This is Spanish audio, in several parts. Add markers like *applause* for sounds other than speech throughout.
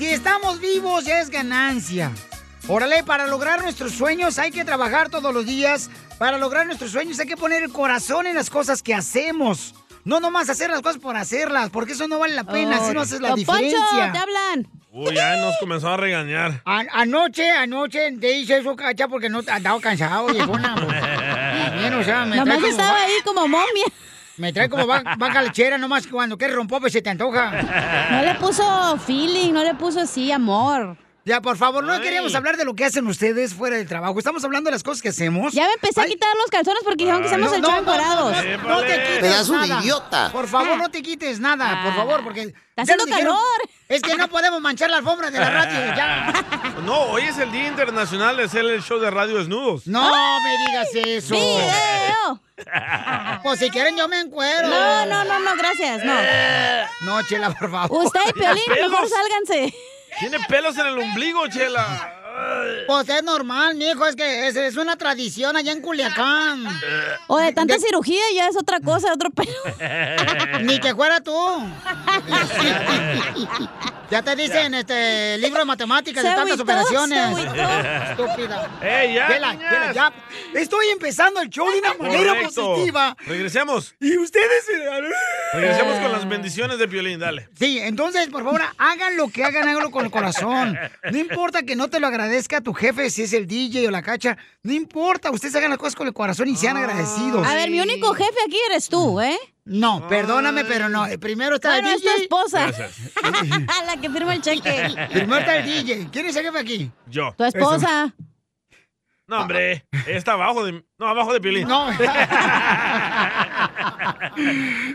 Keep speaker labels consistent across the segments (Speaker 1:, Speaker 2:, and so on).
Speaker 1: estamos vivos ya es ganancia. Órale, para lograr nuestros sueños hay que trabajar todos los días. Para lograr nuestros sueños hay que poner el corazón en las cosas que hacemos. No nomás hacer las cosas por hacerlas, porque eso no vale la pena,
Speaker 2: Oh,
Speaker 1: si no haces la
Speaker 2: Don Poncho,
Speaker 1: diferencia.
Speaker 2: te hablan.
Speaker 3: Uy, ya nos comenzó a regañar.
Speaker 1: An- anoche, anoche te hice eso, cacha, porque no andaba cansado,
Speaker 2: *laughs*
Speaker 1: viejona. También, o sea, me
Speaker 2: Nomás
Speaker 1: trae
Speaker 2: estaba
Speaker 1: ahí como momia. Me trae como va- vaca lechera, nomás que cuando que rompope se te antoja.
Speaker 2: No le puso feeling, no le puso así amor.
Speaker 1: Ya, por favor, no queríamos hablar de lo que hacen ustedes fuera del trabajo. Estamos hablando de las cosas que hacemos. Ya me empecé a quitar los calzones porque
Speaker 2: dijeron que hacemos el show encorados.
Speaker 1: No, no te quites
Speaker 2: Pedazo de
Speaker 1: nada.
Speaker 2: idiota.
Speaker 1: Por favor, no te quites nada, por favor, porque... ¡Está
Speaker 2: Ah. haciendo calor.
Speaker 1: Es que no podemos manchar la alfombra *laughs* de la radio, ya.
Speaker 2: *laughs*
Speaker 3: *laughs* No, hoy es el Día Internacional de hacer el show de radio desnudos.
Speaker 1: No
Speaker 3: *laughs*
Speaker 1: me digas eso.
Speaker 3: ¡Video!
Speaker 1: Pues si quieren yo me encuero.
Speaker 2: No, no, no, no, gracias, no.
Speaker 1: No, Chela, por favor.
Speaker 2: Usted y Piolín, mejor sálganse.
Speaker 3: Tiene pelos en el ombligo, Chela.
Speaker 1: Pues es normal, mijo, es que es, es una tradición allá en Culiacán.
Speaker 2: O de tanta cirugía ya es otra cosa, otro pelo.
Speaker 1: *laughs* Ni que
Speaker 2: *laughs*
Speaker 1: fuera tú. ya te dicen este libro de matemáticas
Speaker 2: Se
Speaker 1: de tantas
Speaker 2: agüitó,
Speaker 1: operaciones.
Speaker 2: se
Speaker 3: agüitó.
Speaker 1: Estúpida.
Speaker 3: ¡Ey, ya,
Speaker 1: Chela,
Speaker 3: niñas!
Speaker 1: Chela, ya. Estoy empezando el show de una manera
Speaker 3: Correcto.
Speaker 1: positiva.
Speaker 3: Regresemos.
Speaker 1: Y ustedes. eh,
Speaker 3: Regresemos con las bendiciones de Piolín, dale.
Speaker 1: Sí, entonces, por favor, hagan lo que hagan, háganlo con el corazón. No importa que no te lo agradezca tu jefe, si es el DJ o la cacha. No importa, ustedes hagan las cosas con el corazón y
Speaker 3: Ah,
Speaker 1: sean agradecidos.
Speaker 2: A ver, mi único jefe aquí eres tú, ¿eh?
Speaker 1: No, perdóname, pero no. eh, Primero está
Speaker 2: Bueno,
Speaker 1: el
Speaker 2: es tu
Speaker 1: DJ.
Speaker 2: esposa. *laughs* la que firma el cheque.
Speaker 1: *laughs* Primero está el DJ. ¿Quién es el jefe aquí?
Speaker 3: Yo.
Speaker 2: Tu esposa.
Speaker 3: No, hombre. Está abajo de. No, abajo de Piolín.
Speaker 1: No.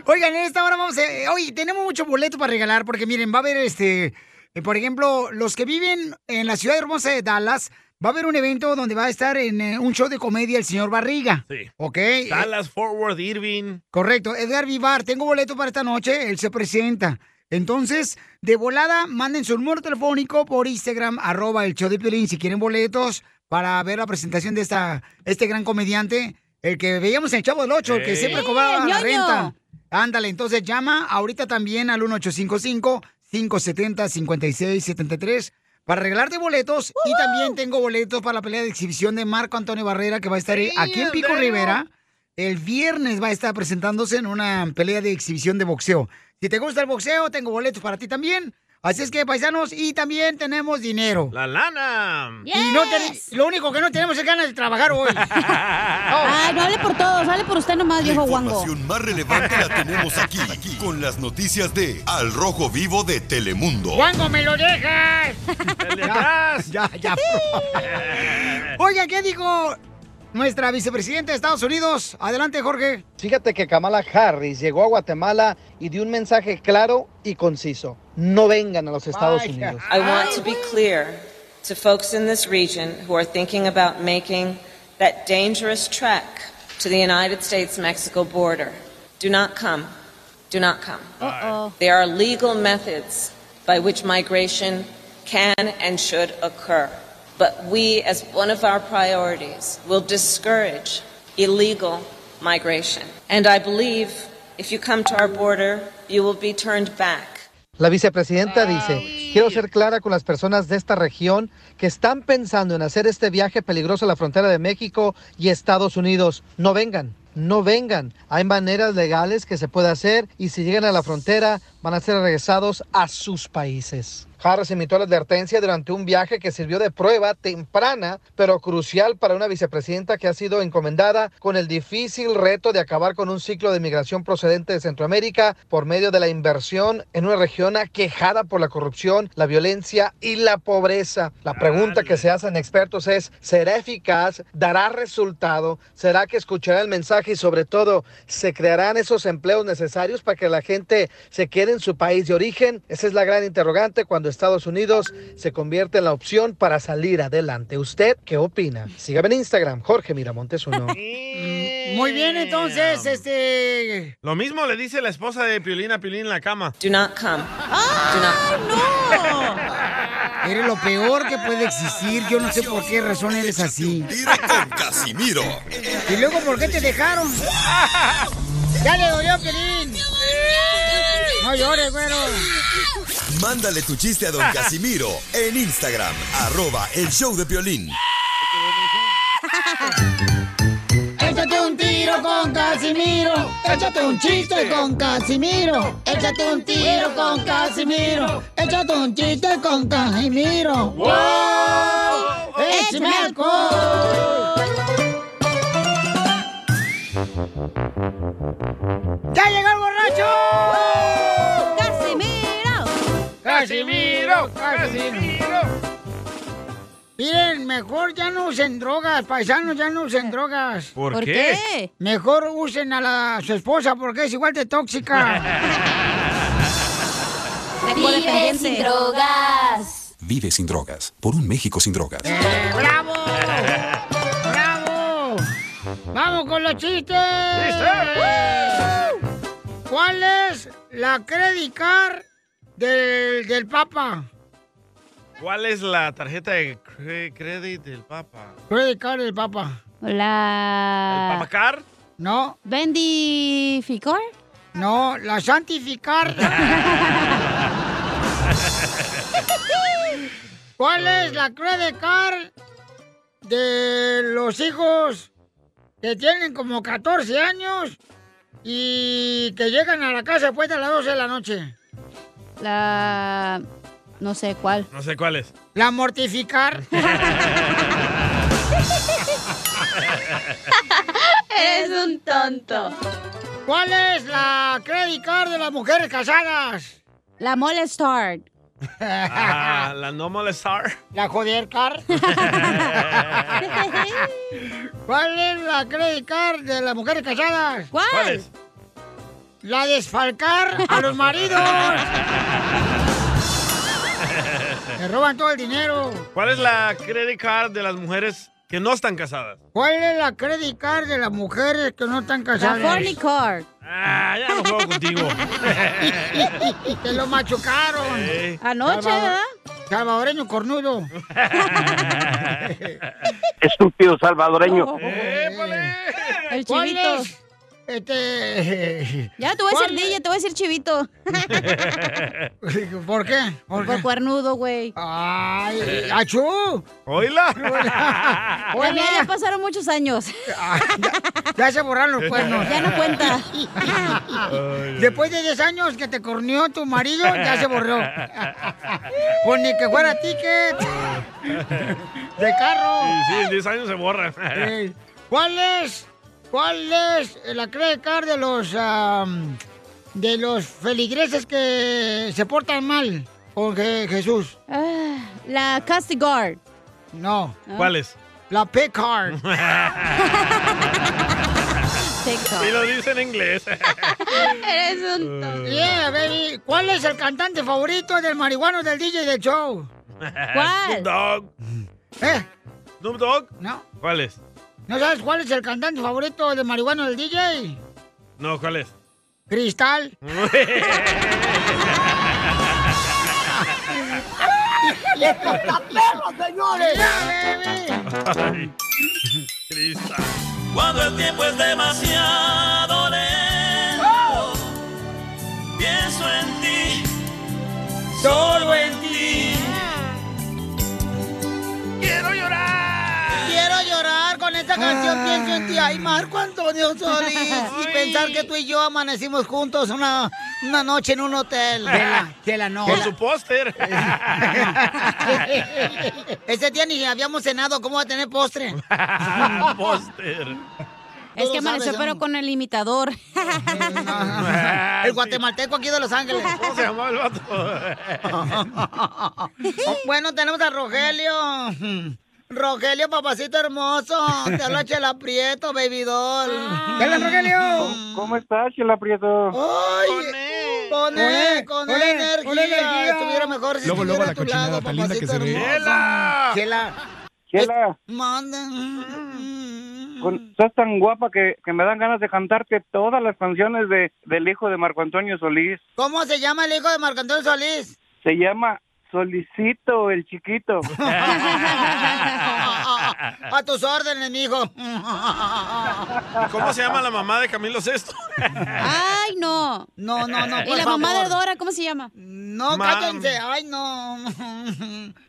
Speaker 1: Oigan, en esta hora vamos a... eh, Oye, tenemos mucho boleto para regalar porque miren, va a haber este... eh, Por ejemplo, los que viven en la ciudad hermosa de Dallas, va a haber un evento donde va a estar en eh, un show de comedia el señor Barriga.
Speaker 3: Sí.
Speaker 1: ¿Ok? eh,
Speaker 3: Dallas, Forward, Irving.
Speaker 1: Correcto. Edgar Vivar, tengo boleto para esta noche. Él se presenta. Entonces, de volada, manden su número telefónico por Instagram, arroba el show de Piolín, si quieren boletos para ver la presentación de esta, este gran comediante, el que veíamos en el Chavo del Ocho, el que
Speaker 2: ¡Ey!
Speaker 1: siempre cobraba
Speaker 2: ¡Eh,
Speaker 1: la
Speaker 2: ñoño!
Speaker 1: renta. Ándale, entonces llama ahorita también al 1855-570-5673 para regalarte boletos. Y también tengo boletos para la pelea de exhibición de Marco Antonio Barrera, que va a estar aquí en Pico
Speaker 4: Míralo.
Speaker 1: Rivera. El viernes va a estar presentándose en una pelea de exhibición de boxeo. Si te gusta el boxeo, tengo boletos para ti también. Así es que, paisanos, y también tenemos dinero.
Speaker 3: *laughs* La lana.
Speaker 1: Y no te- lo único que no tenemos es ganas de trabajar
Speaker 2: *laughs*
Speaker 1: hoy.
Speaker 2: Ay, no hable por todos, hable por usted nomás,
Speaker 5: La
Speaker 2: viejo guango.
Speaker 5: información más relevante la tenemos aquí, aquí, con las noticias de Al Rojo Vivo de Telemundo.
Speaker 1: ¡Guango, me lo
Speaker 3: *laughs*
Speaker 1: dejas! ya,
Speaker 3: ya,
Speaker 1: ya. *laughs* Oiga, ¿qué dijo nuestra vicepresidenta de Estados Unidos? Adelante, Jorge.
Speaker 6: Fíjate que Kamala Harris llegó a Guatemala y dio un mensaje claro y conciso. No vengan a los Estados
Speaker 7: Vaya.
Speaker 6: Unidos.
Speaker 7: I want to be clear to folks in this region who are thinking about making that dangerous trek to the United States Mexico border. Do not come. Do not come.
Speaker 2: Uh-oh.
Speaker 7: There are legal methods by which migration can and should occur. But we, as one of our priorities, will discourage illegal migration. And I believe if you come to our border, you will be turned back.
Speaker 6: La vicepresidenta dice, quiero ser clara con las personas de esta región que están pensando en hacer este viaje peligroso a la frontera de México y Estados Unidos. No vengan, no vengan. Hay maneras legales que se puede hacer y si llegan a la frontera van a ser regresados a sus países. Harris emitió la advertencia durante un viaje que sirvió de prueba temprana, pero crucial para una vicepresidenta que ha sido encomendada con el difícil reto de acabar con un ciclo de migración procedente de Centroamérica por medio de la inversión en una región aquejada por la corrupción, la violencia y la pobreza. La pregunta que se hacen expertos es, ¿será eficaz? ¿Dará resultado? ¿Será que escuchará el mensaje y sobre todo, ¿se crearán esos empleos necesarios para que la gente se quede en su país de origen? Esa es la gran interrogante cuando Estados Unidos se convierte en la opción para salir adelante. ¿Usted qué opina? Sígame en Instagram, Jorge Miramontes uno.
Speaker 1: Muy bien, entonces, este...
Speaker 3: Lo mismo le dice la esposa de Piolín a Piolín en la cama.
Speaker 7: Do not come.
Speaker 1: Eres lo peor que puede existir. Yo no sé por qué razón eres así.
Speaker 5: Con Casimiro.
Speaker 1: *laughs* Y luego, ¿por qué te
Speaker 5: *laughs*
Speaker 1: dejaron? ¡Ya le dolió, Pelín! ¡No llores, güero!
Speaker 5: Mándale tu chiste a don Casimiro en Instagram, arroba el show de Piolín.
Speaker 1: Échate un tiro con Casimiro. Échate un chiste con Casimiro. Échate un tiro con Casimiro. Échate un chiste con Casimiro. ¡Wow! ¡Échame ¡Ya
Speaker 3: *laughs*
Speaker 1: llegó el borracho!
Speaker 2: ¡Casimiro!
Speaker 1: ¡Casimiro! ¡Casimiro! Miren, mejor ya no usen drogas, paisanos, ya no usen drogas.
Speaker 3: ¿Por ¿Por qué? qué?
Speaker 1: Mejor usen a, la- a su esposa porque es igual de tóxica.
Speaker 4: Vive sin drogas.
Speaker 8: Vive sin drogas. Por un México sin drogas.
Speaker 1: ¡Bravo! ¡Bravo! ¡Vamos con los chistes! ¿Cuál es la credicar del, del Papa?
Speaker 3: *laughs* ¿Cuál es la tarjeta de cre- crédito del Papa?
Speaker 1: Credicar del Papa.
Speaker 2: La...
Speaker 3: ¿Papacar?
Speaker 1: No.
Speaker 2: ¿Bendificor?
Speaker 1: No, la santificar. ¿Cuál es la credicar de los hijos que tienen como 14 años y que llegan a la casa después de las 12 de la noche?
Speaker 2: La... No sé cuál.
Speaker 3: No sé cuál es.
Speaker 1: La
Speaker 3: *laughs*
Speaker 1: mortificar.
Speaker 2: Eres un tonto.
Speaker 1: ¿Cuál es la credicar de las mujeres casadas?
Speaker 2: La molestar.
Speaker 3: Ah, la no molestar. *laughs*
Speaker 1: La
Speaker 2: *laughs*
Speaker 1: joder car. ¿Cuál es la credit card de las mujeres casadas?
Speaker 2: ¿Cuál?
Speaker 3: ¿Cuál es?
Speaker 1: La desfalcar a los
Speaker 2: *laughs*
Speaker 1: maridos. Le roban todo el dinero.
Speaker 3: ¿Cuál es la credit card de las mujeres que no están casadas?
Speaker 1: ¿Cuál es la credit card de las mujeres que no están
Speaker 2: La
Speaker 1: casadas? *laughs*
Speaker 2: fornicar.
Speaker 3: Ah, ya no juego contigo.
Speaker 1: Te lo machucaron.
Speaker 3: Ey.
Speaker 2: Anoche, ¿verdad?
Speaker 1: Salvadoreño
Speaker 2: *laughs*
Speaker 1: cornudo.
Speaker 9: *laughs* Estúpido salvadoreño.
Speaker 2: Oh. El
Speaker 1: ¿Cuál
Speaker 2: chivito.
Speaker 1: es? Este.
Speaker 2: Ya te voy a decir
Speaker 1: ¿Cuál
Speaker 2: DJ, te voy a decir chivito.
Speaker 1: ¿Por qué? ¿Por
Speaker 2: Por
Speaker 1: qué?
Speaker 2: cuernudo, güey.
Speaker 1: ¡Ay! ¡Achú!
Speaker 3: ¡Oila!
Speaker 2: *laughs* La mía ya
Speaker 1: Hola.
Speaker 2: pasaron muchos años.
Speaker 1: Ah. Ya se borraron los cuernos.
Speaker 2: Ya no cuenta.
Speaker 1: *laughs* Después de 10 años que te corneó tu marido, ya se borró. Pues ni que fuera ticket de carro.
Speaker 3: Sí, en 10 años se borra.
Speaker 1: Eh, ¿Cuál es? ¿Cuál es la credit card de los am, de los feligreses que se portan mal con Je- Jesús?
Speaker 2: Ah, La Ah. Castigard.
Speaker 1: No,
Speaker 3: ¿Cuál
Speaker 1: *laughs*
Speaker 3: es?
Speaker 1: la P card.
Speaker 3: *laughs* Y lo dice en inglés.
Speaker 2: *laughs* Eres un tonto.
Speaker 1: Yeah, baby. ¿Cuál es el cantante favorito del marihuano del DJ del show?
Speaker 2: ¿Cuál?
Speaker 3: *laughs* Snoop Dogg.
Speaker 1: ¿Eh?
Speaker 3: ¿Snoop Dogg?
Speaker 1: No.
Speaker 3: ¿Cuál es?
Speaker 1: ¿No sabes cuál es el cantante favorito del marihuano del DJ?
Speaker 3: No, ¿cuál es?
Speaker 1: Cristal. señores!
Speaker 3: Ay, Crista.
Speaker 10: Cuando el tiempo es demasiado lento, pienso en ti, solo en ti.
Speaker 3: ¡Quiero llorar!
Speaker 1: Quiero llorar con esta canción, pienso en ti. Ay, Marco Antonio Solís.
Speaker 3: *laughs*
Speaker 1: Y pensar que tú y yo amanecimos juntos una, una noche en un hotel.
Speaker 3: *laughs*
Speaker 1: Vela, la no.
Speaker 3: Con su
Speaker 1: *laughs*
Speaker 3: póster.
Speaker 1: Ese día ni habíamos cenado, ¿cómo va a tener
Speaker 3: *laughs*
Speaker 1: postre?
Speaker 3: póster.
Speaker 2: Es
Speaker 1: Tú
Speaker 2: que
Speaker 1: lo
Speaker 2: amaneció,
Speaker 1: sabes,
Speaker 2: pero
Speaker 1: ¿no?
Speaker 2: con el imitador.
Speaker 1: *laughs* El guatemalteco aquí de Los Ángeles.
Speaker 3: *laughs* ¿Cómo se llamaba el vato?
Speaker 1: Oh, Bueno, tenemos a Rogelio. Rogelio, papacito hermoso. Te habla Chela Prieto, baby doll. ¡Hola, Rogelio!
Speaker 9: ¿Cómo estás, Chela Prieto?
Speaker 1: ¡Ay! Con él, Eh, con él, energía. Estuviera mejor si
Speaker 11: Luego, luego
Speaker 1: estuviera
Speaker 11: la
Speaker 1: a tu lado,
Speaker 11: cochinada tan linda que
Speaker 1: papacito
Speaker 11: se ve.
Speaker 1: hermoso. Chela.
Speaker 9: Chela,
Speaker 1: Manda.
Speaker 9: con- estás tan guapa que, que me dan ganas de cantarte todas las canciones de, del hijo de Marco Antonio Solís.
Speaker 1: ¿Cómo se llama el hijo de Marco Antonio *laughs* Solís?
Speaker 9: Se llama Solicito el Chiquito.
Speaker 1: A tus órdenes, mijo.
Speaker 3: ¿Cómo se llama la mamá de Camilo Sesto?
Speaker 2: Ay, no.
Speaker 1: No, no, no,
Speaker 2: ¿Y
Speaker 1: por
Speaker 2: la mamá
Speaker 1: favor.
Speaker 2: de Dora, cómo se llama?
Speaker 1: No, cállense. Ay, no.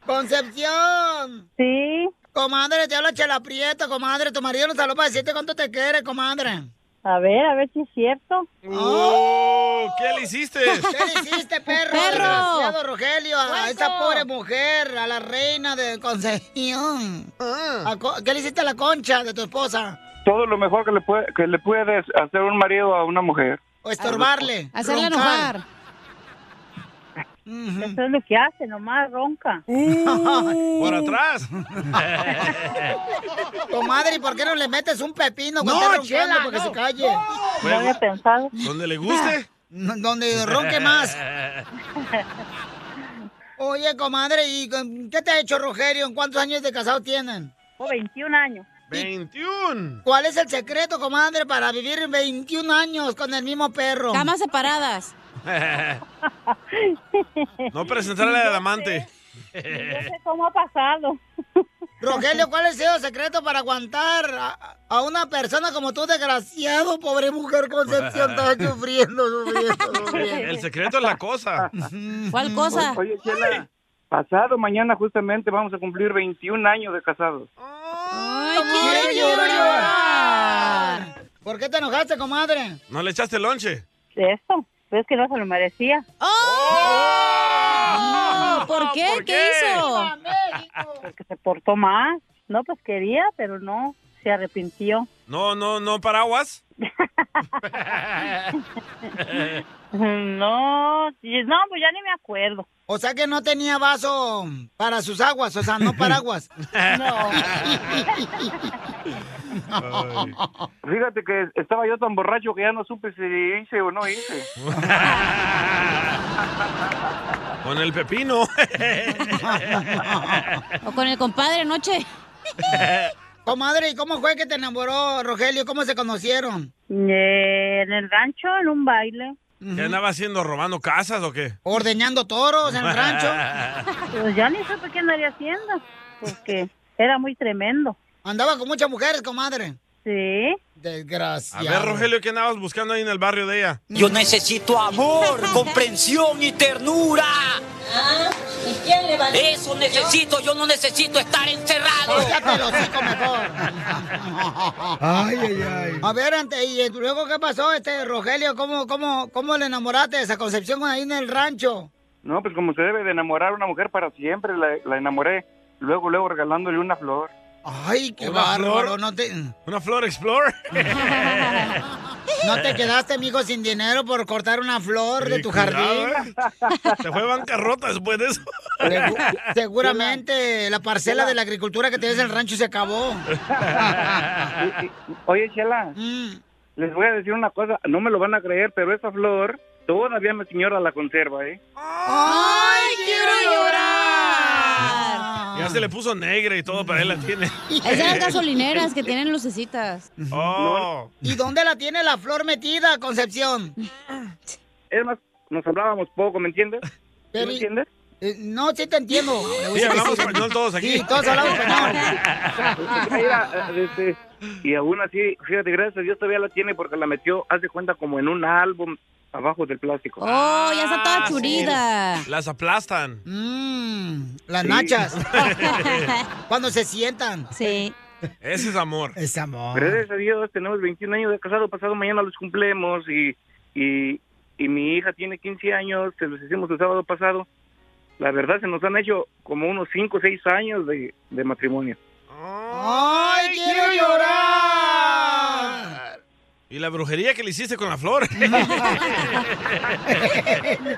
Speaker 1: *laughs* Concepción. Sí. Comadre, te habla Chela Prieto, comadre. Tu marido nos habló para decirte cuánto te quiere, comadre.
Speaker 11: A ver, a ver si es cierto.
Speaker 3: ¡Oh! ¿Qué le
Speaker 1: *laughs*
Speaker 3: hiciste?
Speaker 1: ¿Qué le hiciste, perro?
Speaker 11: Perro.
Speaker 1: Desgraciado, Rogelio, a
Speaker 11: Puerco.
Speaker 1: esa pobre mujer, a la reina de Concepción.
Speaker 11: Ah.
Speaker 1: A co- ¿Qué le hiciste a la concha de tu esposa?
Speaker 9: Todo lo mejor que le, puede, que le puedes hacer un marido a una mujer.
Speaker 1: O estorbarle.
Speaker 2: Hacerla
Speaker 1: roncar.
Speaker 2: enojar.
Speaker 11: Eso es lo que hace, nomás ronca.
Speaker 3: *laughs* Por atrás.
Speaker 1: Comadre, ¿y por qué no le metes un pepino cuando
Speaker 11: No,
Speaker 1: está roncando
Speaker 11: Chela,
Speaker 1: para que
Speaker 11: no.
Speaker 1: se calle?
Speaker 11: No había pensado.
Speaker 3: ¿Dónde le guste?
Speaker 1: N- Donde ronque más. Oye, comadre, ¿y con- qué te ha hecho Rogelio? ¿En cuántos años de casado tienen?
Speaker 11: 21 Oh, años.
Speaker 3: 21.
Speaker 1: ¿Cuál es el secreto, comadre, para vivir 21 años con el mismo perro?
Speaker 2: Camas separadas.
Speaker 3: No presentarle al amante.
Speaker 11: No sé *laughs* cómo ha pasado. *laughs*
Speaker 1: Rogelio, ¿cuál es el secreto para aguantar a, a una persona como tú, desgraciado, pobre mujer Concepción? Está sufriendo,
Speaker 2: *laughs*
Speaker 1: sufriendo, sufriendo.
Speaker 3: El secreto es la cosa.
Speaker 2: ¿Cuál cosa?
Speaker 9: Oye, Chela, Ah, pasado mañana justamente vamos a cumplir 21 años de
Speaker 1: *laughs*
Speaker 9: casados.
Speaker 2: Ay,
Speaker 1: quiero
Speaker 2: llorar.
Speaker 1: ¿Por qué te enojaste, comadre?
Speaker 3: ¿No le echaste lonche?
Speaker 11: Eso, pues que no se lo merecía.
Speaker 2: ¡Oh! ¿Por qué?
Speaker 3: ¿Por
Speaker 2: ¿Qué,
Speaker 3: qué?
Speaker 2: hizo?
Speaker 11: Porque se portó más. No, pues quería, pero no. Se arrepintió.
Speaker 3: No, no, no, paraguas.
Speaker 11: No, y- no, pues ya ni me acuerdo.
Speaker 1: O sea que no tenía vaso para sus aguas, o sea, no paraguas.
Speaker 11: *laughs* No.
Speaker 1: *laughs*
Speaker 9: Fíjate que estaba yo tan borracho que ya no supe si hice o no hice.
Speaker 3: Con el pepino.
Speaker 2: ¿O con el compadre
Speaker 1: *laughs*
Speaker 2: anoche?
Speaker 1: Comadre, ¿y cómo fue que te enamoró Rogelio? ¿Cómo se conocieron?
Speaker 11: Eh, En el rancho, en un baile.
Speaker 3: ¿Qué andaba haciendo? ¿Robando casas o qué?
Speaker 1: ¿Ordeñando toros en el rancho?
Speaker 11: Pues ya ni supe qué andaría haciendo. Porque era muy tremendo.
Speaker 1: Andaba con muchas mujeres, comadre.
Speaker 11: Sí.
Speaker 3: A
Speaker 1: Desgraciado.
Speaker 3: ver, Rogelio, ¿qué andabas buscando ahí en el barrio de ella?
Speaker 12: Yo necesito amor, comprensión y ternura.
Speaker 4: Ah, ¿Y quién le valió?
Speaker 12: Eso necesito, yo no necesito estar encerrado.
Speaker 1: Cállate el hocico mejor.
Speaker 10: Ay, ay, ay.
Speaker 1: A ver, ante, y eh, luego, ¿qué pasó, este Rogelio? ¿Cómo, cómo, cómo le enamoraste de esa concepción ahí en el rancho?
Speaker 9: No, pues como se debe de enamorar a una mujer para siempre, la, la enamoré. Luego, luego regalándole una flor.
Speaker 1: Ay, qué
Speaker 3: ¿Una
Speaker 1: bárbaro.
Speaker 3: flor?
Speaker 1: No te,
Speaker 3: ¿Una Flor Explorer?
Speaker 1: no te quedaste, amigo, sin dinero por cortar una flor de
Speaker 3: Eh,
Speaker 1: tu
Speaker 3: cuidado,
Speaker 1: jardín.
Speaker 3: ¿eh? Se fue bancarrota después de eso.
Speaker 1: Segu- Seguramente la parcela de la agricultura que tienes en el rancho se
Speaker 3: *laughs*
Speaker 1: acabó.
Speaker 9: Y- y- Oye, Chela, les voy a decir una cosa, no me lo van a creer, pero esa flor todavía mi señora la conserva, ¿eh?
Speaker 1: ¡Ay,
Speaker 2: quiero llorar!
Speaker 3: Ya se le puso negra y todo, para él
Speaker 2: *laughs*
Speaker 3: la tiene.
Speaker 2: Esas son las gasolineras que tienen lucecitas.
Speaker 3: *laughs* Oh,
Speaker 1: ¿Y dónde la tiene la flor metida, Concepción?
Speaker 9: Es más, nos hablábamos poco, ¿me entiendes? ¿Sí
Speaker 1: Pero-
Speaker 9: ¿Me entiendes?
Speaker 1: Eh, no, sí te entiendo. Le voy
Speaker 3: sí,
Speaker 1: a decir
Speaker 3: hablamos
Speaker 1: que sí.
Speaker 3: español todos aquí.
Speaker 1: Sí, todos hablamos español.
Speaker 3: *laughs*
Speaker 9: *laughs* Mira, eh, este, y aún así, fíjate, gracias a Dios todavía la tiene porque la metió, hace cuenta, como en un álbum abajo del plástico.
Speaker 2: ¡Oh, ya está toda
Speaker 3: Ah, sí.
Speaker 2: churida!
Speaker 3: Las aplastan.
Speaker 1: Mm, las
Speaker 9: Sí.
Speaker 3: *laughs*
Speaker 1: nachas. Cuando se sientan.
Speaker 2: Sí.
Speaker 3: Ese es amor.
Speaker 1: Es amor.
Speaker 9: Gracias a Dios, tenemos 21 años de casado, pasado mañana los cumplemos y, y, y mi hija tiene 15 años, se los hicimos el sábado pasado. La verdad se nos han hecho como unos 5 o 6 años de, de matrimonio.
Speaker 1: ¡Ay, quiero llorar!
Speaker 3: Y la brujería que le hiciste con
Speaker 2: *laughs*
Speaker 3: la flor. *laughs*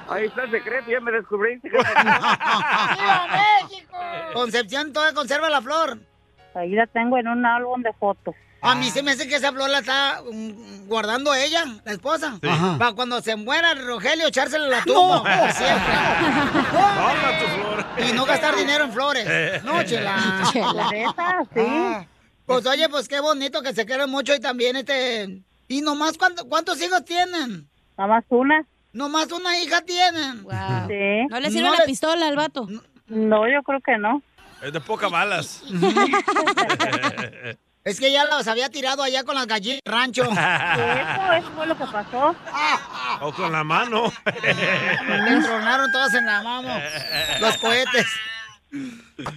Speaker 9: Ahí está el secreto, ya me descubriste.
Speaker 1: Concepción todavía conserva la flor.
Speaker 11: Ahí la tengo en un álbum de fotos.
Speaker 1: A mí se me hace que esa flor la está mm, guardando ella, la esposa.
Speaker 3: Ajá.
Speaker 1: Para cuando se muera Rogelio echársela a
Speaker 3: *laughs*
Speaker 1: la tumba. por siempre.
Speaker 3: Toma tu flor.
Speaker 1: Y no gastar dinero en
Speaker 2: Eh.
Speaker 1: flores. No, chela.
Speaker 11: La neta, sí.
Speaker 1: Ah, pues oye, pues qué bonito que se quieren mucho y también este... Y nomás, ¿cuánto- ¿cuántos hijos tienen?
Speaker 11: Nada más una.
Speaker 1: Nomás una hija tienen.
Speaker 2: Wow.
Speaker 11: Sí.
Speaker 2: No le sirve
Speaker 1: No
Speaker 2: la
Speaker 1: le-
Speaker 2: pistola al vato.
Speaker 11: No, yo creo que no.
Speaker 3: Es de pocas balas. *laughs*
Speaker 1: Es que ya los había tirado allá con las gallinas rancho. Ah.
Speaker 3: Eso,
Speaker 1: eso fue lo que pasó.
Speaker 3: o con la mano. *laughs*
Speaker 1: Le tronaron todas en la mano los cohetes.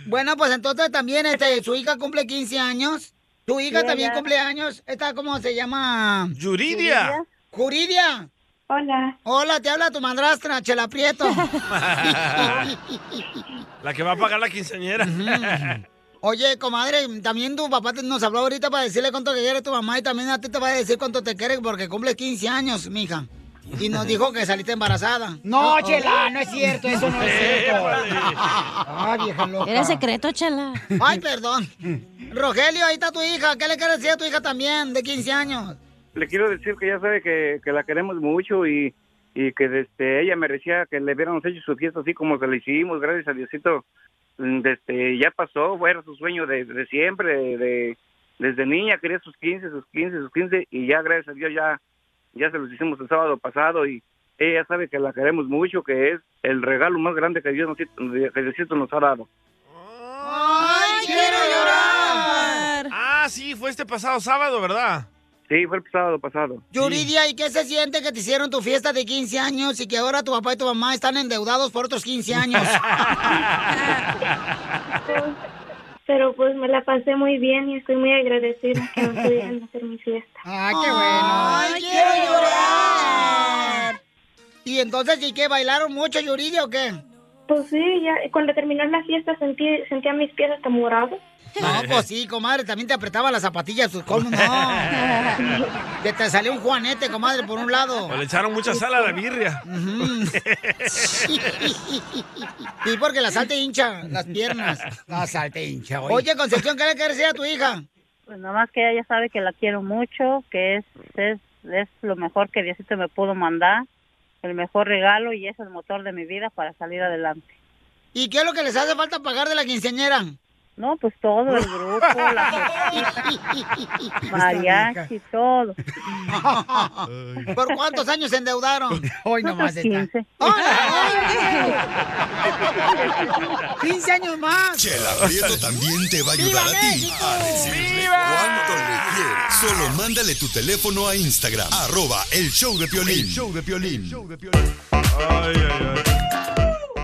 Speaker 1: Bueno, pues entonces también este, su hija cumple 15 años. Tu hija
Speaker 11: Sí,
Speaker 1: también
Speaker 11: ya.
Speaker 1: cumple años. ¿Esta cómo se llama?
Speaker 3: Yuridia.
Speaker 1: Yuridia. Hola. Hola, te habla tu madrastra, Chela Prieto.
Speaker 3: la que va a pagar la quinceañera.
Speaker 1: Oye, comadre, también tu papá te- nos habló ahorita para decirle cuánto te quiere tu mamá y también a ti te va a decir cuánto te quiere porque cumple 15 años, mija. Y nos dijo que saliste embarazada.
Speaker 2: No,
Speaker 1: Chela,
Speaker 2: no es cierto, eso no es
Speaker 1: *laughs* cierto. ah, vieja loca.
Speaker 2: Era secreto, chela.
Speaker 1: Ay, perdón. Rogelio, ahí está tu hija. ¿Qué le quieres decir a tu hija también, de 15 años?
Speaker 9: Le quiero decir que ya sabe que, que la queremos mucho y, y que desde ella merecía que le hubiéramos hecho su fiesta así como se la hicimos, gracias a Diosito. Mm, Desde, ya pasó, fue era su sueño de, de siempre, de, de- desde niña quería sus 15, sus 15, sus 15 y ya gracias a Dios ya, ya se los hicimos el sábado pasado y ella sabe que la queremos mucho, que es el regalo más grande que Dios nos, que Diosito nos ha dado.
Speaker 1: ¡Ay, quiero llorar!
Speaker 3: Ah, sí, fue este pasado sábado, ¿verdad?
Speaker 9: Sí, fue el sábado pasado.
Speaker 1: Yuridia, ¿y qué se siente que te hicieron tu fiesta de 15 años y que ahora tu papá y tu mamá están endeudados por otros 15 años?
Speaker 13: *laughs* Pero pues me la pasé muy bien y estoy muy agradecida que me pudieran hacer mi fiesta.
Speaker 1: ¡Ah, qué bueno! ¡Ay, quiero llorar! ¿Y entonces y qué? ¿Bailaron mucho, Yuridia, o qué?
Speaker 13: Pues sí, ya cuando terminó la fiesta sentí, sentía mis pies hasta morados.
Speaker 1: No, pues sí, comadre, también te apretaba las zapatillas, pues, ¿cómo
Speaker 3: *laughs*
Speaker 1: no? Que te salió un juanete, comadre, por un lado.
Speaker 3: O le echaron mucha sal a la birria.
Speaker 1: *laughs* Y porque la sal te hincha las piernas. La sal te hincha, oye. Oye, Concepción, ¿qué le quieres decir a tu hija?
Speaker 11: Pues nada más que ella ya sabe que la quiero mucho, que es, es, es lo mejor que Diosito me pudo mandar, el mejor regalo y es el motor de mi vida para salir adelante.
Speaker 1: ¿Y qué es lo que les hace falta pagar de la quinceañera?
Speaker 11: No, pues todo, el
Speaker 1: *laughs*
Speaker 11: grupo, la mariachi, todo.
Speaker 1: ¿Por cuántos años se endeudaron? Hoy nomás está. *laughs*
Speaker 11: 15.
Speaker 1: *laughs* ¡15 años más!
Speaker 5: Chela Prieto también te va a ayudar a ti a decirle cuánto le quieres. Solo mándale tu teléfono a Instagram, arroba el show de Piolín. show de Piolín.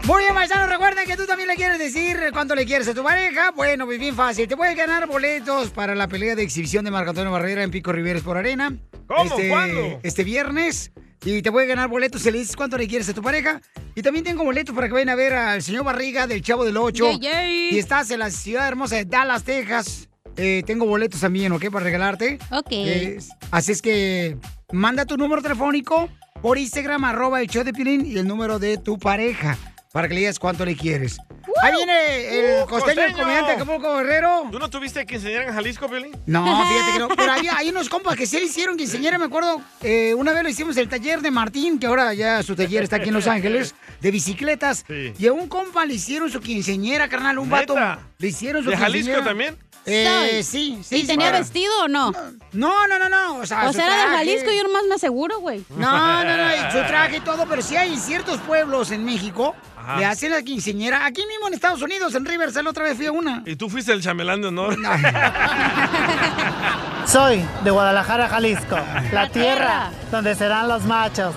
Speaker 1: Muy bien, paisanos, recuerden que tú también le quieres decir cuánto le quieres a tu pareja. Bueno, pues bien fácil. Te puedes ganar boletos para la pelea de exhibición de Marco Antonio Barrera en Pico Rivieres por Arena.
Speaker 3: ¿Cómo?
Speaker 1: Este,
Speaker 3: ¿Cuándo?
Speaker 1: Este viernes. Y te puedes ganar boletos si le dices cuánto le quieres a tu pareja. Y también tengo boletos para que vayan a ver al señor Barriga del Chavo del Ocho.
Speaker 2: Yay, yay.
Speaker 1: Y estás en la ciudad hermosa de Dallas, Texas. Eh, tengo boletos también, ¿ok? Para regalarte.
Speaker 2: Ok.
Speaker 1: Eh, así es que manda tu número telefónico por Instagram, arroba el show de Pilín y el número de tu pareja para que le digas cuánto le quieres. Ahí viene el
Speaker 3: ¡Uh,
Speaker 1: costeño, el
Speaker 3: costeño!
Speaker 1: comediante Acapulco Guerrero.
Speaker 3: ¿Tú no tuviste que enseñar en Jalisco, Piolín? *laughs*
Speaker 1: No, fíjate que no. Pero hay, hay unos compas que sí le hicieron quinceañera, me acuerdo. eh, una vez lo hicimos en el taller de Martín, que ahora ya su taller está aquí
Speaker 3: *laughs*
Speaker 1: en Los Ángeles, de bicicletas. Y a un compa le hicieron su quinceañera, carnal, un
Speaker 3: ¿Neta?
Speaker 1: vato. Le hicieron su
Speaker 3: ¿De Jalisco
Speaker 1: quinceañera.
Speaker 3: también?
Speaker 1: Eh,
Speaker 2: Soy.
Speaker 1: sí, sí.
Speaker 2: ¿Y
Speaker 1: sí.
Speaker 2: tenía
Speaker 1: Para-
Speaker 2: vestido o no?
Speaker 1: No, no, no, no. O sea,
Speaker 2: O
Speaker 1: su
Speaker 2: sea, era de
Speaker 1: traje.
Speaker 2: Jalisco, yo nomás me aseguro, güey.
Speaker 1: No, no, no, y su traje y todo, pero sí hay ciertos pueblos en México
Speaker 3: Ajá.
Speaker 1: le hacen la quinceñera. Aquí mismo en Estados Unidos, en Riverside, la otra vez fui a una.
Speaker 3: ¿Y tú fuiste el chamelán de
Speaker 1: *laughs*
Speaker 3: honor?
Speaker 14: Soy de Guadalajara, Jalisco, la tierra donde serán los machos.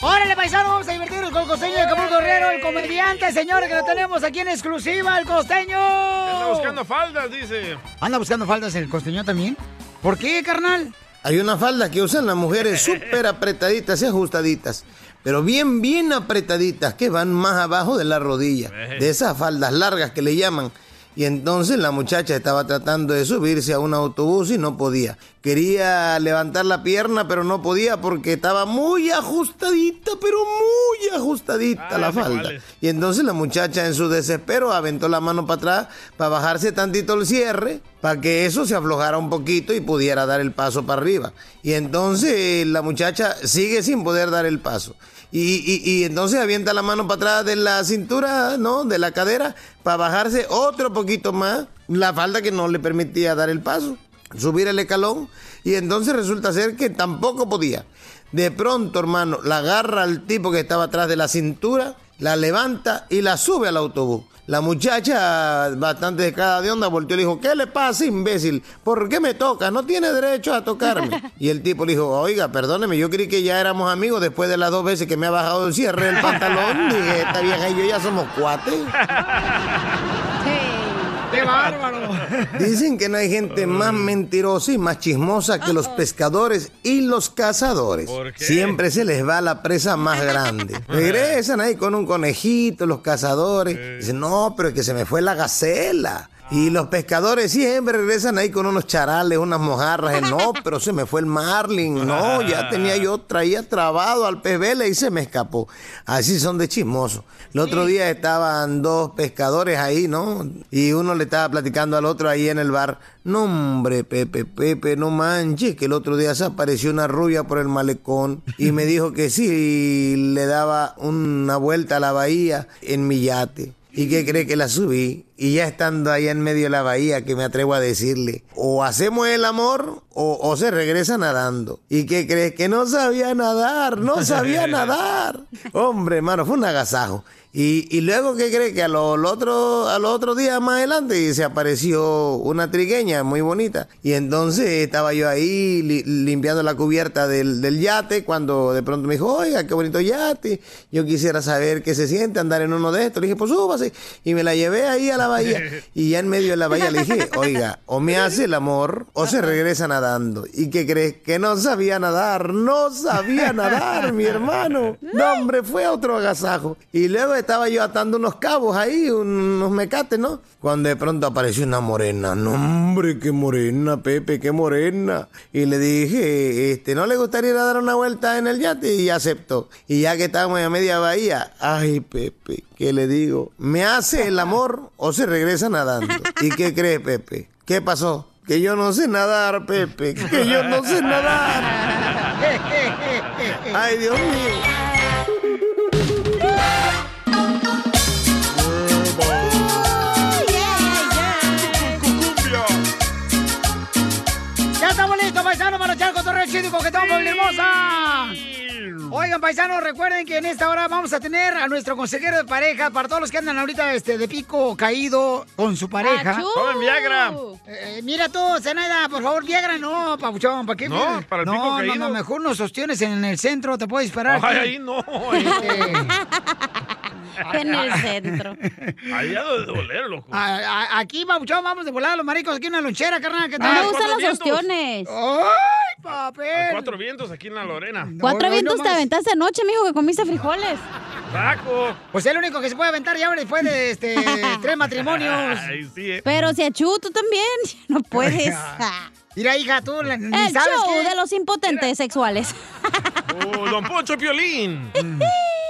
Speaker 1: ¡Órale, paisano! Vamos a divertirnos con el costeño de Acapulco Guerrero, el comediante, señores, que lo tenemos aquí en exclusiva, el costeño.
Speaker 3: Está buscando faldas, dice.
Speaker 1: ¿Anda buscando faldas el costeño también? ¿Por qué, carnal?
Speaker 15: Hay una falda que usan las mujeres súper apretaditas y ajustaditas, pero bien, bien apretaditas, que van más abajo de la rodilla, de esas faldas largas que le llaman. Y entonces la muchacha estaba tratando de subirse a un autobús y no podía. Quería levantar la pierna, pero no podía porque estaba muy ajustadita, pero muy ajustadita la falda. Y entonces la muchacha en su desespero aventó la mano para atrás para bajarse tantito el cierre, para que eso se aflojara un poquito y pudiera dar el paso para arriba. Y entonces la muchacha sigue sin poder dar el paso. Y, y- y entonces avienta la mano para atrás de la cintura, ¿no? De la cadera, para bajarse otro poquito más la falda que no le permitía dar el paso, subir el escalón. Y entonces resulta ser que tampoco podía. De pronto, hermano, la agarra al tipo que estaba atrás de la cintura, la levanta y la sube al autobús. La muchacha, bastante descarada de onda, volteó y le dijo, ¿qué le pasa, imbécil? ¿Por qué me tocas? No tiene derecho a tocarme. Y el tipo le dijo, oiga, perdóneme, yo creí que ya éramos amigos después de las dos veces que me ha bajado el cierre del pantalón. *laughs* Dije, está bien, y yo ya somos cuates.
Speaker 1: ¡Qué bárbaro!
Speaker 15: Dicen que no hay gente más mentirosa y más chismosa que los pescadores y los cazadores. Siempre se les va la presa más grande. Regresan ahí con un conejito, los cazadores. Dicen, no, pero es que se me fue la gacela. Y los pescadores siempre regresan ahí con unos charales, unas mojarras. No, pero se me fue el marlin. No, ya tenía yo, traía trabado al pez vela y se me escapó. Así son de chismosos. El otro día estaban dos pescadores ahí, ¿no? Y uno le estaba platicando al otro ahí en el bar. No, hombre, Pepe, Pepe, no manches, que el otro día se apareció una rubia por el malecón y me dijo que sí, le daba una vuelta a la bahía en mi yate. ¿Y qué cree que la subí? Y ya estando allá en medio de la bahía, que me atrevo a decirle, o hacemos el amor o, o se regresa nadando. ¿Y qué crees? Que no sabía nadar, no sabía nadar. Hombre, hermano, fue un agasajo. Y, y luego, ¿qué cree? Que a lo- al otro, al otro día más adelante se apareció una trigueña muy bonita. Y entonces estaba yo ahí li- limpiando la cubierta del, del yate cuando de pronto me dijo, oiga, qué bonito yate. Yo quisiera saber qué se siente andar en uno de estos. Le dije, pues súbase. Y me la llevé ahí a la bahía. Y ya en medio de la bahía le dije, oiga, o me hace el amor o se regresa nadando. ¿Y qué crees? Que no sabía nadar, no sabía nadar, mi hermano. No, hombre, fue otro agasajo. Y luego estaba yo atando unos cabos ahí, unos mecates, ¿no? Cuando de pronto apareció una morena. No, hombre, qué morena, Pepe, qué morena. Y le dije, este, ¿no le gustaría ir a dar una vuelta en el yate? Y aceptó. Y ya que estábamos a media bahía, ay, Pepe, ¿qué le digo? ¿Me hace el amor o se regresa nadando? ¿Y qué crees, Pepe? ¿Qué pasó? Que yo no sé nadar, Pepe. Que yo no
Speaker 1: *laughs*
Speaker 15: sé nadar. Ay, Dios mío.
Speaker 1: ¡Ya estamos listos, paisanos, para echar cotorreo chido y coquetón, familia hermosa! Oigan, paisanos, recuerden que en esta hora vamos a tener a nuestro consejero de pareja para todos los que andan ahorita este, de pico caído con su pareja.
Speaker 10: ¡Achú! Tomen Viagra.
Speaker 1: Eh, eh, mira tú, Zenaida, por favor, Viagra no, papuchón, ¿para qué?
Speaker 3: No,
Speaker 1: Viagra?
Speaker 3: para el
Speaker 1: no,
Speaker 3: pico
Speaker 1: no,
Speaker 3: caído.
Speaker 1: No, mejor nos sostienes en el centro, te puedes parar.
Speaker 3: Ay, ahí no. ahí no.
Speaker 1: eh,
Speaker 4: *laughs*
Speaker 1: En el centro.
Speaker 3: Ahí ha de doler, loco.
Speaker 1: Este, A- a- aquí, babuchón, vamos de volada los maricos aquí en la lonchera, carnal. ¿qué
Speaker 3: No
Speaker 1: tal?
Speaker 3: me gustan los Ah, Cuatro vientos.
Speaker 1: ¡Ay, papel!
Speaker 3: Hay cuatro vientos aquí en la Lorena.
Speaker 2: Cuatro vientos te aventaste anoche, mijo, que comiste frijoles.
Speaker 3: ¡Taco!
Speaker 1: Pues es el único que se puede aventar ya ahora después de
Speaker 3: *laughs*
Speaker 1: este, tres matrimonios.
Speaker 3: Ay, sí, eh.
Speaker 2: Pero si achú, tú también. *laughs* No puedes.
Speaker 1: *laughs* Mira, hija, tú ni
Speaker 2: El
Speaker 1: sabes
Speaker 2: show
Speaker 1: qué-
Speaker 2: de los impotentes
Speaker 1: *laughs*
Speaker 2: sexuales.
Speaker 3: Oh, don Poncho Piolín.
Speaker 1: Mm.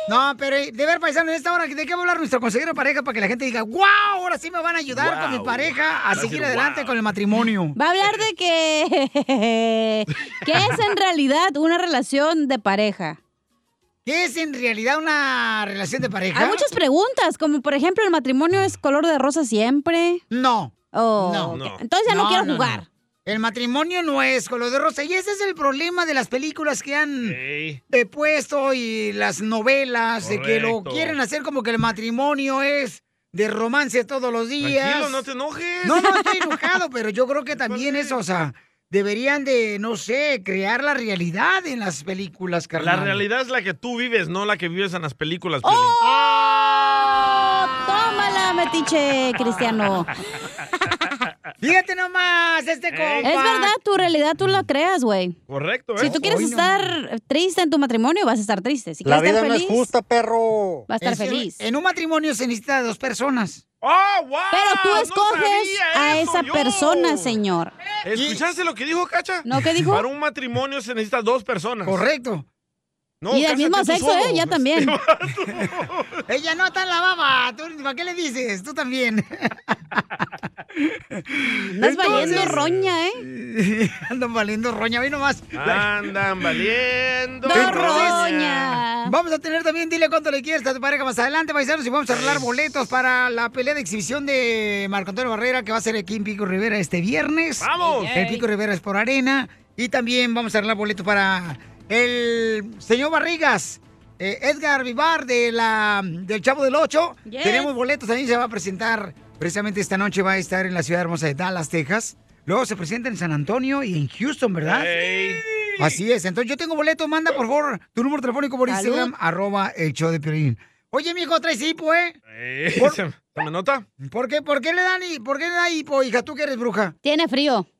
Speaker 1: No, pero eh, de ver, paisano, en esta hora, ¿de qué va a hablar nuestro consejero de pareja para que la gente diga, wow, ahora sí me van a ayudar con mi
Speaker 2: Guau.
Speaker 1: pareja
Speaker 2: Va
Speaker 1: a
Speaker 2: a
Speaker 1: seguir
Speaker 2: decir,
Speaker 1: adelante con el matrimonio?
Speaker 2: Va a hablar de que... *laughs* ¿Qué es en realidad una relación de pareja?
Speaker 1: ¿Qué es en realidad una relación de pareja?
Speaker 2: Hay muchas preguntas, como por ejemplo, ¿el matrimonio es color de rosa siempre?
Speaker 1: No.
Speaker 2: Oh,
Speaker 1: No.
Speaker 2: ok. Entonces ya no,
Speaker 1: No,
Speaker 2: quiero
Speaker 1: no, no.
Speaker 2: jugar.
Speaker 1: El matrimonio no es color de rosa. Y ese es el problema de las películas que han eh, puesto y las novelas, de que lo
Speaker 3: Correcto.
Speaker 1: quieren hacer como que el matrimonio es de romance todos los días.
Speaker 3: Tranquilo, no te enojes.
Speaker 1: No, no estoy enojado, pero yo creo
Speaker 3: *laughs*
Speaker 1: que también eso, o sea, deberían de, no sé, crear la realidad en las películas,
Speaker 3: La
Speaker 1: carnal.
Speaker 3: realidad es la que tú vives, no la que vives en las películas, Piolín.
Speaker 2: ¡Oh! ¡Tómala, metiche,
Speaker 1: *laughs*
Speaker 2: Cristiano!
Speaker 1: Fíjate nomás,
Speaker 3: Eh.
Speaker 1: este compa.
Speaker 2: Es verdad, tu realidad tú la creas, güey.
Speaker 3: Correcto, ¿eh?
Speaker 2: Si tú quieres estar triste en tu matrimonio, vas a estar triste. Si quieres estar feliz,
Speaker 1: perro.
Speaker 2: vas a estar feliz.
Speaker 1: En un matrimonio se necesita de dos personas.
Speaker 3: ¡Oh,
Speaker 2: Pero tú escoges a esa persona, señor.
Speaker 3: ¿Escuchaste lo que dijo Cacha?
Speaker 2: No, ¿qué dijo?
Speaker 3: Para un matrimonio se necesitan dos personas.
Speaker 1: Correcto.
Speaker 3: No,
Speaker 2: y del
Speaker 3: cásate
Speaker 2: mismo
Speaker 3: tú
Speaker 2: sexo,
Speaker 3: solo.
Speaker 2: ¿eh? Ya también.
Speaker 1: Ella no está en la baba. ¿Tú, ¿Para qué le dices? Tú también.
Speaker 2: *laughs* Andas valiendo roña,
Speaker 1: ¿eh? *laughs* Andan valiendo roña. Hoy nomás.
Speaker 3: Andan valiendo
Speaker 1: roña. Vamos a tener también, dile cuánto le quieres a tu pareja más adelante, paisanos, y vamos a arreglar boletos para la pelea de exhibición de Marco Antonio Barrera, que va a ser aquí en Pico Rivera este viernes.
Speaker 10: ¡Vamos!
Speaker 1: El Pico Rivera es por arena. Y también vamos a arreglar boletos para el señor Barrigas, eh, Edgar Vivar de la, del Chavo del Ocho.
Speaker 2: Yes.
Speaker 1: Tenemos boletos, también se va a presentar precisamente esta noche, va a estar en la ciudad hermosa de Dallas, Texas. Luego se presenta en San Antonio y en Houston, ¿verdad? Así es. Entonces yo tengo boletos, manda por favor tu número telefónico por
Speaker 10: Salud.
Speaker 1: Instagram, arroba el show de Piolín. Oye, mijo, traes hipo, ¿eh?
Speaker 3: Eh,
Speaker 1: Por-
Speaker 3: *laughs* ¿se, se me nota?
Speaker 1: ¿Por qué, por qué le dan hi- por qué le da hipo, hija? Tú que eres bruja.
Speaker 2: Tiene frío.
Speaker 3: *laughs*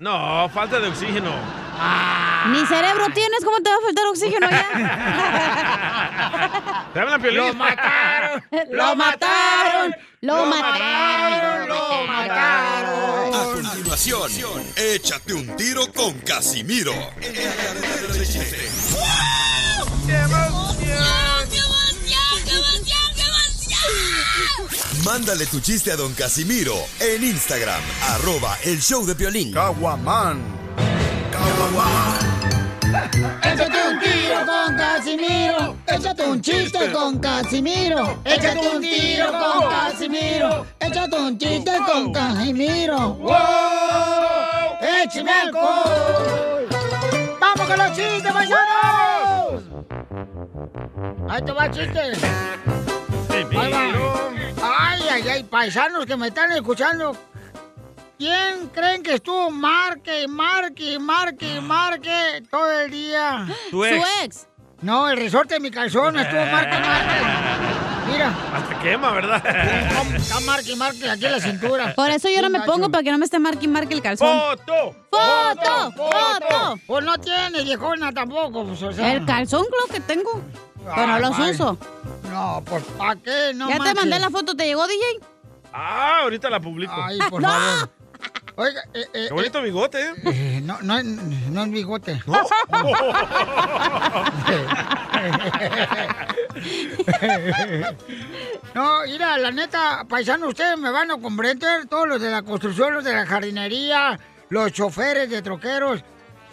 Speaker 3: No, falta de oxígeno.
Speaker 1: Ah.
Speaker 2: Ni cerebro tienes, ¿cómo te va a faltar oxígeno ya?
Speaker 3: Dame la
Speaker 2: *laughs*
Speaker 3: piolín.
Speaker 2: Lo mataron, *laughs* lo mataron, lo mataron, lo mataron.
Speaker 5: A continuación, échate un tiro con Casimiro. Mándale tu chiste a don Casimiro en Instagram, arroba el show de Piolín. Caguaman.
Speaker 1: Échate un tiro con Casimiro. Échate un chiste con Casimiro.
Speaker 10: Échate un tiro con Casimiro.
Speaker 1: Échate un chiste con Casimiro.
Speaker 10: ¡Wow!
Speaker 1: ¡Échame alcohol! ¡Vamos con los chistes, paisanos! Ahí te va el chiste. Ahí va. Ay, ay, ay, paisanos que me están escuchando. ¿Quién creen que estuvo marque, marque, marque, marque todo el día?
Speaker 10: Tu ex. Su
Speaker 1: No, el resorte de mi calzón estuvo marque, marque. Mira,
Speaker 3: Hasta
Speaker 1: *laughs*
Speaker 3: quema, ¿verdad?
Speaker 1: está marque, marque aquí en la
Speaker 2: *laughs*
Speaker 1: cintura.
Speaker 2: Por eso yo no me
Speaker 1: Gacho.
Speaker 2: pongo para que no me esté marque y marque el calzón.
Speaker 3: ¡Foto!
Speaker 2: ¡Foto! ¡Foto!
Speaker 1: Pues no tiene, viejona, tampoco. Pues, o sea.
Speaker 2: El calzón creo que tengo. Pero no
Speaker 1: Ah,
Speaker 2: los
Speaker 1: vale.
Speaker 2: uso.
Speaker 1: No, pues ¿para qué? No
Speaker 2: ya
Speaker 1: marches.
Speaker 2: te mandé la foto, ¿te llegó, DJ?
Speaker 3: Ah, ahorita la publico.
Speaker 1: Ay, por favor. Oiga, eh, eh,
Speaker 3: Qué bonito bigote, ¿eh?
Speaker 1: eh, no, no, es- no es bigote.
Speaker 3: ¿No?
Speaker 1: *laughs* No, mira, la neta, paisano, ustedes me van a comprender, todos los de la construcción, los de la jardinería, los choferes de troqueros.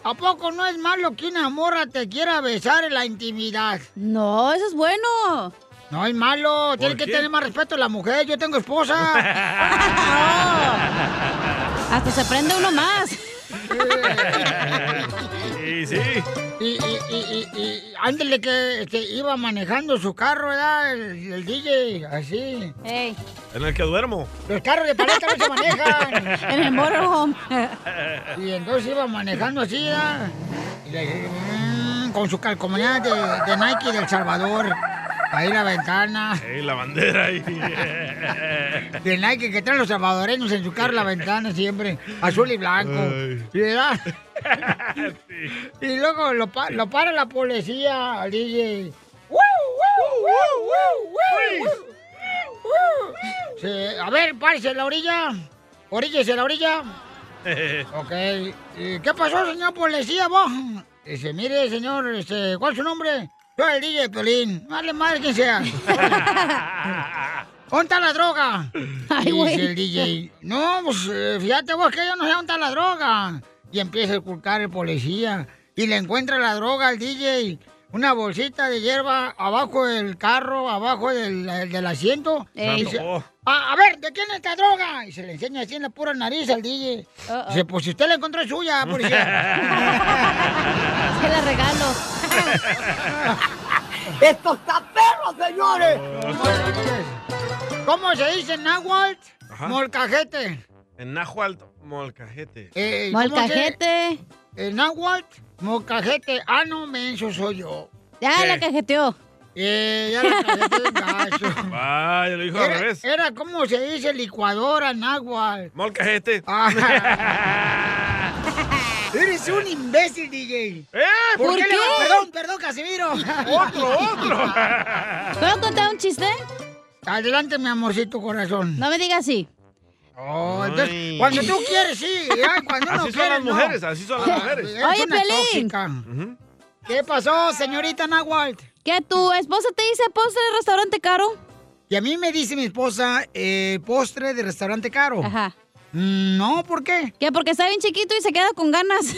Speaker 1: ¿A poco no es malo que una morra te quiera besar en la intimidad?
Speaker 2: No, eso es bueno.
Speaker 1: No es malo, tiene que
Speaker 2: qué?
Speaker 1: tener más respeto a la mujer, yo tengo esposa.
Speaker 2: *laughs* Hasta se prende uno más.
Speaker 3: Sí, sí.
Speaker 1: Y, y, y, y, y antes de que este, iba manejando su carro, ¿verdad? El, el DJ, así.
Speaker 3: En el que duermo.
Speaker 1: Los carros de paleta no se manejan.
Speaker 3: *laughs* En el motorhome.
Speaker 1: *laughs* Y entonces iba manejando así, ¿verdad? Y le- mm, con su calcomanía de, de Nike del Salvador. Ahí la ventana.
Speaker 3: Ey, la bandera ahí.
Speaker 1: De Nike que traen los salvadoreños en su carro la ventana siempre. Azul y blanco. Y, ¿verdad? Y luego lo, pa- lo para la policía al DJ. ¡Woo, woo, woo, woo, woo, woo, woo! Se- a ver, párese en la orilla. Oríllese en la orilla. Ok. ¿Y ¿Qué pasó, señor policía, vos? Dice, mire, señor, este, ¿cuál es su nombre? Yo, el DJ Pelín. Vale, madre quien sea. ¿Dónde está la droga?
Speaker 10: Ay,
Speaker 1: Dice
Speaker 4: *laughs*
Speaker 10: güey.
Speaker 1: el DJ. No, pues eh, fíjate vos que yo no sé dónde está la droga. Y empieza a ocultar el policía. Y le encuentra la droga al DJ. Una bolsita de hierba abajo del carro, abajo del, del asiento.
Speaker 10: Ey.
Speaker 1: Y dice,
Speaker 10: Oh.
Speaker 1: a, a ver, ¿de quién es esta droga? Y se le enseña así en la pura nariz al DJ. Dice, pues si usted la encontró es suya, policía.
Speaker 4: *laughs*
Speaker 3: *laughs*
Speaker 2: Se la regalo.
Speaker 1: *laughs* ¡Esto está perro, señores! ¿Cómo se dice en náhuatl?
Speaker 3: Ajá.
Speaker 1: Molcajete.
Speaker 3: En Nahual, molcajete.
Speaker 1: Eh, ¿cómo se-
Speaker 2: Molcajete.
Speaker 1: En náhuatl, molcajete. Ah, no, menso soy yo.
Speaker 2: Ya
Speaker 3: ¿Qué?
Speaker 2: la cajeteó.
Speaker 1: Eh,
Speaker 2: *laughs*
Speaker 1: ya la cajeteó, gacho.
Speaker 3: Vaya, Ah, lo dijo al
Speaker 1: Era,
Speaker 3: revés.
Speaker 1: era como se dice licuadora en náhuatl.
Speaker 3: Molcajete.
Speaker 1: Ah.
Speaker 3: *laughs*
Speaker 1: Eres un imbécil, DJ. ¿Por,
Speaker 2: ¿Por
Speaker 1: qué? le
Speaker 2: qué?
Speaker 1: va- Perdón, perdón, Casimiro.
Speaker 2: Otro, otro. *laughs* ¿Puedo contar un chiste?
Speaker 1: Adelante, mi amorcito corazón.
Speaker 2: No me digas así.
Speaker 1: Oh, entonces, cuando tú quieres, sí. ya, cuando uno
Speaker 3: Así son
Speaker 1: quiere,
Speaker 3: las
Speaker 1: no.
Speaker 3: mujeres, así son
Speaker 2: Ah,
Speaker 1: *laughs*
Speaker 3: las
Speaker 2: *laughs*
Speaker 3: mujeres.
Speaker 1: Eres
Speaker 2: Oye,
Speaker 1: una
Speaker 2: Pelín.
Speaker 1: tóxica. ¿Qué pasó, señorita Nahualt?
Speaker 2: ¿Que tu esposa te dice postre de restaurante caro?
Speaker 1: Y a mí me dice mi esposa, eh, postre de restaurante caro.
Speaker 2: Ajá.
Speaker 1: Mm, No, ¿por qué?
Speaker 2: Que porque está bien chiquito y se queda con ganas. *laughs*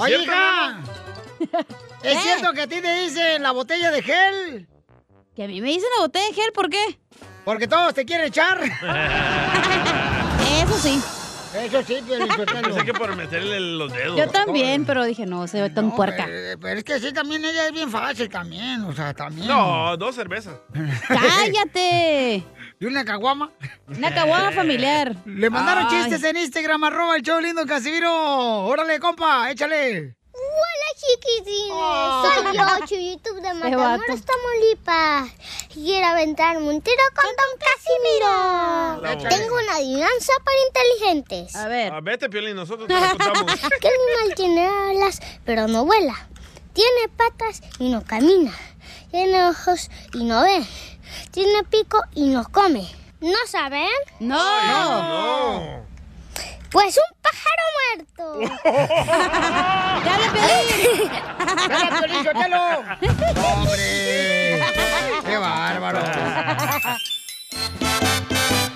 Speaker 1: Oye, hija.
Speaker 2: ¿Eh?
Speaker 1: ¿Es cierto que a ti te dicen la botella de gel?
Speaker 2: ¿Que a mí me dicen la botella de gel? ¿Por qué?
Speaker 1: Porque todos te quieren echar.
Speaker 2: Eso sí.
Speaker 1: Eso sí, pero
Speaker 3: Pensé que por meterle los dedos.
Speaker 2: Yo también, pero dije, no, se ve tan puerca.
Speaker 1: Pero es que sí, también ella es bien fácil también, o sea, también.
Speaker 3: No, dos cervezas.
Speaker 2: ¡Cállate!
Speaker 1: ¿Y una caguama?
Speaker 2: Una caguama familiar.
Speaker 1: Le mandaron
Speaker 2: Ay.
Speaker 1: chistes en Instagram, arroba el show lindo Casimiro. Órale, compa, échale.
Speaker 16: Hola chiquitines,
Speaker 1: Oh.
Speaker 16: soy yo, Chuyutub *laughs* de Matamoros, Tamaulipas. Quiero aventarme un tiro con Don Casimiro.
Speaker 3: Échale.
Speaker 16: Tengo una adivinanza para inteligentes. A ver.
Speaker 3: Ah, vete, Piolín, nosotros te
Speaker 1: *laughs*
Speaker 3: la contamos.
Speaker 16: *laughs* ¿Qué animal tiene alas pero no vuela? Tiene patas y no camina. Tiene ojos y no ve. Tiene pico y no come. ¿No saben? No.
Speaker 10: No.
Speaker 16: Pues un pájaro muerto. *laughs* ¡Ya le pedí!
Speaker 1: ¡Dale, Piolín, ¡Hombre! ¡Qué bárbaro!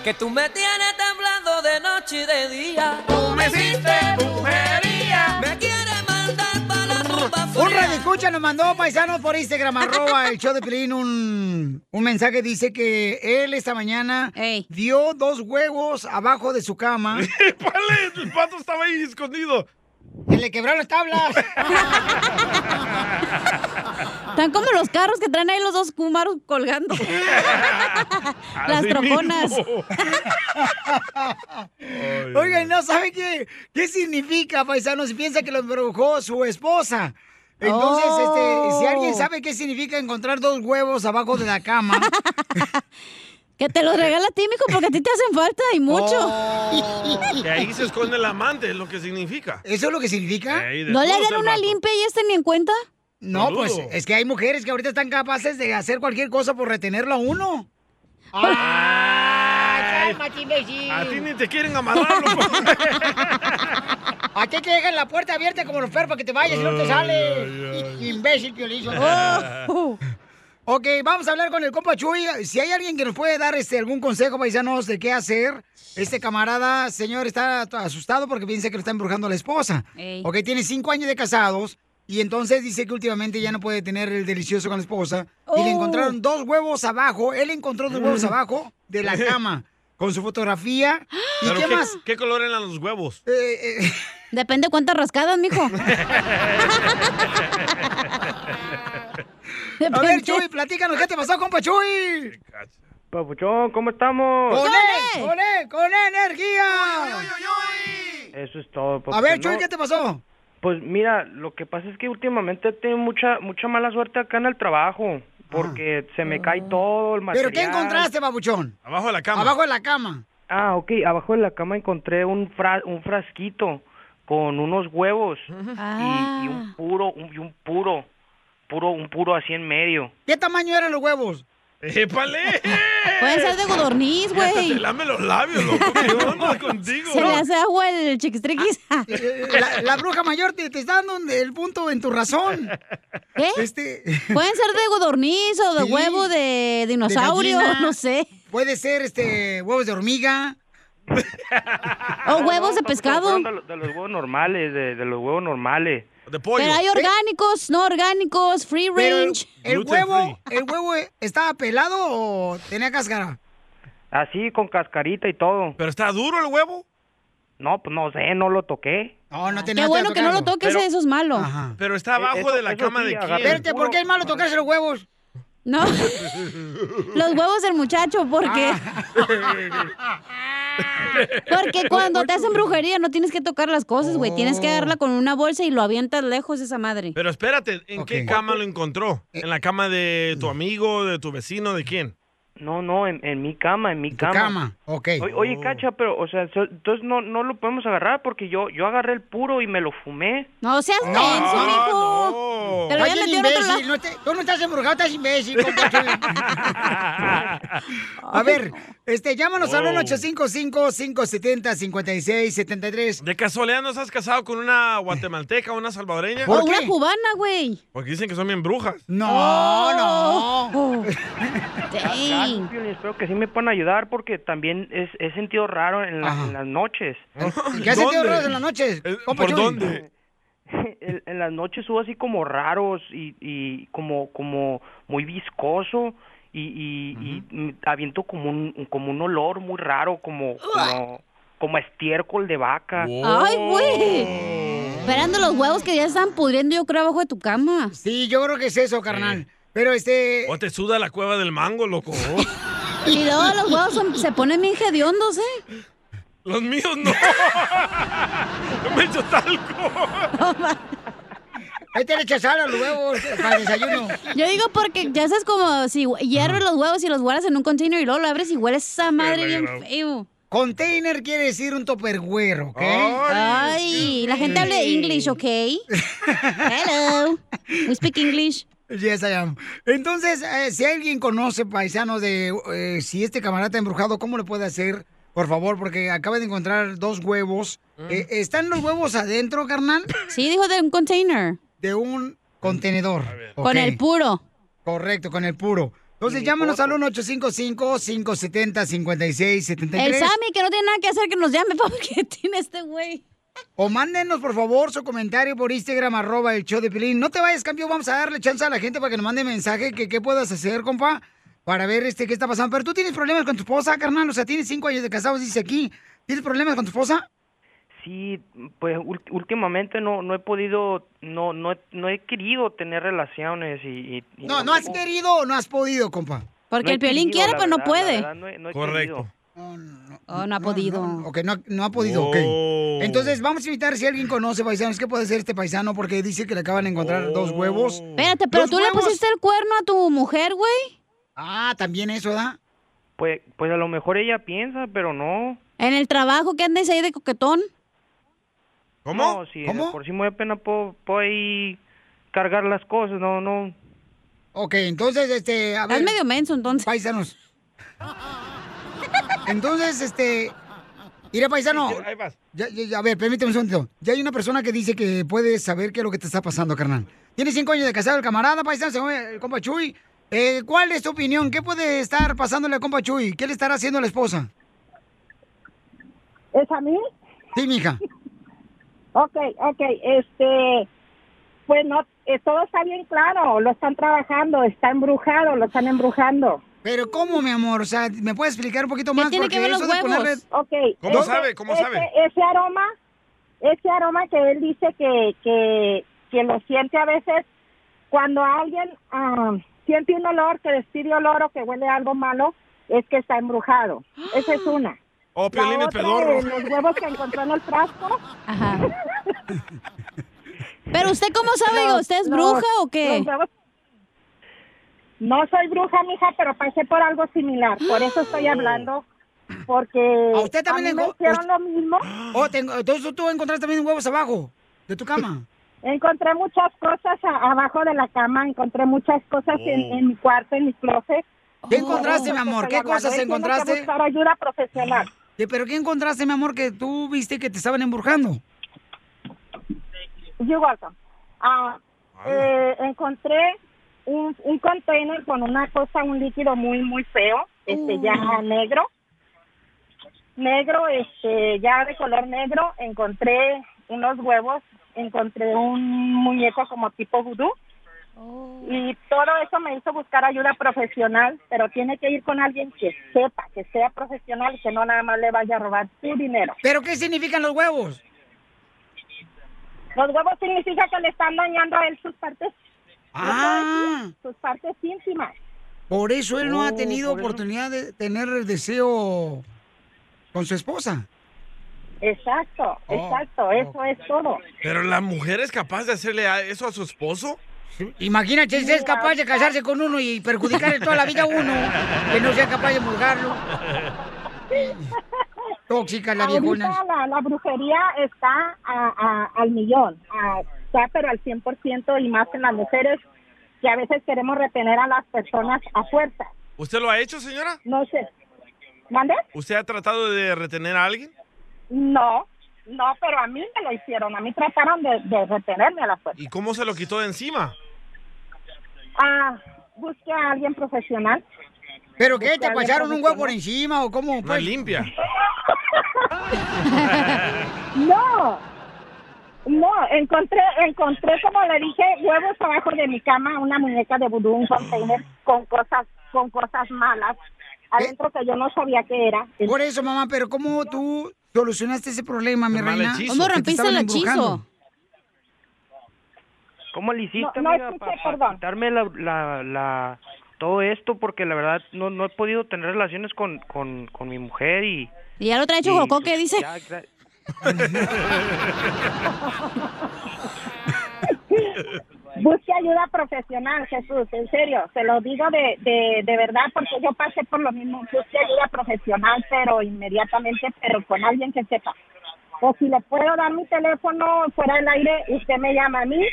Speaker 4: Que tú me tienes temblando de noche y de día. Tú
Speaker 1: me hiciste
Speaker 4: brujería. Me quieres mandar para la tumba
Speaker 1: Un
Speaker 4: fría.
Speaker 1: radio escucha nos mandó paisano por Instagram, arroba el show de Pilín, un, un mensaje. Dice que él esta mañana dio dos huevos abajo de su
Speaker 3: *laughs*
Speaker 1: cama.
Speaker 3: El pato estaba ahí escondido.
Speaker 1: Que le quebraron las tablas.
Speaker 2: Están como los carros que traen ahí los dos kumaros
Speaker 1: *laughs*
Speaker 2: colgando. Las
Speaker 10: Así
Speaker 2: troconas.
Speaker 10: mismo.
Speaker 1: Oigan, no saben qué, qué significa, paisanos. Piensa que lo embrujó su esposa. Entonces,
Speaker 2: Oh.
Speaker 1: este, si alguien sabe qué significa encontrar dos huevos abajo de
Speaker 2: *laughs*
Speaker 1: la cama.
Speaker 2: *laughs* Que te los regala a ti, mijo, porque a ti te hacen falta y mucho.
Speaker 1: Oh.
Speaker 3: Que ahí se esconde el amante, es lo que significa.
Speaker 1: ¿Eso es lo que significa?
Speaker 2: ¿No le hagan una limpia y este ni en cuenta?
Speaker 1: No,
Speaker 3: Lo
Speaker 1: pues
Speaker 3: dudo.
Speaker 1: es que hay mujeres que ahorita están capaces de hacer cualquier cosa por retenerlo a uno.
Speaker 2: Ah,
Speaker 1: ¡Ay, cálmate, imbécil!
Speaker 3: A ti ni te quieren amarrar, loco.
Speaker 1: *laughs* ¿A qué te dejan la puerta abierta como los perros para que te vayas y no te
Speaker 3: Ay,
Speaker 1: sales? Imbécil, piolizo.
Speaker 10: Oh.
Speaker 1: Ok, vamos a hablar con el compa Chuy. Si hay alguien que nos puede dar este, algún consejo, paisanos, de qué hacer. Este camarada, señor, está asustado porque piensa que lo está embrujando a la esposa.
Speaker 10: Ey.
Speaker 1: Ok, tiene cinco años de casados y entonces dice que últimamente ya no puede tener el delicioso con la esposa. Y le
Speaker 10: Oh.
Speaker 1: encontraron dos huevos abajo. Él encontró dos huevos
Speaker 3: Mm.
Speaker 1: abajo de
Speaker 3: *laughs*
Speaker 1: la cama con su fotografía. ¿Y
Speaker 3: Pero
Speaker 1: qué más? Eh,
Speaker 3: ¿Qué color eran los huevos?
Speaker 2: Depende cuántas rascadas,
Speaker 1: *laughs*
Speaker 2: mijo.
Speaker 1: A ver, Chuy, platícanos, ¿qué te pasó, compa Chuy?
Speaker 17: Papuchón, ¿cómo estamos?
Speaker 1: ¡Con él! ¡Con él! ¡Con E energía!
Speaker 17: Eso es todo,
Speaker 1: A ver,
Speaker 17: papuchón,
Speaker 1: Chuy,
Speaker 17: ¿no?
Speaker 1: ¿qué te pasó?
Speaker 17: Pues mira, lo que pasa es que últimamente tengo mucha mucha mala suerte acá en el trabajo, porque se me cae todo el material.
Speaker 1: Ah. ¿Pero qué encontraste, babuchón?
Speaker 3: Abajo de la cama.
Speaker 1: Abajo de
Speaker 2: *laughs*
Speaker 1: la cama.
Speaker 17: Ah, ok, abajo de la cama encontré un fra- un frasquito con unos huevos
Speaker 2: Ah.
Speaker 17: y,
Speaker 1: Ah.
Speaker 17: y un puro un, y un puro puro un puro así en medio.
Speaker 1: ¿Qué tamaño eran los huevos? *laughs*
Speaker 3: ¡Épale!
Speaker 2: Pueden ser de
Speaker 3: Ya
Speaker 2: godorniz,
Speaker 3: hasta
Speaker 2: güey.
Speaker 3: Te lame los labios, loco. ¿Qué onda contigo?
Speaker 2: Se le hace agua el chiquistriquis.
Speaker 1: Eh, La, la bruja mayor te, te está dando un- el punto en tu razón.
Speaker 2: *laughs* ¿Qué?
Speaker 1: Este... *laughs*
Speaker 2: Pueden ser de godorniz o de
Speaker 1: Sí.
Speaker 2: huevo de dinosaurio,
Speaker 1: gallina.
Speaker 2: no sé.
Speaker 1: Puede ser este huevos de hormiga. Ah,
Speaker 17: Ah,
Speaker 2: O Ah, huevos de pescado.
Speaker 17: pues, Fueron De, los- de los huevos normales, de, de los huevos normales.
Speaker 3: De
Speaker 2: Pero hay orgánicos, no orgánicos, free
Speaker 1: Pero
Speaker 2: range.
Speaker 1: el huevo, el huevo estaba pelado o tenía cáscara.
Speaker 17: Así, con cascarita y todo.
Speaker 3: ¿Pero está duro el huevo?
Speaker 17: No, pues no sé, no lo toqué.
Speaker 1: No, no
Speaker 2: Qué bueno que no lo toques, eso es malo.
Speaker 3: Pero está abajo
Speaker 17: Eh, Eso-
Speaker 3: de la
Speaker 17: eso
Speaker 3: cama
Speaker 17: sí,
Speaker 3: de quién.
Speaker 17: agarré.
Speaker 1: Espérate, ¿por qué es malo tocarse los huevos? *laughs*
Speaker 2: No, *laughs* los huevos del muchacho, porque,
Speaker 1: Ah. *laughs*
Speaker 2: porque cuando te hacen brujería no tienes que tocar las cosas, güey. Tienes que
Speaker 1: Oh.
Speaker 2: darla con una bolsa y lo avientas lejos esa madre.
Speaker 3: Pero espérate, ¿en qué cama lo encontró? ¿En la cama de tu amigo, de tu vecino, de quién?
Speaker 17: No, no, en, en mi cama, en mi cama.
Speaker 3: cama, ok.
Speaker 17: Oye, oye,
Speaker 3: Oh.
Speaker 17: Cacha, pero, o sea, so- entonces no, no lo podemos agarrar porque yo, yo agarré el puro y me lo fumé.
Speaker 2: No seas
Speaker 17: No, menso, mijo. no. Te lo habían
Speaker 1: Cállate,
Speaker 17: metido en otro
Speaker 1: imbécil, no te- Tú no estás embrujado, estás imbécil. compa
Speaker 17: *laughs*
Speaker 1: Chuy. A ver, este, llámanos al
Speaker 3: Oh.
Speaker 1: 1-855-570-5673.
Speaker 3: ¿De casualidad no estás casado con una guatemalteca, una salvadoreña?
Speaker 2: O una cubana, güey.
Speaker 3: Porque dicen que son bien brujas.
Speaker 17: Oh.
Speaker 1: No,
Speaker 2: no.
Speaker 17: Gracias, Piolín, Espero que sí me puedan ayudar porque también es, he sentido raro en, la- en las noches.
Speaker 1: ¿Qué has sentido raro en las noches? compa Chuy?
Speaker 17: *laughs* En, en las noches subo así como raros y, y como, como muy viscoso y, y, y, mm, aviento como un, como un olor muy raro, como, como, como estiércol de vaca.
Speaker 2: ¡Ay,
Speaker 1: Oh.
Speaker 2: güey! Esperando los huevos que ya están pudriendo, yo creo, abajo de tu cama.
Speaker 1: Sí, yo creo que es eso, carnal. Pero este.
Speaker 3: O te suda la cueva del mango,
Speaker 1: *laughs*
Speaker 3: loco.
Speaker 2: Y luego los huevos son- se ponen bien hediondos, ¿eh?
Speaker 3: Los míos no. Me echo talco.
Speaker 1: Ahí te le echas sal a los huevos para el desayuno.
Speaker 2: Yo digo porque ya sabes como si hierves los huevos y los guardas en un container y luego lo abres y huele esa madre bien
Speaker 1: Pero-
Speaker 2: feo.
Speaker 1: Container quiere decir un topperware, ¿ok?
Speaker 2: Ay, la gente habla English, ¿ok? Hello. We speak English.
Speaker 1: Yes, I am. Entonces, eh, si alguien conoce paisanos de eh, si este camarada está embrujado, ¿cómo le puede hacer? Por favor, porque acaba de encontrar dos huevos. Eh, ¿Están los huevos adentro, carnal?
Speaker 2: Sí, dijo de un container.
Speaker 1: De un contenedor.
Speaker 2: Con el puro.
Speaker 1: Correcto, con el puro. Entonces, llámanos al 1-855-570-5673.
Speaker 2: El Sammy, que no tiene nada que hacer, que nos llame, *laughs* porque tiene este güey.
Speaker 1: O mándenos, por favor, su comentario por Instagram, arroba el show de Pilín. No te vayas, cambio, vamos a darle chance a la gente para que nos mande mensaje que qué puedas hacer, compa, para ver este qué está pasando. Pero tú tienes problemas con tu esposa, carnal, o sea, tienes cinco años de casados, dice aquí. ¿Tienes problemas con tu esposa?
Speaker 17: Sí, pues ul- últimamente no no he podido no no he- no he querido tener relaciones y, y- y
Speaker 1: No, no has querido o no has podido, compa.
Speaker 2: Porque
Speaker 17: No he
Speaker 2: el Piolín
Speaker 17: querido,
Speaker 2: quiere,
Speaker 17: la
Speaker 2: pero no
Speaker 17: verdad, la
Speaker 2: puede.
Speaker 17: verdad, no he- no he
Speaker 3: Correcto.
Speaker 17: querido.
Speaker 2: Oh, no ha podido.
Speaker 1: Ok, no, no ha podido, ok.
Speaker 3: Oh.
Speaker 1: Entonces, vamos a invitar si alguien conoce paisanos, ¿qué puede ser este paisano? Porque dice que le acaban de encontrar dos huevos.
Speaker 2: Espérate, pero
Speaker 1: Los
Speaker 2: tú le
Speaker 1: huevos.
Speaker 2: pusiste el cuerno a tu mujer, güey.
Speaker 1: Ah, también eso, ¿da?
Speaker 17: Pues pues a lo mejor ella piensa, pero no.
Speaker 2: En el trabajo que andáis ahí de coquetón.
Speaker 17: No, si de por si muy apenas puedo, puedo ahí cargar las cosas, no no.
Speaker 1: Ok, entonces, este, a ver. Es medio
Speaker 2: menso, entonces.
Speaker 1: Paisanos. Entonces, este, mira, paisano.
Speaker 3: Ahí vas.
Speaker 1: Ya, ya- ya, a ver, permíteme un segundo. Ya hay una persona que dice que puede saber qué es lo que te está pasando, carnal. Tiene cinco años de casado el camarada, paisano, se llama el compa Chuy. Eh, ¿Cuál es tu opinión? ¿Qué puede estar pasándole al compa Chuy? ¿Qué le estará haciendo la esposa?
Speaker 18: ¿Es a mí?
Speaker 1: Sí, mija.
Speaker 18: Ok, ok, este, pues no, eh, todo está bien claro, lo están trabajando, está embrujado, lo están embrujando.
Speaker 1: Pero ¿cómo, mi amor? O sea, ¿me puedes explicar un poquito más? Porque eso de ponerle-
Speaker 18: Ok.
Speaker 1: ¿Cómo
Speaker 18: ese-
Speaker 1: sabe? ¿Cómo
Speaker 18: ese-
Speaker 1: sabe?
Speaker 18: Ese aroma, ese aroma que él dice que, que, que lo siente a veces, cuando alguien ah, siente un olor que despide olor o que huele a algo malo, es que está embrujado. Esa es una.
Speaker 3: Oh,
Speaker 18: La
Speaker 3: Piolín es
Speaker 18: otra,
Speaker 3: pedorro.
Speaker 18: eh, Los huevos que encontró en el frasco.
Speaker 2: Pero usted, ¿cómo sabe?
Speaker 18: Los-
Speaker 2: ¿Usted es
Speaker 18: los-
Speaker 2: bruja o qué?
Speaker 18: los huevos- No soy bruja, mija, pero pasé por algo similar. Por eso estoy hablando. Porque.
Speaker 1: Oh. ¿A usted
Speaker 18: a
Speaker 1: también
Speaker 18: mí
Speaker 1: le
Speaker 18: me hicieron lo mismo.
Speaker 1: Oh, te- entonces tú encontraste también huevos abajo de tu cama.
Speaker 18: Encontré muchas cosas a- abajo de la cama. Encontré muchas cosas en, en mi cuarto, en mi closet.
Speaker 1: Oh.
Speaker 18: Oh.
Speaker 1: ¿Qué encontraste, mi amor? ¿Qué cosas encontraste?
Speaker 18: Para ayuda profesional.
Speaker 1: Sí, ¿Pero qué encontraste, mi amor, que tú viste que te estaban embrujando?
Speaker 18: You're welcome. Ah, eh, encontré un, un container con una cosa, un líquido muy, muy feo, este
Speaker 19: Mm.
Speaker 18: ya negro. Negro, este ya de color negro. Encontré unos huevos, encontré un muñeco como tipo vudú. Y todo eso me hizo buscar ayuda profesional, pero tiene que ir con alguien que sepa, que sea profesional y que no nada más le vaya a robar su dinero.
Speaker 1: ¿Pero qué significan los huevos?
Speaker 18: Los huevos significa que le están dañando a él sus partes.
Speaker 1: Ah.
Speaker 18: Sus partes íntimas.
Speaker 1: Por eso él no ha
Speaker 18: Oh,
Speaker 1: tenido
Speaker 18: por eso.
Speaker 1: oportunidad de tener el deseo con su esposa.
Speaker 18: Exacto,
Speaker 1: Oh,
Speaker 18: exacto, eso es todo.
Speaker 3: Pero la mujer es capaz de hacerle a- eso a su esposo.
Speaker 1: Imagínate si es capaz de casarse con uno y perjudicarle toda la vida a uno, que no sea capaz de emburgarlo. Tóxica la viejona.
Speaker 18: Ahorita la, la brujería está a- a- al millón, a- está pero al 100% y más en las mujeres que a veces queremos retener a las personas a fuerza.
Speaker 3: ¿Usted lo ha hecho, señora?
Speaker 18: No sé. ¿Mande?
Speaker 3: ¿Usted ha tratado de retener a alguien?
Speaker 18: No, no, pero a mí me lo hicieron, a mí trataron de, de retenerme a la fuerza.
Speaker 3: ¿Y cómo se lo quitó de encima?
Speaker 18: Ah, busque a alguien profesional.
Speaker 1: ¿Pero
Speaker 18: qué?
Speaker 1: ¿Te pasaron un huevo por encima o cómo? Pues,
Speaker 3: No es limpia.
Speaker 18: No, no, encontré, encontré, como le dije, huevos abajo de mi cama, una muñeca de vudú, un container con cosas, con cosas malas adentro que yo no sabía que era.
Speaker 1: Por eso, mamá, pero ¿cómo tú solucionaste ese problema, mi
Speaker 2: El mal
Speaker 1: reina.
Speaker 2: hechizo. ¿Cómo
Speaker 1: que te
Speaker 2: rompiste
Speaker 1: estaban
Speaker 2: el hechizo?
Speaker 1: embrujando.
Speaker 17: ¿Cómo le hiciste,
Speaker 18: No, no
Speaker 17: amiga,
Speaker 18: escuché,
Speaker 17: para
Speaker 18: perdón.
Speaker 17: quitarme la, la, la- todo esto? Porque la verdad no, no he podido tener relaciones con, con, con mi mujer y...
Speaker 2: Y ya lo trae
Speaker 17: y,
Speaker 2: Chococó,
Speaker 17: pues,
Speaker 2: que dice?
Speaker 17: ya, gra-
Speaker 18: Busque ayuda profesional, Jesús, en serio, se lo digo de, de, de verdad porque yo pasé por lo mismo. Busque ayuda profesional, pero inmediatamente, pero con alguien que sepa. O si le puedo dar mi teléfono fuera del aire, usted me llama a mí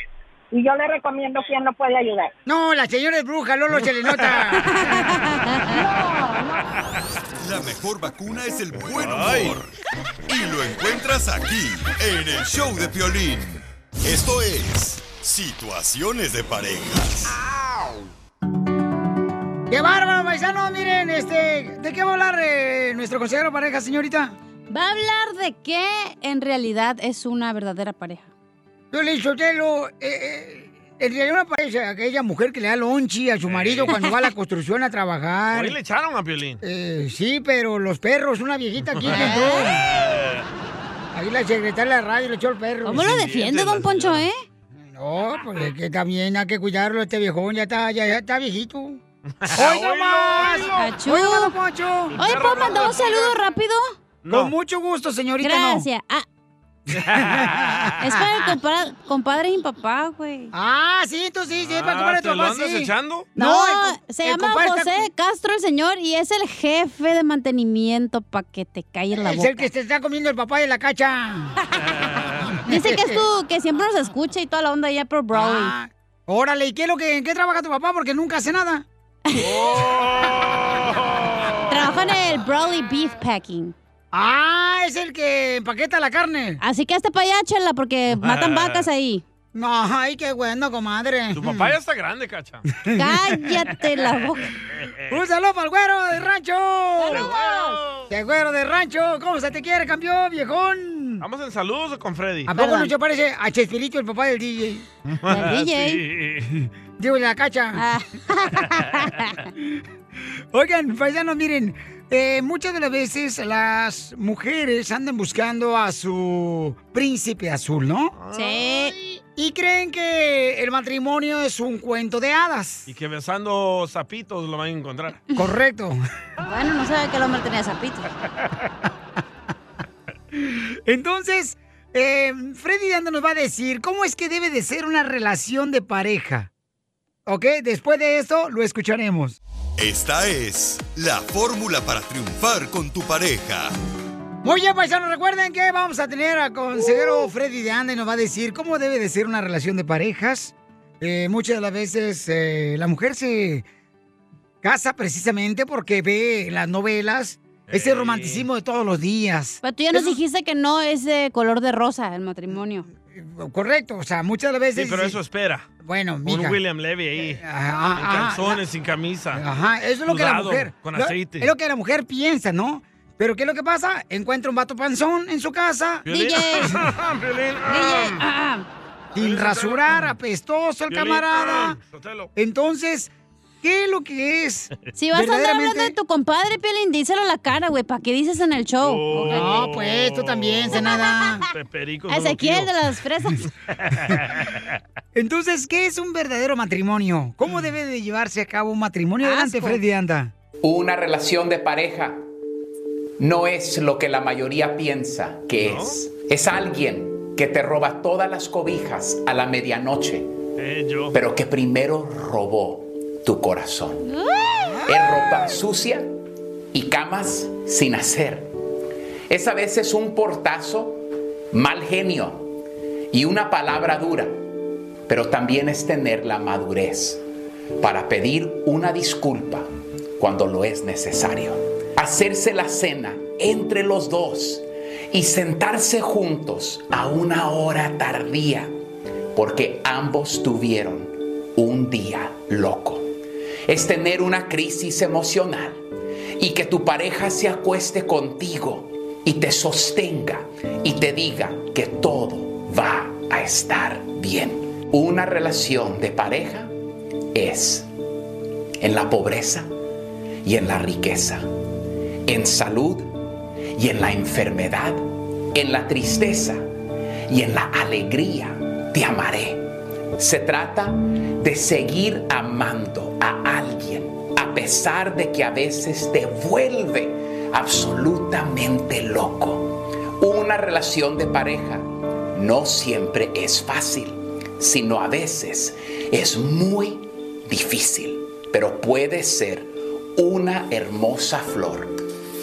Speaker 18: y yo le recomiendo quién lo puede ayudar.
Speaker 1: No, la señora es bruja, Lolo se le nota. *laughs*
Speaker 5: La mejor vacuna es el buen humor. Y lo encuentras aquí, en el show de Piolín. Esto es Situaciones de Parejas.
Speaker 1: ¡Qué bárbaro, paisano! Miren, este, ¿de qué va a hablar eh, nuestro consejero pareja, señorita?
Speaker 2: Va a hablar de qué en realidad es una verdadera pareja.
Speaker 1: Yo le dicho, Telo, eh, eh, en realidad una pareja, aquella mujer que le da lonchi a su marido cuando va a la construcción a trabajar.
Speaker 3: Hoy le echaron a Piolín.
Speaker 1: Eh, sí, pero los perros, una viejita *laughs* aquí *laughs* que entró.
Speaker 3: Eh,
Speaker 1: Ahí la secretaria de la radio le echó el perro.
Speaker 2: ¿Cómo lo defiende, don Poncho, eh?
Speaker 1: No, pues es que también hay que cuidarlo, este viejón ya está, ya, ya está viejito.
Speaker 2: Oílo,
Speaker 1: *laughs* ¡Oiga más!
Speaker 2: oílo. Achú.
Speaker 1: ¡Oiga, don Poncho!
Speaker 2: Oye, ¿puedo mandar un saludo rápido?
Speaker 1: Con mucho gusto, señorita. no.
Speaker 2: Gracias. Ah, es para el compa- compadre y mi papá, güey.
Speaker 1: Ah, sí, tú sí, sí,
Speaker 2: es
Speaker 1: para el compadre de tu Ah, ¿te lo papá, andas sí. echando?
Speaker 2: No,
Speaker 1: No, el co-
Speaker 2: se
Speaker 1: el
Speaker 2: llama
Speaker 1: compadre está-
Speaker 2: José Castro el señor y es el jefe de mantenimiento para que te calles la
Speaker 1: Es
Speaker 2: boca.
Speaker 1: el que se está comiendo el papá de la cacha.
Speaker 2: Dice que es
Speaker 1: *laughs*
Speaker 2: tú, que siempre nos escucha y toda la onda ya por Broadway.
Speaker 1: Ah, órale, ¿y qué es lo que, en qué trabaja tu papá? Porque nunca hace nada.
Speaker 3: Oh.
Speaker 2: *laughs* Trabaja en el Broadway Beef Packing.
Speaker 1: Ah, es el que empaqueta la carne.
Speaker 2: Así que hasta para allá, chela, porque matan vacas ahí.
Speaker 1: *laughs* No, ay, qué bueno, comadre.
Speaker 3: Tu papá ya está grande, cacha.
Speaker 2: Cállate la
Speaker 3: *laughs*
Speaker 2: boca.
Speaker 3: Eh.
Speaker 1: Un saludo para el güero de rancho. ¡Saludos! El güero de rancho, ¿cómo se te quiere, campeón, viejón?
Speaker 3: ¿Vamos en saludos o con Freddy?
Speaker 1: ¿A poco no se parece a Chespirito, el papá del DJ?
Speaker 3: *laughs*
Speaker 1: *laughs*
Speaker 3: Ah, sí.
Speaker 1: Digo, la cacha. *laughs* Oigan, paisanos, miren, eh, muchas de las veces las mujeres andan buscando a su príncipe azul, ¿no?
Speaker 2: Sí.
Speaker 1: Y creen que el matrimonio es un cuento de hadas.
Speaker 3: Y que besando zapitos lo van a
Speaker 1: *laughs*
Speaker 3: encontrar.
Speaker 1: Correcto.
Speaker 2: Bueno, no sabe que el hombre tenía zapitos.
Speaker 1: Entonces, eh, Freddy Dando nos va a decir cómo es que debe de ser una relación de pareja. ¿Ok? Después de esto lo escucharemos.
Speaker 5: Esta es la fórmula para triunfar con tu pareja.
Speaker 1: Muy bien, paisanos, recuerden que vamos a tener a consejero Freddy de Anda y nos va a decir cómo debe de ser una relación de parejas. Eh, muchas de las veces eh, la mujer se casa precisamente porque ve en las novelas ese romanticismo de todos los días.
Speaker 2: Pero tú ya nos dijiste que no es de color de rosa el matrimonio.
Speaker 1: Eh, Correcto, o sea, muchas de las
Speaker 3: Sí,
Speaker 1: veces...
Speaker 3: pero eso espera.
Speaker 1: Bueno,
Speaker 3: Un
Speaker 1: mija. Eh,
Speaker 3: William Levy ahí.
Speaker 1: Ajá,
Speaker 3: en
Speaker 1: ajá,
Speaker 3: calzones, sin camisa.
Speaker 1: Ajá, eso es lo que la
Speaker 3: sudado,
Speaker 1: mujer.
Speaker 3: Con
Speaker 1: lo-
Speaker 3: aceite.
Speaker 1: es lo que la mujer piensa, ¿no? Pero ¿qué es lo que pasa? Encuentra un vato panzón en su casa.
Speaker 3: Violín. *laughs*
Speaker 1: ah,
Speaker 3: Ah.
Speaker 1: Sin rasurar, apestoso el
Speaker 3: Violín,
Speaker 1: camarada.
Speaker 3: ah, Sotelo.
Speaker 1: Entonces, ¿qué es lo que es?
Speaker 2: Si vas a andar hablando de
Speaker 1: verdaderamente-
Speaker 2: tu compadre, Piolín, díselo a la cara, güey. ¿Para qué dices en el show?
Speaker 1: No, pues tú también, *laughs* nada.
Speaker 3: Peperico.
Speaker 2: Ezequiel de las fresas.
Speaker 1: Entonces, ¿qué es un verdadero matrimonio?
Speaker 3: Mm.
Speaker 1: ¿Cómo debe de llevarse a cabo un matrimonio? Adelante,
Speaker 19: Asco.
Speaker 1: Freddy, anda.
Speaker 19: Una relación de pareja no es lo que la mayoría piensa que es. Es alguien que te roba todas las cobijas a la medianoche, pero que primero robó tu corazón.
Speaker 2: ¡Ah!
Speaker 19: Es ropa sucia y camas sin hacer. Es a veces un portazo, mal genio y una palabra dura, pero también es tener la madurez para pedir una disculpa cuando lo es necesario. Hacerse la cena entre los dos y sentarse juntos a una hora tardía, porque ambos tuvieron un día loco. Es tener una crisis emocional y que tu pareja se acueste contigo y te sostenga y te diga que todo va a estar bien. Una relación de pareja es en la pobreza y en la riqueza, en salud y en la enfermedad, en la tristeza y en la alegría te amaré. Se trata de seguir amando a alguien a pesar de que a veces te vuelve absolutamente loco. Una relación de pareja no siempre es fácil, sino a veces es muy difícil, pero puede ser una hermosa flor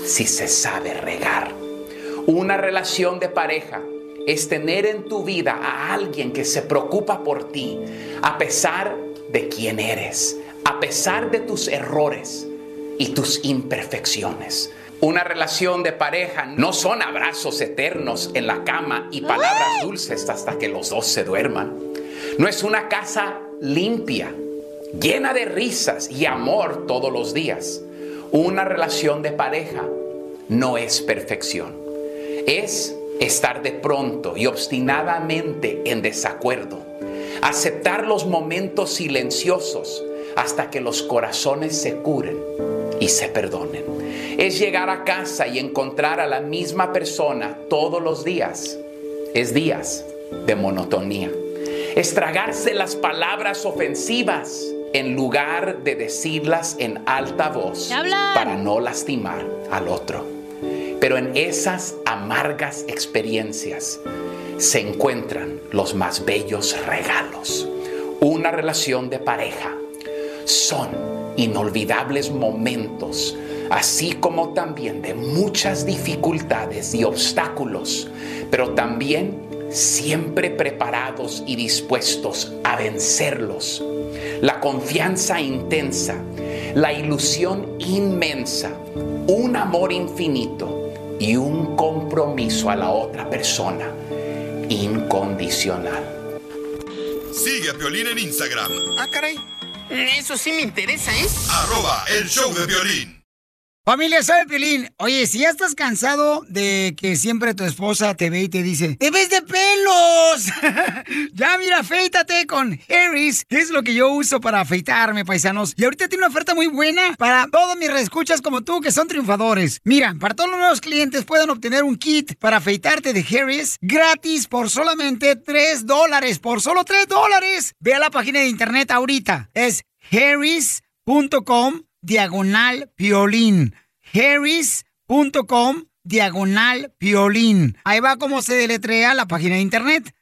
Speaker 19: si se sabe regar. Una relación de pareja es tener en tu vida a alguien que se preocupa por ti, a pesar de quién eres, a pesar de tus errores y tus imperfecciones. Una relación de pareja no son abrazos eternos en la cama y palabras dulces hasta que los dos se duerman. No es una casa limpia, llena de risas y amor todos los días. Una relación de pareja no es perfección. Es estar de pronto y obstinadamente en desacuerdo. Aceptar los momentos silenciosos hasta que los corazones se curen y se perdonen. Es llegar a casa y encontrar a la misma persona todos los días. Es días de monotonía. Es tragarse las palabras ofensivas en lugar de decirlas en alta voz
Speaker 2: hablan!
Speaker 19: para no lastimar al otro. Pero en esas amargas experiencias se encuentran los más bellos regalos. Una relación de pareja son inolvidables momentos, así como también de muchas dificultades y obstáculos, pero también siempre preparados y dispuestos a vencerlos. La confianza intensa, la ilusión inmensa, un amor infinito y un compromiso a la otra persona incondicional.
Speaker 5: Sigue a Violín en Instagram.
Speaker 20: Ah, caray. Eso sí me interesa, ¿eh?
Speaker 5: Arroba el show de violín.
Speaker 1: Familia, soy Piolín. Oye, si ya estás cansado de que siempre tu esposa te ve y te dice, ¡te ves de pelos! *laughs* ya mira, afeítate con Harris, que es lo que yo uso para afeitarme, paisanos. Y ahorita tiene una oferta muy buena para todos mis reescuchas como tú, que son triunfadores. Mira, para todos los nuevos clientes pueden obtener un kit para afeitarte de Harris gratis por solamente 3 dólares. ¡Por solo 3 dólares! Ve a la página de internet ahorita. Es harris.com diagonal piolín. harris.com diagonal piolín. Ahí va como se deletrea la página de internet.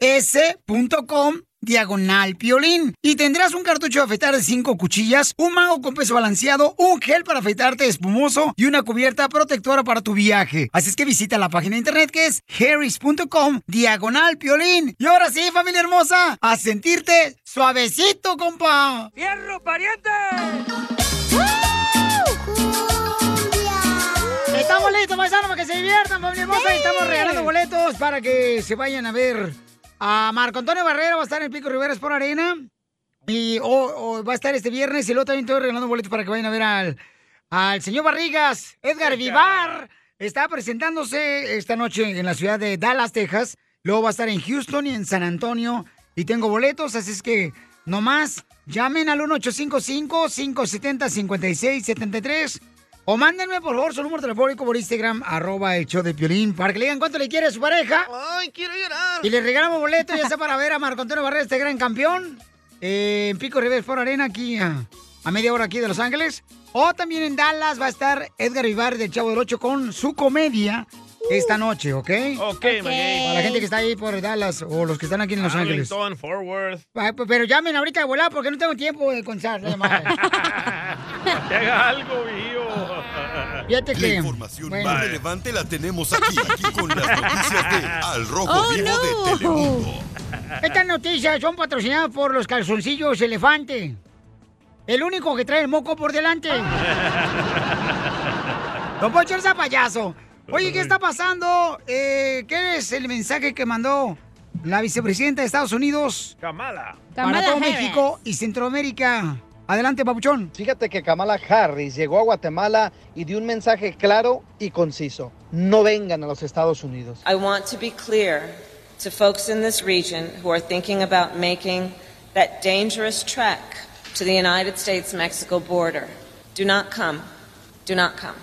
Speaker 1: H-A-R-R-Y-S.com diagonal piolín. Y tendrás un cartucho de afeitar de 5 cuchillas, un mago con peso balanceado, un gel para afeitarte espumoso y una cubierta protectora para tu viaje. Así es que visita la página de internet que es harris.com diagonal piolín. Y ahora sí, familia hermosa, a sentirte suavecito, compa.
Speaker 4: ¡Fierro, pariente!
Speaker 1: *laughs* Estamos listos, paisanos, para que se diviertan, familia hermosa. Y estamos regalando boletos para que se vayan a ver a Marco Antonio Barrera. Va a estar en el Pico Rivera por Arena. Y o- o va a estar este viernes. Y luego también estoy regalando boletos para que vayan a ver al, al señor Barrigas, Edgar Vivar. Está presentándose esta noche en la ciudad de Dallas, Texas. Luego va a estar en Houston y en San Antonio. Y tengo boletos, así es que nomás llamen al 1855-570-5673. O mándenme, por favor, su número telefónico por Instagram, arroba el show de Piolín, para que le digan cuánto le quiere a su pareja.
Speaker 4: ¡Ay, quiero llorar!
Speaker 1: Y le regalamos boletos, ya sea para ver a Marco Antonio Barrera, este gran campeón, eh, en Pico Rivera por Arena, aquí a, a media hora aquí de Los Ángeles. O también en Dallas va a estar Edgar Vivar del Chavo del Ocho con su comedia esta noche, ¿ok?
Speaker 3: Ok,
Speaker 1: Para la gente que está ahí por Dallas o los que están aquí en
Speaker 3: Ah,
Speaker 1: Los Ángeles.
Speaker 3: Arlington, Fort Worth.
Speaker 1: Ay, pe- Pero llamen ahorita de volar porque no tengo tiempo de contar. la llamada.
Speaker 3: *laughs* Que haga algo, hijo.
Speaker 1: Fíjate
Speaker 5: La
Speaker 1: que-
Speaker 5: información
Speaker 1: bueno.
Speaker 5: más relevante la tenemos aquí, aquí con las noticias de Al Rojo
Speaker 1: Oh,
Speaker 5: Vivo
Speaker 1: no.
Speaker 5: de
Speaker 1: *laughs*
Speaker 5: Telemundo.
Speaker 1: Estas noticias son patrocinadas por los calzoncillos elefante. El único que trae el moco por delante. Don Poncho el payaso. Oye, ¿qué está pasando? Eh, ¿Qué es el mensaje que mandó la vicepresidenta de Estados Unidos
Speaker 3: Kamala.
Speaker 1: para todo México y Centroamérica? Adelante, Papuchón.
Speaker 6: Fíjate que Kamala Harris llegó a Guatemala y dio un mensaje claro y conciso. No vengan a los Estados Unidos.
Speaker 7: I want to be clear to folks in this region who are thinking about making that dangerous trek to the United States Mexico border. Do not come. Do not come.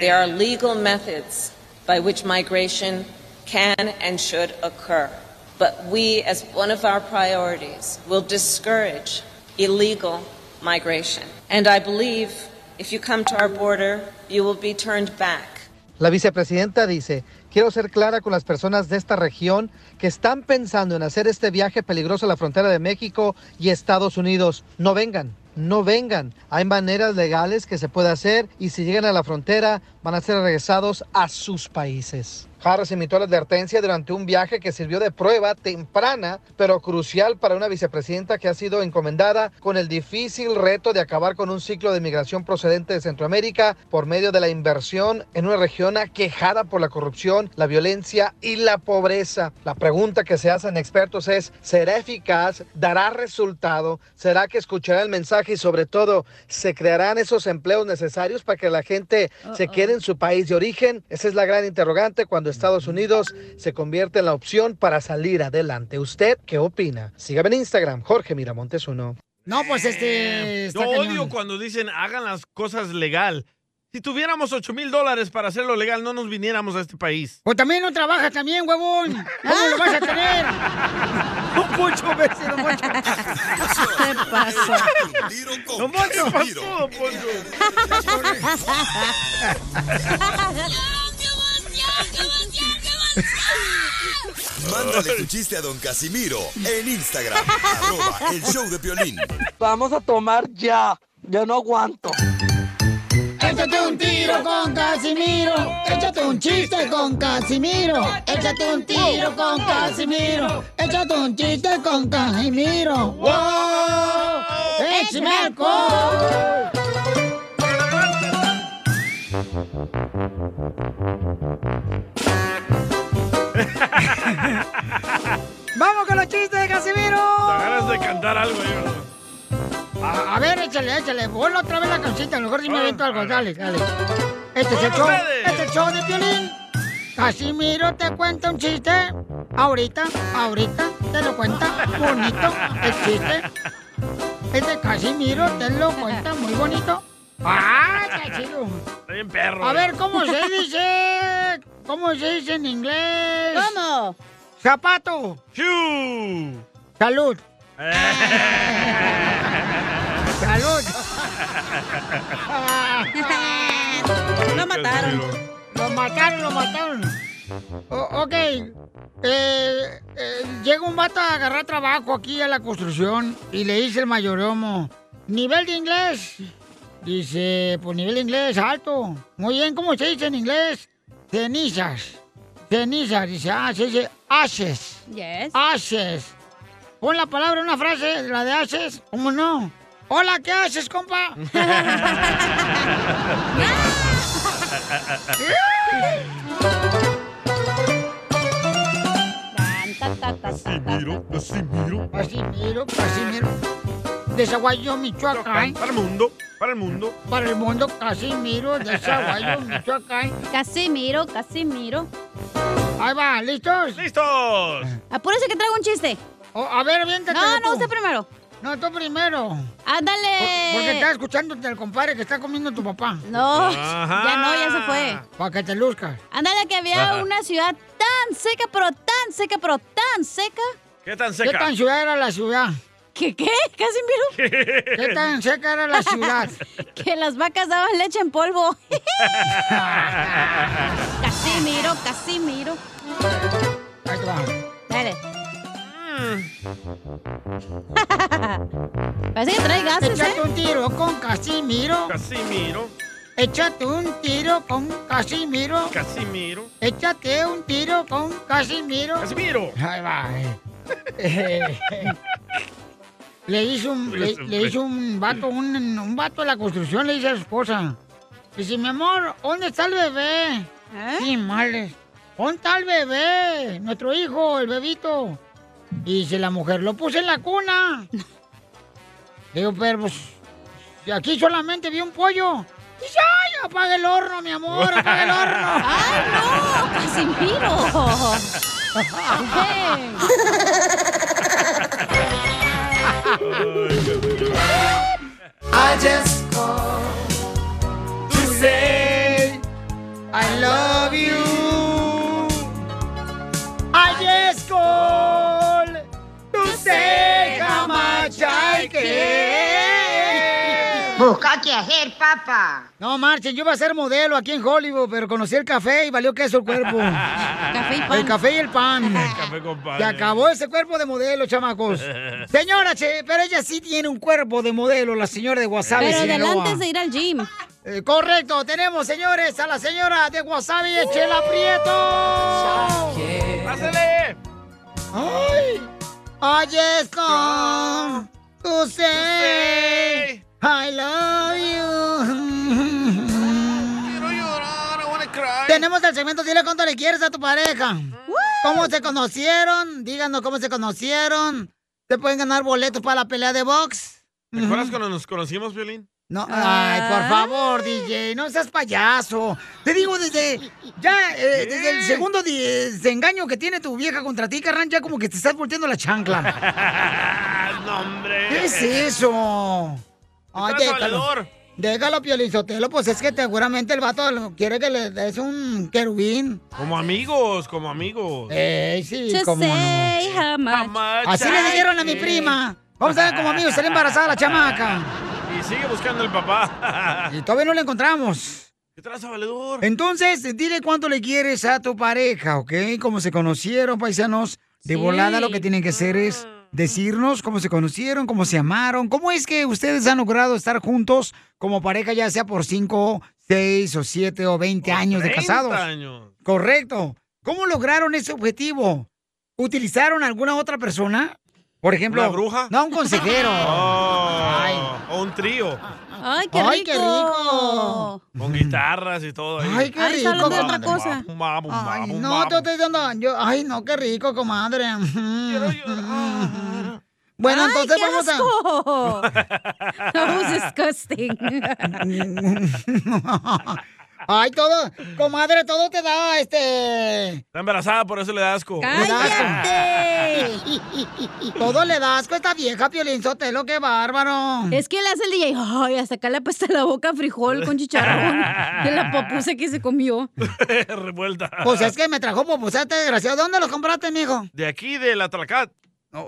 Speaker 7: There are legal methods by which migration can and should occur. But we, as one of our priorities, will discourage illegal migration. And I believe if you come to our border, you will be turned back.
Speaker 6: La vicepresidenta dice, quiero ser clara con las personas de esta región que están pensando en hacer este viaje peligroso a la frontera de México y Estados Unidos. No vengan, no vengan. Hay maneras legales que se puede hacer y si llegan a la frontera van a ser regresados a sus países. Harris emitió la advertencia durante un viaje que sirvió de prueba temprana, pero crucial para una vicepresidenta que ha sido encomendada con el difícil reto de acabar con un ciclo de migración procedente de Centroamérica por medio de la inversión en una región aquejada por la corrupción, la violencia y la pobreza. La pregunta que se hacen expertos es, ¿será eficaz? ¿Dará resultado? ¿Será que escuchará el mensaje y sobre todo, ¿se crearán esos empleos necesarios para que la gente se quede en su país de origen? Esa es la gran interrogante cuando Estados Unidos se convierte en la opción para salir adelante. ¿Usted qué opina? Sígame en Instagram, Jorge Miramontes uno.
Speaker 1: No, pues este.
Speaker 3: Eh, Yo
Speaker 1: está
Speaker 3: odio
Speaker 1: cañón.
Speaker 3: cuando dicen hagan las cosas legal. Si tuviéramos 8 mil dólares para hacerlo legal, no nos viniéramos a este país.
Speaker 1: Pues también no trabajas también, huevón. ¿Cómo lo vas a tener? Don Poncho, vecino, Don Poncho. ¿Qué
Speaker 10: pasa?
Speaker 1: Don
Speaker 10: ¿Qué
Speaker 1: Poncho.
Speaker 10: pasó, don Poncho?
Speaker 5: Mándale tu chiste a don Casimiro en Instagram, arroba el show de Piolín.
Speaker 21: Vamos a tomar ya. Yo no aguanto.
Speaker 1: Échate un tiro con Casimiro. Échate un chiste con Casimiro. Échate un tiro con Casimiro. Échate un chiste con Casimiro. ¡Eh, ¡Wow! ¡Échame alcohol! ¡Vamos con los chistes de Casimiro!
Speaker 3: Ganas de cantar algo, yo.
Speaker 1: A, a ver, échale, échale. Vuelve otra vez la canción. A lo mejor si me avento algo. Dale, dale. Este es el show. Este es el show de violín. Casimiro te cuenta un chiste. Ahorita, ahorita te lo cuenta. Bonito el chiste. Este Casimiro te lo cuenta muy *laughs* bonito. ¡Ah, está chido!
Speaker 3: Está bien perro.
Speaker 1: A
Speaker 3: eh.
Speaker 1: ver, ¿cómo se dice? ¿Cómo se dice en inglés? ¿Cómo? Zapato. Salud. Salud.
Speaker 2: Lo mataron.
Speaker 1: Lo mataron, lo mataron. O- ok. Eh, eh, llega un vato a agarrar trabajo aquí a la construcción y le dice el mayordomo, ¿nivel de inglés? Dice, pues nivel de inglés alto. Muy bien, ¿cómo se dice en inglés? Cenizas. Cenizas. Dice, ah, se dice ashes.
Speaker 2: Yes.
Speaker 1: Haces. Pon la palabra en una frase, la de haces. ¿Cómo no? Hola, ¿qué haces, compa? *laughs*
Speaker 3: Casimiro,
Speaker 1: Casimiro, Casimiro. De Zaguayo, Michoacán.
Speaker 3: Para el mundo, para el mundo.
Speaker 1: Para el mundo, Casimiro, de *laughs* Zaguayo, Michoacán.
Speaker 2: Casimiro, Casimiro.
Speaker 1: Ahí va, ¿listos?
Speaker 3: ¡Listos!
Speaker 2: Apúrese que traigo un chiste.
Speaker 1: Oh, a ver, aviéntate.
Speaker 2: No, no, usted primero.
Speaker 1: No, tú primero.
Speaker 2: Ándale.
Speaker 1: Porque está escuchándote el compadre que está comiendo tu papá.
Speaker 2: No, ya no, ya se fue.
Speaker 1: Para que te luzcas.
Speaker 2: Ándale, que había
Speaker 1: Ajá.
Speaker 2: una ciudad tan seca, pero tan seca, pero tan seca.
Speaker 3: ¿Qué tan
Speaker 1: ¿Qué
Speaker 3: seca?
Speaker 1: tan ciudad era la ciudad?
Speaker 2: ¿Qué qué? ¿Casi miro?
Speaker 1: ¿Qué tan seca era la ciudad?
Speaker 2: *laughs* que las vacas daban leche en polvo. *laughs* casi miro, casi miro.
Speaker 1: Ahí te va.
Speaker 2: Dale.
Speaker 3: Mm.
Speaker 2: Parece que trae gases,
Speaker 1: Échate
Speaker 2: ¿eh?
Speaker 1: un tiro con Casimiro.
Speaker 3: Casimiro.
Speaker 1: Échate un tiro con Casimiro.
Speaker 3: Casimiro.
Speaker 1: Échate un tiro con Casimiro.
Speaker 3: Casimiro.
Speaker 1: Ahí va. eh. Eh, le hizo un, le, le hizo un vato, un, un vato a la construcción, le dice a su esposa. Dice, mi amor, ¿dónde está el bebé? Sí, males. ¿Dónde está el bebé? Nuestro hijo, el bebito. Dice la mujer, lo puse en la cuna. Digo, pero pues, si aquí solamente vi un pollo. Dice, ay, apaga el horno, mi
Speaker 4: *laughs*
Speaker 1: amor, apaga el horno.
Speaker 2: ¡Ay, no!
Speaker 1: *laughs*
Speaker 10: I just called
Speaker 1: Busca qué hacer, papá. No, marchen, yo iba a ser modelo aquí en Hollywood, pero conocí el café y valió queso el cuerpo.
Speaker 3: *laughs* Café y pan.
Speaker 1: El café y el
Speaker 3: *laughs*
Speaker 1: pan.
Speaker 3: Café con pan.
Speaker 1: Se acabó ese cuerpo de modelo,
Speaker 3: *laughs*
Speaker 1: chamacos. Señora, che, pero ella sí tiene un cuerpo de modelo, la señora de Wasabi.
Speaker 2: Pero del
Speaker 1: Sinaloa.
Speaker 2: antes de ir al gym.
Speaker 1: Eh, correcto, tenemos, señores, a la señora de Wasabi, Chela Prieto. ¡Pásale! ¡Ay! Oyes con tu say, I love you. Tenemos el segmento Dile cuánto le quieres a tu pareja. ¿Cómo se conocieron? Díganos cómo se conocieron. ¿Se pueden ganar boletos para la pelea de box?
Speaker 3: ¿Te acuerdas cuando nos conocimos, Violín?
Speaker 1: No, ay, por favor, DJ, no seas payaso. Te digo desde ya eh, desde el segundo di- desengaño que tiene tu vieja contra ti, carnal, ya como que te estás volteando la chancla.
Speaker 3: no, hombre.
Speaker 1: ¿Qué es eso?
Speaker 3: Estás valedor.
Speaker 1: Déjalo, Piolizotelo, pues es que seguramente el vato lo- quiere que le des un querubín.
Speaker 3: Como amigos, como amigos.
Speaker 1: Eh, sí, Just cómo no. say
Speaker 3: Ah,
Speaker 1: Así le dijeron a mi prima. Vamos a ver como amigos, sale embarazada la chamaca.
Speaker 3: Y sigue buscando el papá. *laughs*
Speaker 1: Y todavía no la encontramos.
Speaker 3: ¿Qué traza, valedor?
Speaker 1: Entonces, dile cuánto le quieres a tu pareja, ¿ok? Cómo se conocieron, paisanos. De
Speaker 3: Sí. Mm.
Speaker 1: volada lo que tienen que hacer es decirnos cómo se conocieron, cómo se amaron, cómo es que ustedes han logrado estar juntos como pareja, ya sea por 5, 6 o 7 o 20 años de
Speaker 3: 30
Speaker 1: casados.
Speaker 3: años.
Speaker 1: Correcto. ¿Cómo lograron ese objetivo? ¿Utilizaron alguna otra persona? Por ejemplo,
Speaker 3: ¿Una bruja?
Speaker 1: no un consejero.
Speaker 3: *laughs* Oh, o un trío.
Speaker 2: Ay,
Speaker 1: qué Ay, qué rico. rico.
Speaker 3: Con guitarras y todo. ahí.
Speaker 1: Ay, qué Ay, está rico, hablando de otra
Speaker 3: Bum,
Speaker 1: cosa.
Speaker 3: bum, bum, bum,
Speaker 1: Ay,
Speaker 3: bum,
Speaker 1: no,
Speaker 3: bum.
Speaker 1: te estoy dando. Yo, ay, no, qué rico, comadre. Bueno,
Speaker 2: Ay,
Speaker 1: entonces
Speaker 2: qué
Speaker 1: vamos
Speaker 2: asco. *laughs*
Speaker 1: a.
Speaker 2: That was disgusting.
Speaker 1: *laughs* Ay, todo, comadre, todo te da este.
Speaker 3: Está embarazada, por eso le da asco.
Speaker 1: *laughs* Todo le da asco a esta vieja Piolín Sotelo, qué bárbaro.
Speaker 2: Es que le hace el DJ, ay, hasta acá le apesta la boca a frijol con chicharrón
Speaker 3: *laughs*
Speaker 2: de la papusa que se comió.
Speaker 3: *laughs* Revuelta.
Speaker 1: Pues es que me trajo pupusa este desgraciado. ¿Dónde los compraste, mijo?
Speaker 3: De aquí, del Atlacat.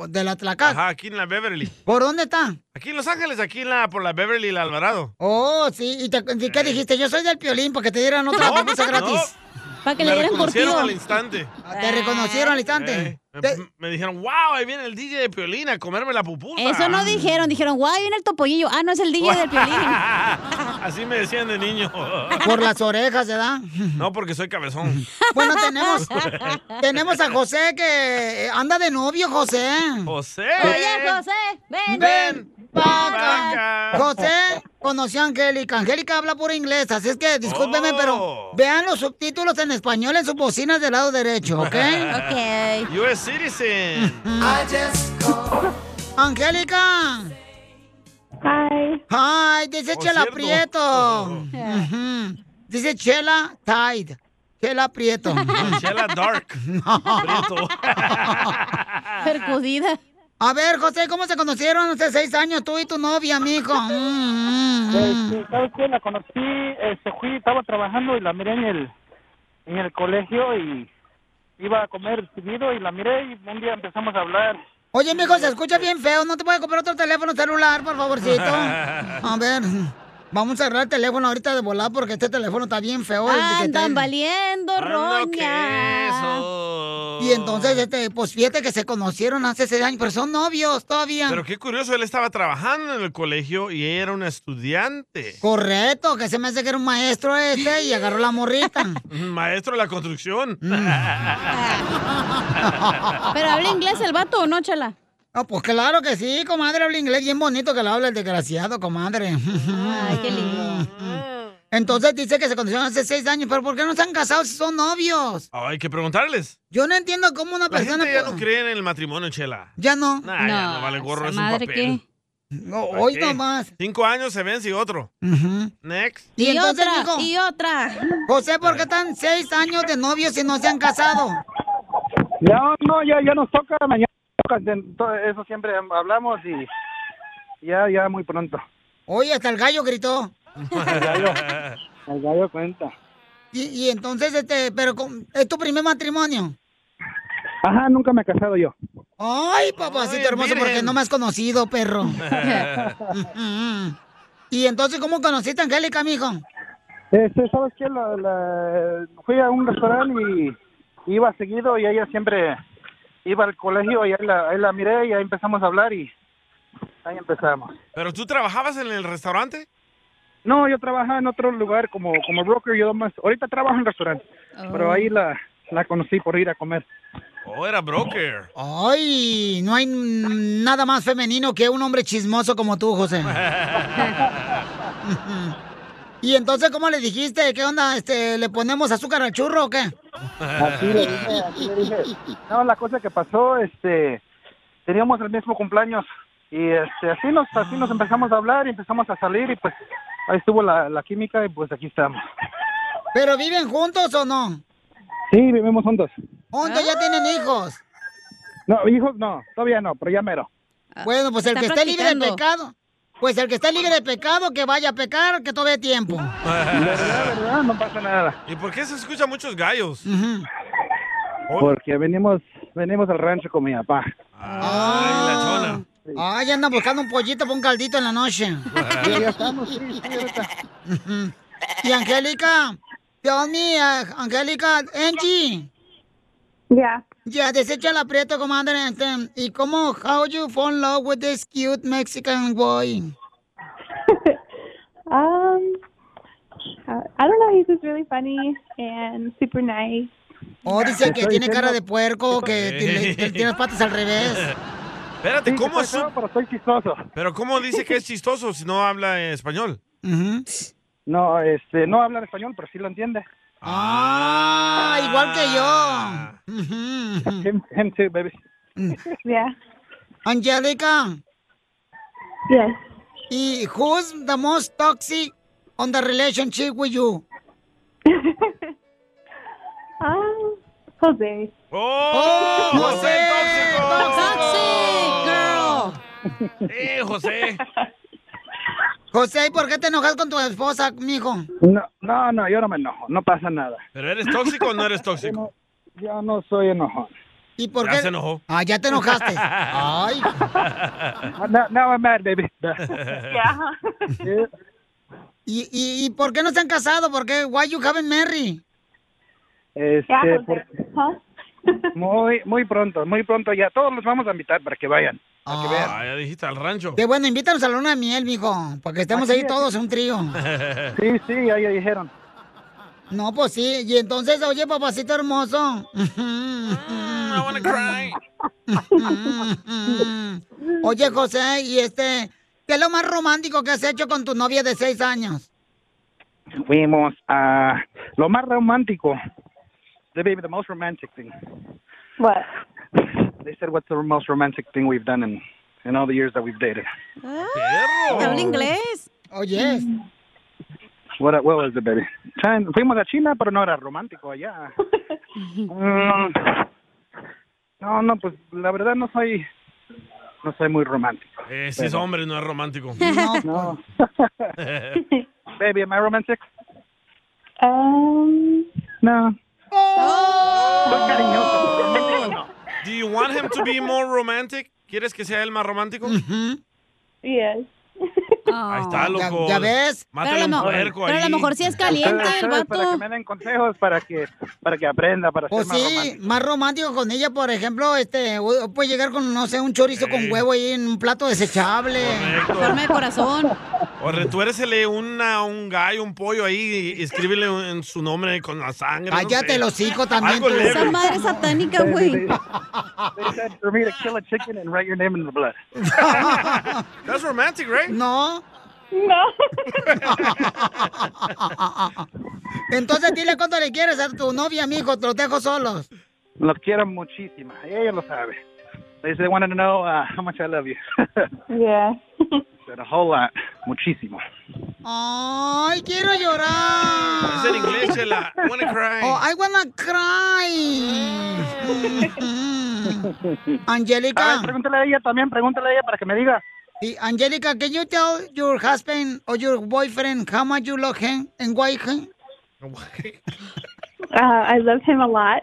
Speaker 1: ¿Del Atlacat?
Speaker 3: Ajá, aquí en la Beverly.
Speaker 1: ¿Por dónde está?
Speaker 3: Aquí en Los Ángeles, aquí en la, por la Beverly y la Alvarado.
Speaker 1: Oh, sí. ¿Y te- y qué dijiste? Yo soy del Piolín, para que te dieran otra
Speaker 3: Eh. No,
Speaker 1: pupusa
Speaker 3: no.
Speaker 1: gratis. Para
Speaker 3: Me reconocieron al instante.
Speaker 1: Ah, Te reconocieron al instante.
Speaker 3: Eh, me, me dijeron, wow, ahí viene el DJ de Piolín a comerme la pupusa.
Speaker 2: Eso
Speaker 1: Ah.
Speaker 2: no dijeron, dijeron, guay, viene el topollillo. Ah, no es el DJ
Speaker 3: *laughs*
Speaker 2: del
Speaker 1: *laughs*
Speaker 2: piolín.
Speaker 3: Así me decían de niño.
Speaker 1: Por las orejas, ¿verdad?
Speaker 3: No, porque soy cabezón.
Speaker 1: Bueno, tenemos,
Speaker 3: *laughs*
Speaker 1: tenemos a José que eh, anda de novio, José.
Speaker 3: José.
Speaker 2: Oye, José, ven.
Speaker 1: Ven,
Speaker 2: vaca.
Speaker 1: José conoció a Angélica. Angélica habla por inglés, así es que discúlpeme, pero vean los subtítulos en español en sus bocinas del lado derecho,
Speaker 2: *laughs*
Speaker 1: ¿ok?
Speaker 3: US citizen.
Speaker 1: Angélica. Hi. Hi, dice
Speaker 3: Oh,
Speaker 1: Chela
Speaker 3: cierto.
Speaker 1: Prieto. Ujú. Dice Chela Tide. Chela Prieto.
Speaker 3: *laughs* Chela Dark.
Speaker 1: *laughs*
Speaker 3: Prieto.
Speaker 1: Percudida. A ver, José, ¿cómo se conocieron hace seis años tú y tu novia, mijo? Mm, mm, mm.
Speaker 8: Este, ¿Sabes qué? La conocí, este, fui, estaba trabajando y la miré en el, en el colegio y iba a comer seguido y la miré y un día empezamos a hablar.
Speaker 1: Oye, mijo, se escucha bien feo. ¿No te puedes comprar otro teléfono celular, por
Speaker 3: *laughs*
Speaker 1: favorcito? A ver, vamos a cerrar el teléfono ahorita de volar porque este teléfono está bien feo. el que
Speaker 2: Andan
Speaker 1: te-
Speaker 3: Ah,
Speaker 2: valiendo roña.
Speaker 1: Y entonces, este, pues fíjate que se conocieron hace seis años, pero son novios todavía.
Speaker 3: Pero qué curioso, él estaba trabajando en el colegio y ella era una estudiante.
Speaker 1: Correcto, que se me hace que era un maestro este y agarró la morrita.
Speaker 3: Un Maestro de
Speaker 1: *laughs*
Speaker 3: la construcción.
Speaker 2: *laughs* Pero habla inglés el vato o no, chela.
Speaker 1: Ah, pues claro que sí, comadre, habla inglés bien bonito que lo habla el desgraciado, comadre.
Speaker 2: Ah,
Speaker 1: Ay, qué lindo. *laughs* Entonces dice que se conocieron hace seis años, pero ¿por qué no están casados si son novios?
Speaker 3: Ah, hay que preguntarles.
Speaker 1: Yo no entiendo cómo una
Speaker 3: La
Speaker 1: persona...
Speaker 3: gente ya
Speaker 1: po-
Speaker 3: no cree en el matrimonio, Chela.
Speaker 1: Ya no.
Speaker 3: Nah, ya no vale gorro,
Speaker 1: esa
Speaker 3: es un
Speaker 1: madre,
Speaker 3: papel.
Speaker 1: No,
Speaker 3: ¿Para
Speaker 1: hoy
Speaker 3: qué?
Speaker 1: nomás.
Speaker 3: Cinco años se vence y otro. Next.
Speaker 1: Y, entonces,
Speaker 2: otra,
Speaker 1: mijo,
Speaker 2: y otra.
Speaker 1: José, ¿por qué están seis años de novios si no se han casado?
Speaker 8: Ya no, ya, ya nos toca, mañana nos toca, de- todo eso siempre hablamos y ya, ya muy pronto.
Speaker 1: Oye, hasta el gallo gritó.
Speaker 8: *laughs* El gallo, el gallo cuenta.
Speaker 1: Y, y entonces, este, pero con- es tu primer matrimonio.
Speaker 8: Ajá, nunca me he casado yo.
Speaker 1: Ay, papacito hermoso, porque no me has conocido, perro. *laughs* ¿Y entonces cómo conociste a Angélica, mijo?
Speaker 8: Este, ¿sabes qué? La- la- fui a un restaurante y iba seguido y ella siempre iba al colegio y ahí la, ahí la miré y ahí empezamos a hablar y ahí empezamos.
Speaker 3: ¿Pero tú trabajabas en el restaurante?
Speaker 8: No, yo trabajaba en otro lugar como, como broker, yo más, ahorita trabajo en restaurante, pero
Speaker 3: Oh.
Speaker 8: ahí la, la conocí por ir a comer.
Speaker 3: ¿O Oh, era broker?
Speaker 1: Ay, no hay mm, nada más femenino que un hombre chismoso como tú, José. *laughs* ¿Y entonces cómo le dijiste? ¿Qué onda? Este, ¿Le ponemos azúcar al churro o qué?
Speaker 8: Así le
Speaker 1: *laughs*
Speaker 8: dije, así le dije. No, la cosa que pasó, este, teníamos el mismo cumpleaños y este, así nos, así nos empezamos a hablar y empezamos a salir y pues ahí estuvo la, la química y pues aquí estamos.
Speaker 1: ¿Pero viven juntos o no?
Speaker 8: Sí, vivimos juntos.
Speaker 1: ¿Juntos ya tienen hijos?
Speaker 8: No, hijos no, todavía no, pero ya mero.
Speaker 1: Bueno, pues el
Speaker 8: Ah, está
Speaker 1: que esté libre de
Speaker 8: practicando.
Speaker 1: pecado. Pues el que esté libre de pecado, que vaya a pecar, que todavía hay tiempo.
Speaker 8: No pasa nada.
Speaker 3: ¿Y por qué se escuchan muchos gallos?
Speaker 8: *laughs* Porque venimos, venimos al rancho con mi papá.
Speaker 1: Ah. Ay, andan buscando un pollito para un caldito en la noche.
Speaker 8: Ya
Speaker 12: *laughs*
Speaker 1: Ujú. y Angélica, Dios mío, Angélica, Angie.
Speaker 12: Ya.
Speaker 1: Ya, desecha el aprieto, comandante. Este, ¿Y cómo, how you fall in love with this cute Mexican boy?
Speaker 12: Um, uh, I don't know. He's just really funny and super nice.
Speaker 1: Oh, dice que
Speaker 12: Estoy
Speaker 1: tiene
Speaker 12: diciendo-
Speaker 1: cara de puerco, que ti- le- que tiene las patas al revés.
Speaker 3: Espérate,
Speaker 1: Sí,
Speaker 3: ¿cómo
Speaker 1: estoy
Speaker 3: es su-
Speaker 1: feo,
Speaker 8: pero soy chistoso.
Speaker 3: ¿Pero cómo dice que es chistoso si no habla eh, español?
Speaker 8: No, este, no habla español, pero sí lo entiende.
Speaker 1: Ah, igual que yo. Mm.
Speaker 8: Him, him too, baby.
Speaker 12: Yeah.
Speaker 1: Angélica.
Speaker 12: Yes.
Speaker 1: ¿Y who's the most toxic on the relationship with
Speaker 12: *laughs*
Speaker 1: you?
Speaker 12: Um, Jose.
Speaker 3: ¡Oh!
Speaker 1: José
Speaker 3: girl! ¡Eh, José!
Speaker 1: José, ¿y por qué te enojas con tu esposa, mijo?
Speaker 8: No, no, no, yo no me enojo, no pasa nada.
Speaker 3: ¿Pero eres tóxico o no
Speaker 8: *laughs*
Speaker 3: eres tóxico?
Speaker 8: Yo no soy enojón.
Speaker 1: ¿Y por
Speaker 3: Ya
Speaker 1: qué?
Speaker 3: se enojó.
Speaker 1: Ah, ya te enojaste.
Speaker 3: *laughs*
Speaker 1: Ay.
Speaker 8: No, no, I'm mad,
Speaker 1: *laughs*
Speaker 8: baby.
Speaker 1: ¿Y, y, y por qué no se han casado? ¿Por qué? Why you haven't married?
Speaker 8: Este, por- muy, muy pronto, muy pronto ya. Todos los vamos a invitar para que vayan. Para que vean.
Speaker 3: Ah, ya dijiste,
Speaker 1: *laughs*
Speaker 3: al rancho.
Speaker 1: Qué bueno, invítanos a la luna de miel, mijo, para que estemos
Speaker 8: Así
Speaker 1: ahí
Speaker 8: es.
Speaker 1: todos en un trío.
Speaker 8: Sí, sí, ya, ya dijeron.
Speaker 1: No, pues sí. Y entonces, oye, papacito hermoso.
Speaker 3: Mm,
Speaker 1: *laughs* oye, José, y este, ¿qué es lo más romántico que has hecho con tu novia de seis años?
Speaker 8: Fuimos a lo más romántico. The baby, the most romantic thing.
Speaker 12: What?
Speaker 8: They said what's the most romantic thing we've done in, in all the years that we've dated.
Speaker 2: Habla inglés.
Speaker 1: Oye.
Speaker 8: What, what was it, baby? Chin- Fuimos a China, pero no era romántico allá. Mm, no, no, pues la verdad no soy, no soy muy romántico.
Speaker 3: Eh, si es
Speaker 8: Pero-
Speaker 3: hombre, no es romántico.
Speaker 8: No.
Speaker 1: pues.
Speaker 8: *laughs* Baby, am I romantic?
Speaker 12: Um,
Speaker 8: no.
Speaker 1: Oh.
Speaker 3: Do you want him to be more romantic? ¿Quieres que sea él más romántico?
Speaker 12: Yes.
Speaker 3: Ahí está, loco.
Speaker 1: ¿Ya, ya ves?
Speaker 3: Mátale un puerco ahí.
Speaker 8: Ustedes, ustedes, Para que me den consejos, para que, para que aprenda, para
Speaker 1: Pues
Speaker 8: ser más
Speaker 1: sí,
Speaker 8: romántico.
Speaker 1: más romántico con ella, por ejemplo, este, o- puede llegar con, no sé, un chorizo con huevo ahí en un plato desechable.
Speaker 2: Forma de corazón.
Speaker 3: O retuércele una, un gallo, un pollo ahí y escríbele un- en su nombre con la sangre.
Speaker 1: Cállate el hocico también,
Speaker 3: Algo
Speaker 1: tú.
Speaker 3: leve.
Speaker 1: Esa madre es satánica, güey.
Speaker 8: They said for me to kill a chicken and write your name in
Speaker 1: *laughs*
Speaker 8: the blood.
Speaker 3: That's romantic, right?
Speaker 1: No. No. *laughs* Entonces dile cuánto le quieres a tu novia, mijo, te los dejo solos.
Speaker 8: Lo quiero muchísima. Ella lo sabe. They said they wanted to know uh, how much I love you. *laughs*
Speaker 12: Yeah.
Speaker 8: said a whole lot. Muchísimo.
Speaker 1: Ay, quiero llorar.
Speaker 3: Es en inglés, Chela. I wanna cry.
Speaker 1: Oh, I wanna
Speaker 12: *laughs*
Speaker 1: cry.
Speaker 8: A
Speaker 1: Angélica.
Speaker 8: ver, pregúntale a ella también, pregúntale a ella para que me diga.
Speaker 1: Sí, Angélica, can you tell your husband or your boyfriend how much you love him and why him?
Speaker 12: Uh, I love him a lot.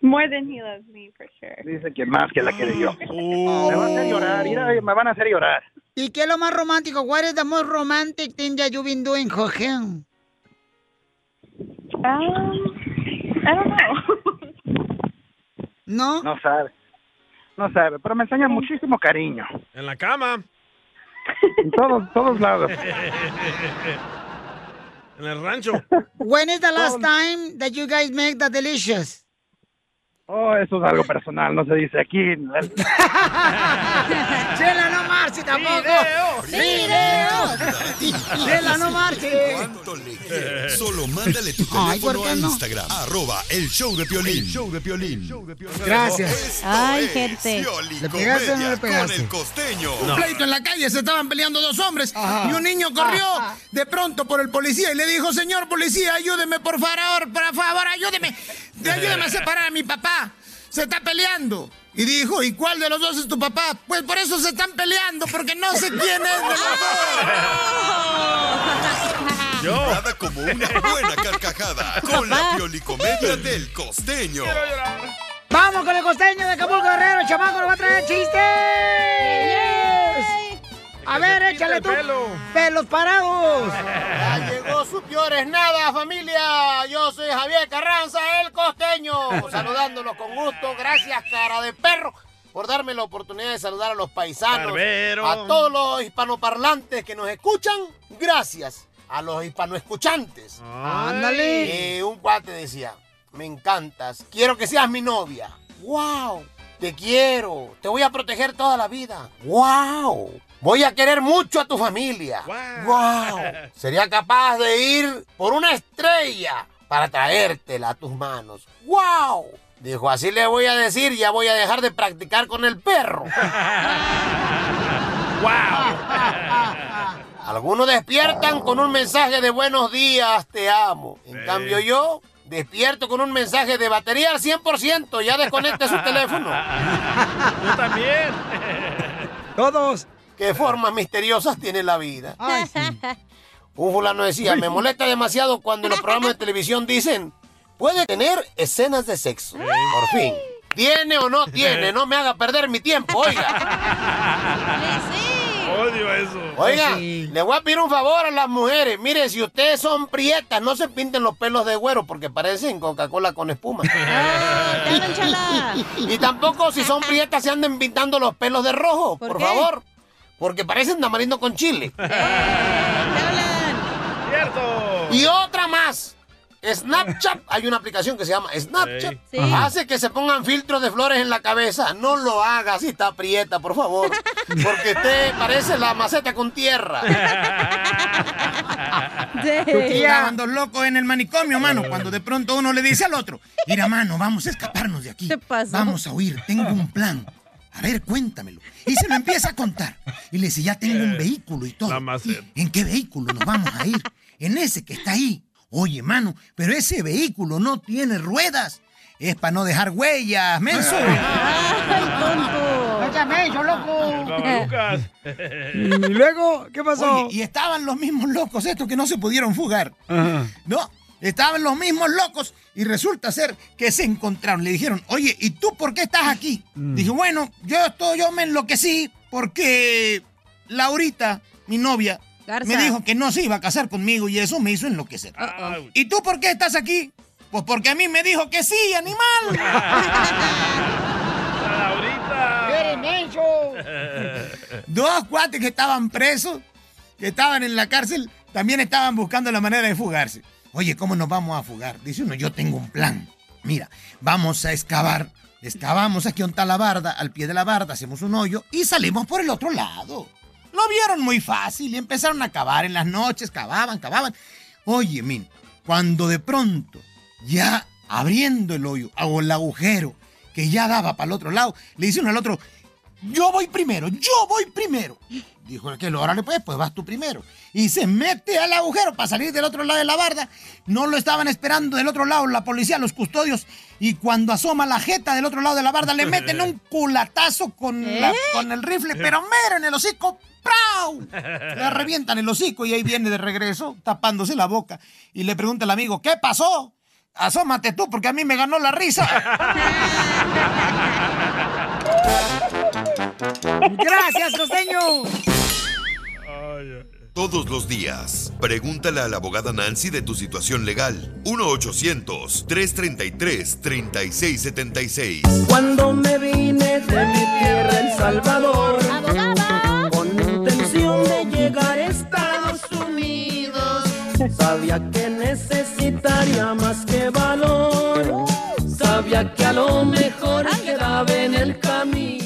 Speaker 12: More than he loves me, for sure.
Speaker 1: *laughs* Oh.
Speaker 8: Dice que más que la quiere yo. Me van a hacer llorar, mira, me van a hacer llorar.
Speaker 1: ¿Y qué es lo más romántico? What is the most romantic thing that you've been doing, Jorge? Um,
Speaker 12: Um,
Speaker 1: I don't know. ¿No?
Speaker 8: No sabe. No sabe, pero me enseña muchísimo cariño.
Speaker 3: En la cama. *laughs*
Speaker 8: En todos, todos lados.
Speaker 3: en el rancho.
Speaker 1: *laughs* When is the last time that you guys make the delicious?
Speaker 8: Oh, eso es algo personal, no se dice aquí.
Speaker 1: ¡Chela, no marche tampoco!
Speaker 5: ¡Video!
Speaker 1: ¡Chela, no marche!
Speaker 5: Solo mándale tu
Speaker 1: Ay, ¿por
Speaker 5: teléfono
Speaker 1: qué
Speaker 5: a
Speaker 1: no?
Speaker 5: Instagram. Arroba el show de Piolín. El show de Piolín.
Speaker 1: Gracias.
Speaker 22: Ay, gente.
Speaker 1: ¿Le pegaste o no le
Speaker 5: Con
Speaker 1: pegaste?
Speaker 5: el costeño.
Speaker 15: Un pleito en la calle, se estaban peleando dos hombres
Speaker 5: Ajá.
Speaker 15: y un niño corrió
Speaker 5: Ajá.
Speaker 15: de pronto por el policía y le dijo, señor policía, ayúdeme por favor, por favor,
Speaker 5: *laughs*
Speaker 15: ayúdeme, ayúdeme a separar a mi papá, se está peleando. Y dijo, ¿y cuál de los dos es tu papá? Pues por eso se están peleando, porque no sé quién es de los dos.
Speaker 5: Nada como una buena carcajada con la piolicomedia del costeño.
Speaker 1: ¡Vamos con el costeño de Acapulco Guerrero! ¡El chamaco nos va a traer chistes! A ver, échale tú. ¡Pelos parados!
Speaker 4: Ya llegó su peor es nada, familia. Yo soy Javier Carranza, el costeño. Saludándolos con gusto. Gracias, cara de perro, por darme la oportunidad de saludar a los paisanos.
Speaker 3: Barbero.
Speaker 4: A todos los hispanoparlantes que nos escuchan. Gracias a los hispanoescuchantes.
Speaker 1: *laughs* Ándale.
Speaker 4: Eh, un cuate decía, me encantas, quiero que seas mi novia. ¡Wow! Te quiero, te voy a proteger toda la vida. ¡Wow! Voy a querer mucho a tu familia. ¡Wow! Sería capaz de ir por una estrella para traértela a tus manos. ¡Wow! Dijo, así le voy a decir, ya voy a dejar de practicar con el *laughs* perro. Algunos despiertan con un mensaje de buenos días, te amo. En cambio yo despierto con un mensaje de batería al 100%, ya desconecte su teléfono. *laughs* Yo también.
Speaker 1: Todos.
Speaker 4: ¿Qué formas misteriosas tiene la vida? *laughs* Un fulano decía, me molesta demasiado cuando en los programas de televisión dicen, puede tener escenas de sexo. Por fin. ¿Tiene o no tiene? No me haga perder mi tiempo, oiga.
Speaker 3: Odio eso.
Speaker 4: Oiga,
Speaker 3: *laughs*
Speaker 4: le voy a pedir un favor a las mujeres. Mire, si ustedes son prietas, no se pinten los pelos de güero porque parecen Coca-Cola con espuma. *laughs* y tampoco si son prietas se anden pintando los pelos de rojo, por, favor. Porque parecen tamarindo con chile. Y otra más. Snapchat, hay una aplicación que se llama Snapchat.
Speaker 23: Sí.
Speaker 4: Hace que se pongan filtros de flores en la cabeza. No lo haga si está prieta, por favor. Porque usted parece la maceta con tierra.
Speaker 15: *laughs* Estaban dos locos en el manicomio, mano, cuando de pronto uno le dice al otro, mira, mano, vamos a escaparnos de aquí. Vamos a huir, tengo un plan. A ver, cuéntamelo. Y se lo empieza a contar. Y le dice, ya tengo
Speaker 1: Eh,
Speaker 15: un vehículo y todo. ¿En qué vehículo nos vamos a ir? En ese que está ahí. Oye, mano, pero ese vehículo no tiene ruedas. Es para no dejar huellas, menso.
Speaker 1: Óyame, yo loco.
Speaker 15: Y luego, ¿qué pasó? y estaban los mismos locos estos que no se pudieron fugar. No, estaban los mismos locos y resulta ser que se encontraron. Le dijeron, oye, ¿y tú por qué estás aquí? Dije, bueno, yo estoy, yo me enloquecí porque Laurita, mi novia, me dijo que no se iba a casar conmigo y eso me hizo enloquecer.
Speaker 4: Ah.
Speaker 15: ¿Y tú por qué estás aquí? Pues porque a mí me dijo que sí, animal.
Speaker 1: *laughs* ¡Eres menso!
Speaker 15: Dos cuates que estaban presos, que estaban en la cárcel, también estaban buscando la manera de fugarse. Oye, ¿cómo nos vamos a fugar? Dice uno, yo tengo un plan. Mira, vamos a excavar. Excavamos aquí onta la barda, al pie de la barda hacemos un hoyo y salimos por el otro lado. Lo vieron muy fácil y empezaron a cavar en las noches, cavaban, cavaban. Oye, min, cuando de pronto, ya abriendo el hoyo o el agujero que ya daba para el otro lado, le dice uno al otro, yo voy primero, yo voy primero. Dijo aquel, órale pues, pues vas tú primero. Y se mete al agujero para salir del otro lado de la barda. No lo estaban esperando del otro lado la policía, los custodios. Y cuando asoma la jeta del otro lado de la barda, le meten un culatazo con, la-
Speaker 23: ¿Eh?
Speaker 15: con el rifle, pero mero en el hocico. ¡Prau!
Speaker 4: *laughs*
Speaker 15: Le revientan el hocico y ahí viene de regreso, tapándose la boca. Y le pregunta al amigo, ¿qué pasó? Asómate tú, porque a mí me ganó la risa.
Speaker 1: ¡Gracias, costeño!
Speaker 5: Todos los días, pregúntale a la abogada Nancy de tu situación legal. 1-800-333-3676.
Speaker 4: Cuando me vine de mi tierra, El Salvador, con intención de llegar a Estados Unidos, sabía que necesitaría más que valor, sabía que a lo mejor quedaba en el camino.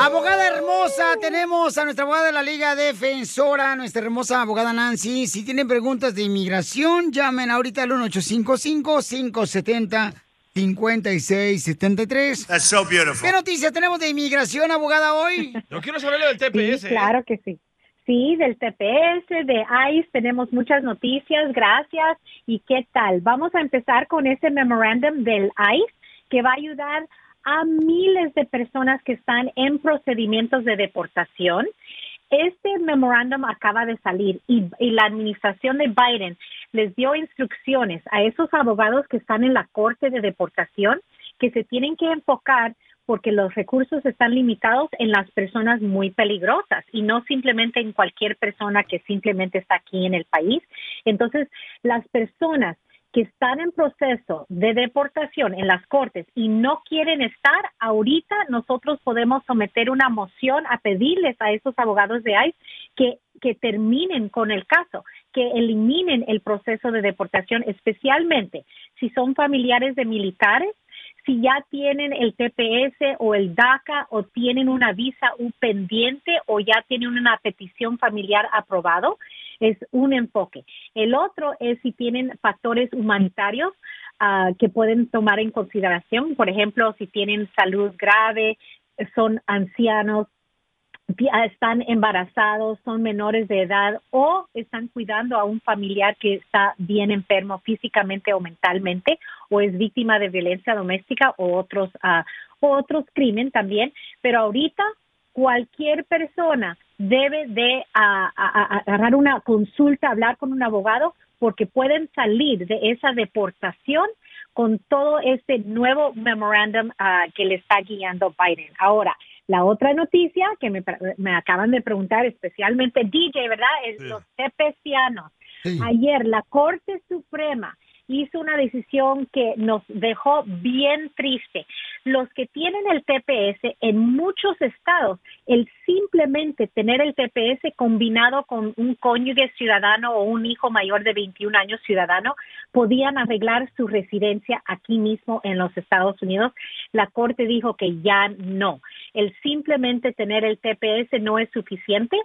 Speaker 1: Abogada hermosa, tenemos a nuestra abogada de la Liga Defensora, nuestra hermosa abogada Nancy. Si tienen preguntas de inmigración, llamen ahorita al 1855-570-5673.
Speaker 11: That's so beautiful.
Speaker 1: ¿Qué noticias tenemos de inmigración, abogada, hoy?
Speaker 3: Yo quiero saber lo del TPS.
Speaker 11: ¿eh?
Speaker 13: Claro que sí. Sí, del TPS, de ICE, tenemos muchas noticias, gracias. ¿Y qué tal? Vamos a empezar con ese memorándum del ICE que va a ayudar a miles de personas que están en procedimientos de deportación. Este memorándum acaba de salir y, y la administración de Biden les dio instrucciones a esos abogados que están en la Corte de Deportación que se tienen que enfocar porque los recursos están limitados en las personas muy peligrosas y no simplemente en cualquier persona que simplemente está aquí en el país. Entonces, las personas que están en proceso de deportación en las cortes y no quieren estar, ahorita nosotros podemos someter una moción a pedirles a esos abogados de ICE que, que terminen con el caso, que eliminen el proceso de deportación, especialmente si son familiares de militares si ya tienen el TPS o el DACA o tienen una visa U pendiente o ya tienen una petición familiar aprobado, es un enfoque. El otro es si tienen factores humanitarios ah, que pueden tomar en consideración, por ejemplo, si tienen salud grave, son ancianos, pi- ah, están embarazados, son menores de edad o están cuidando a un familiar que está bien enfermo físicamente o mentalmente o es víctima de violencia doméstica o otros ah, o otros crimen también, pero ahorita cualquier persona debe de ah, a- a- agarrar una consulta, hablar con un abogado porque pueden salir de esa deportación con todo este nuevo memorándum ah, que le está guiando Biden. Ahora, la otra noticia que me, pre- me acaban de preguntar, especialmente DJ, este ¿verdad? Es
Speaker 11: Sí.
Speaker 13: Los tepecianos. Ayer la Corte Suprema hizo una decisión que nos dejó bien triste. Los que tienen el TPS en muchos estados, el simplemente tener el TPS combinado con un cónyuge ciudadano o un hijo mayor de 21 años ciudadano, podían arreglar su residencia aquí mismo en los Estados Unidos. La Corte dijo que ya no. El simplemente tener el TPS no es suficiente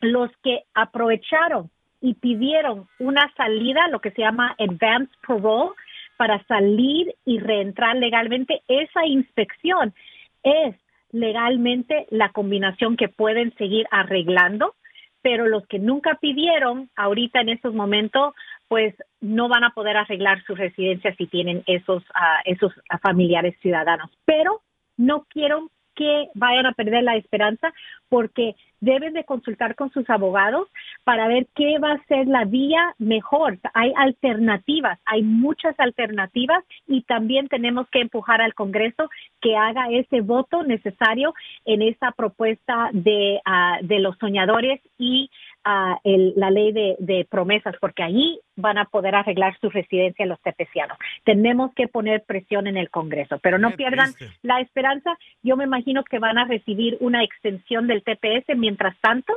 Speaker 13: los que aprovecharon y pidieron una salida, lo que se llama advance parole, para salir y reentrar legalmente, esa inspección es legalmente la combinación que pueden seguir arreglando, pero los que nunca pidieron, ahorita en estos momentos, pues no van a poder arreglar su residencia si tienen esos, ah, esos ah, familiares ciudadanos. Pero no quiero que vayan a perder la esperanza porque deben de consultar con sus abogados para ver qué va a ser la vía mejor. Hay alternativas, hay muchas alternativas y también tenemos que empujar al Congreso que haga ese voto necesario en esa propuesta de, ah, de los soñadores y ah, el- la ley de, de promesas, porque allí van a poder arreglar su residencia los tepecianos. Tenemos que poner presión en el Congreso, pero no pierdan
Speaker 11: triste.
Speaker 13: la esperanza. Yo me imagino que van a recibir una extensión del TPS mientras tanto,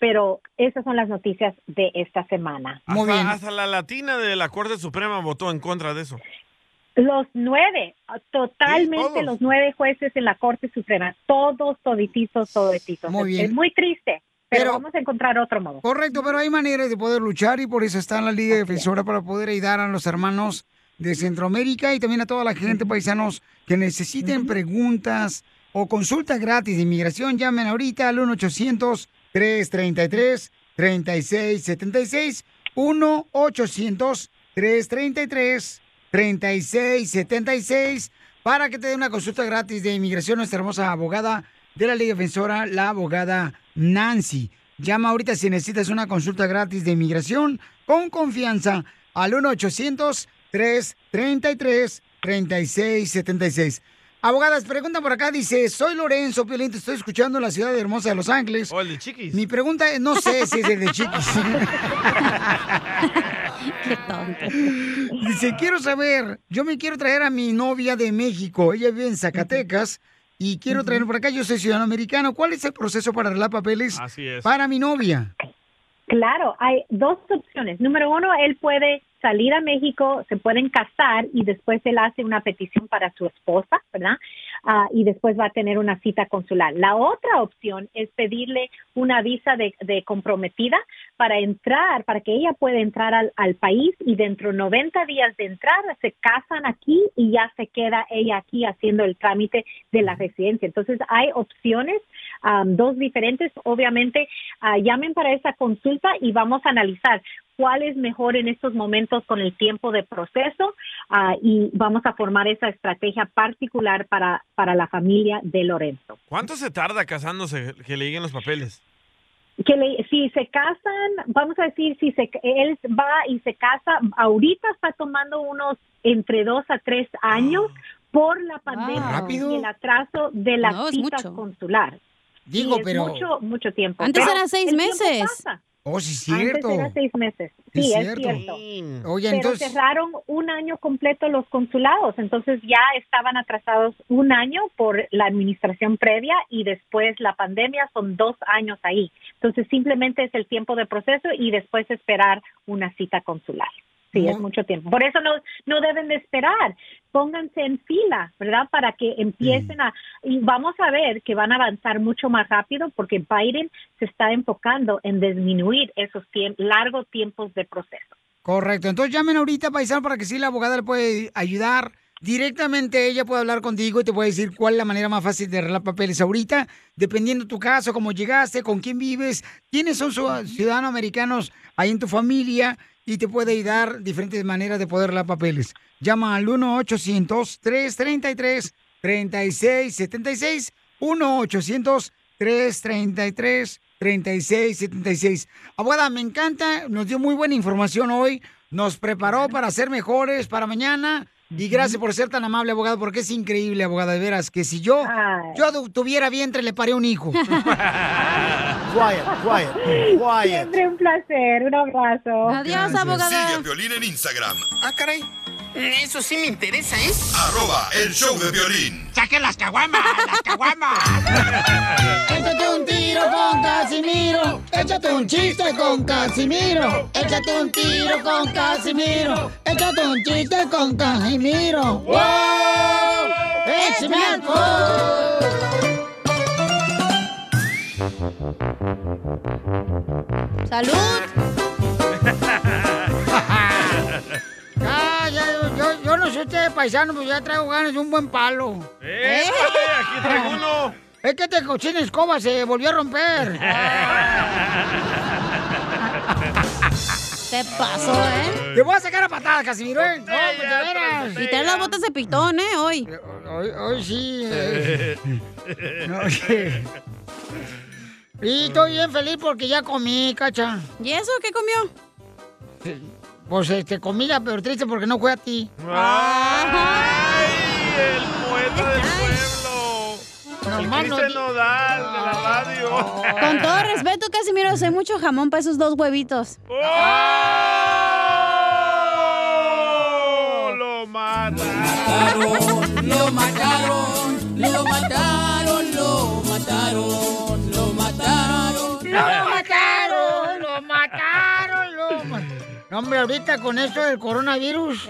Speaker 13: pero esas son las noticias de esta semana.
Speaker 3: Hasta, hasta la latina de la Corte Suprema votó en contra de eso.
Speaker 13: Los nueve, totalmente
Speaker 3: todos.
Speaker 13: los nueve jueces en la Corte Suprema, todos todititos, todititos.
Speaker 1: Muy
Speaker 13: Es-
Speaker 1: bien.
Speaker 13: Es muy triste, pero,
Speaker 1: Pero-
Speaker 13: vamos a encontrar otro modo.
Speaker 1: Correcto, pero hay maneras de poder luchar y por eso está la Liga Defensora para poder ayudar a los hermanos de Centroamérica y también a toda la gente, paisanos, que necesiten preguntas o consultas gratis de inmigración. Llamen ahorita al 1-800-333-3676. 1-800-333-3676 para que te dé una consulta gratis de inmigración nuestra hermosa abogada de la Liga Defensora, la abogada Nancy. Llama ahorita si necesitas una consulta gratis de inmigración con confianza al 1-800-333-3676. Abogadas, pregunta por acá, dice, soy Lorenzo Piolín, te estoy escuchando en la ciudad hermosa de Los Ángeles.
Speaker 3: O Oh, el de Chiquis.
Speaker 1: Mi pregunta es, no sé si es el de Chiquis.
Speaker 3: *laughs*
Speaker 2: Qué tonto.
Speaker 1: Dice, quiero saber, yo me quiero traer a mi novia de México, ella vive en Zacatecas, y quiero traerla por acá, yo soy ciudadano americano, ¿cuál es el proceso para arreglar papeles
Speaker 3: Así es.
Speaker 1: para mi novia?
Speaker 13: Claro, hay dos opciones. Número uno, él puede salir a México, se pueden casar y después él hace una petición para su esposa, ¿verdad? Ah, y después va a tener una cita consular. La otra opción es pedirle una visa de, de comprometida para entrar, para que ella pueda entrar al, al país y dentro de 90 días de entrar se casan aquí y ya se queda ella aquí haciendo el trámite de la residencia. Entonces hay opciones, am, dos diferentes. Obviamente ah, llamen para esa consulta y vamos a analizar cuál es mejor en estos momentos con el tiempo de proceso ah, y vamos a formar esa estrategia particular para, para la familia de Lorenzo.
Speaker 3: ¿Cuánto se tarda casándose que le lleguen los papeles?
Speaker 13: que le- si se casan, vamos a decir, si se, él va y se casa, ahorita está tomando unos entre dos a tres años
Speaker 2: *gasps*
Speaker 13: por la pandemia
Speaker 2: Rápido.
Speaker 13: y el atraso de las
Speaker 2: No, es
Speaker 13: citas
Speaker 2: mucho.
Speaker 13: consular.
Speaker 1: Digo,
Speaker 13: Sí, es
Speaker 1: pero-
Speaker 13: Mucho, mucho tiempo.
Speaker 2: Antes
Speaker 13: pero
Speaker 2: eran seis
Speaker 13: el tiempo
Speaker 2: meses.
Speaker 13: pasa.
Speaker 1: Oh, sí, cierto.
Speaker 13: Antes era seis meses.
Speaker 1: Es
Speaker 13: Sí, es
Speaker 1: cierto.
Speaker 13: cierto.
Speaker 1: Oye,
Speaker 4: Mm.
Speaker 13: Pero
Speaker 1: entonces-
Speaker 13: cerraron un año completo los consulados, entonces ya estaban atrasados un año por la administración previa y después la pandemia, son dos años ahí. Entonces simplemente es el tiempo de proceso y después esperar una cita consular. Sí,
Speaker 1: Mm.
Speaker 13: es mucho tiempo. Por eso no, no deben de esperar. Pónganse en fila, ¿verdad? Para que empiecen a... Y vamos a ver que van a avanzar mucho más rápido porque Biden se está enfocando en disminuir esos tiemp- largos tiempos de proceso.
Speaker 1: Correcto, entonces llamen ahorita, paisano, para que sí la abogada le puede ayudar. Directamente ella puede hablar contigo y te puede decir cuál es la manera más fácil de arreglar papeles ahorita, dependiendo tu caso, cómo llegaste, con quién vives, quiénes son su- ciudadanos americanos ahí en tu familia y te puede ayudar diferentes maneras de poder arreglar papeles. Llama al 1-800-333-3676, 1-800-333-3676. 3676. Abogada, me encanta, nos dio muy buena información hoy, nos preparó para ser mejores para mañana y gracias por ser tan amable, abogada, porque es increíble, abogada, de veras, que si yo, yo tu- tuviera vientre le paré un hijo.
Speaker 24: Quiet, quiet, quiet.
Speaker 13: Siempre un placer, un abrazo.
Speaker 2: Adiós,
Speaker 5: Sigue a Piolín en Instagram,
Speaker 20: Ah, caray. Eso sí me interesa, ¿es?
Speaker 5: arroba el show de violín.
Speaker 20: ¡Saquen las caguamas! ¡Las caguamas!
Speaker 1: Échate un tiro con Casimiro. Échate un chiste con Casimiro. Échate un tiro con Casimiro. Échate un chiste con Casimiro. ¡Eh, ¡Wow! ¡Échame Ah, ya, yo, yo no sé usted, paisano, pero ya traigo ganas de un buen palo.
Speaker 10: ¡Eh, aquí
Speaker 1: *laughs*
Speaker 10: traigo uno!
Speaker 1: Es que te cochina escoba se volvió a
Speaker 10: *laughs*
Speaker 1: romper.
Speaker 2: Te pasó, ¿eh?
Speaker 1: Te voy a sacar a patadas, Casimiro, ¿eh? No, pues de veras.
Speaker 2: Y traer las botas de pitón, ¿eh? Hoy.
Speaker 1: Hoy, hoy sí. eh.
Speaker 11: *laughs*
Speaker 1: No, oye. Y estoy bien feliz porque ya comí, cacha.
Speaker 2: ¿Y eso qué comió?
Speaker 1: Pues este, comida, pero triste porque no fue a ti.
Speaker 13: Ah,
Speaker 3: Ah, ¡Ay! El poeta del pueblo.
Speaker 2: Nomás
Speaker 3: el
Speaker 2: no
Speaker 3: Cristian
Speaker 2: di-
Speaker 3: Nodal de la radio.
Speaker 2: Con todo respeto, Casimiro, sé mucho jamón para esos dos huevitos.
Speaker 3: ¡Oh, lo mata!
Speaker 4: Lo mataron, lo mataron, lo mataron, lo mataron.
Speaker 1: ¡Lo *laughs* mataron! ¡Lo mataron! *laughs* ¡Lo mataron! No, hombre, ahorita con esto del coronavirus.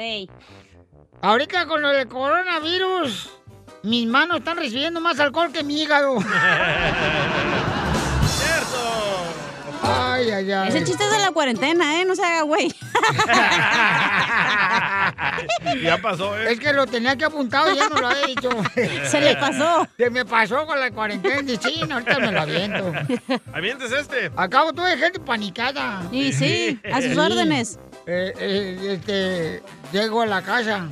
Speaker 1: Ahorita con lo del coronavirus. Mis manos están recibiendo más alcohol que mi hígado. *laughs* Ay, ay, ay.
Speaker 2: Ese chiste es de la cuarentena, ¿eh? No se haga, güey.
Speaker 3: *laughs* ya pasó, ¿eh?
Speaker 1: Es que lo tenía que apuntado y ya no lo había dicho.
Speaker 3: Se le pasó.
Speaker 1: Se me pasó con la cuarentena de China, ahorita me la aviento.
Speaker 3: *laughs*
Speaker 1: *laughs*
Speaker 3: ¿Avientes este?
Speaker 1: Acabo todo de gente panicada.
Speaker 3: Y sí, a sus
Speaker 1: Sí.
Speaker 3: órdenes.
Speaker 1: Eh, eh, este, llego a la casa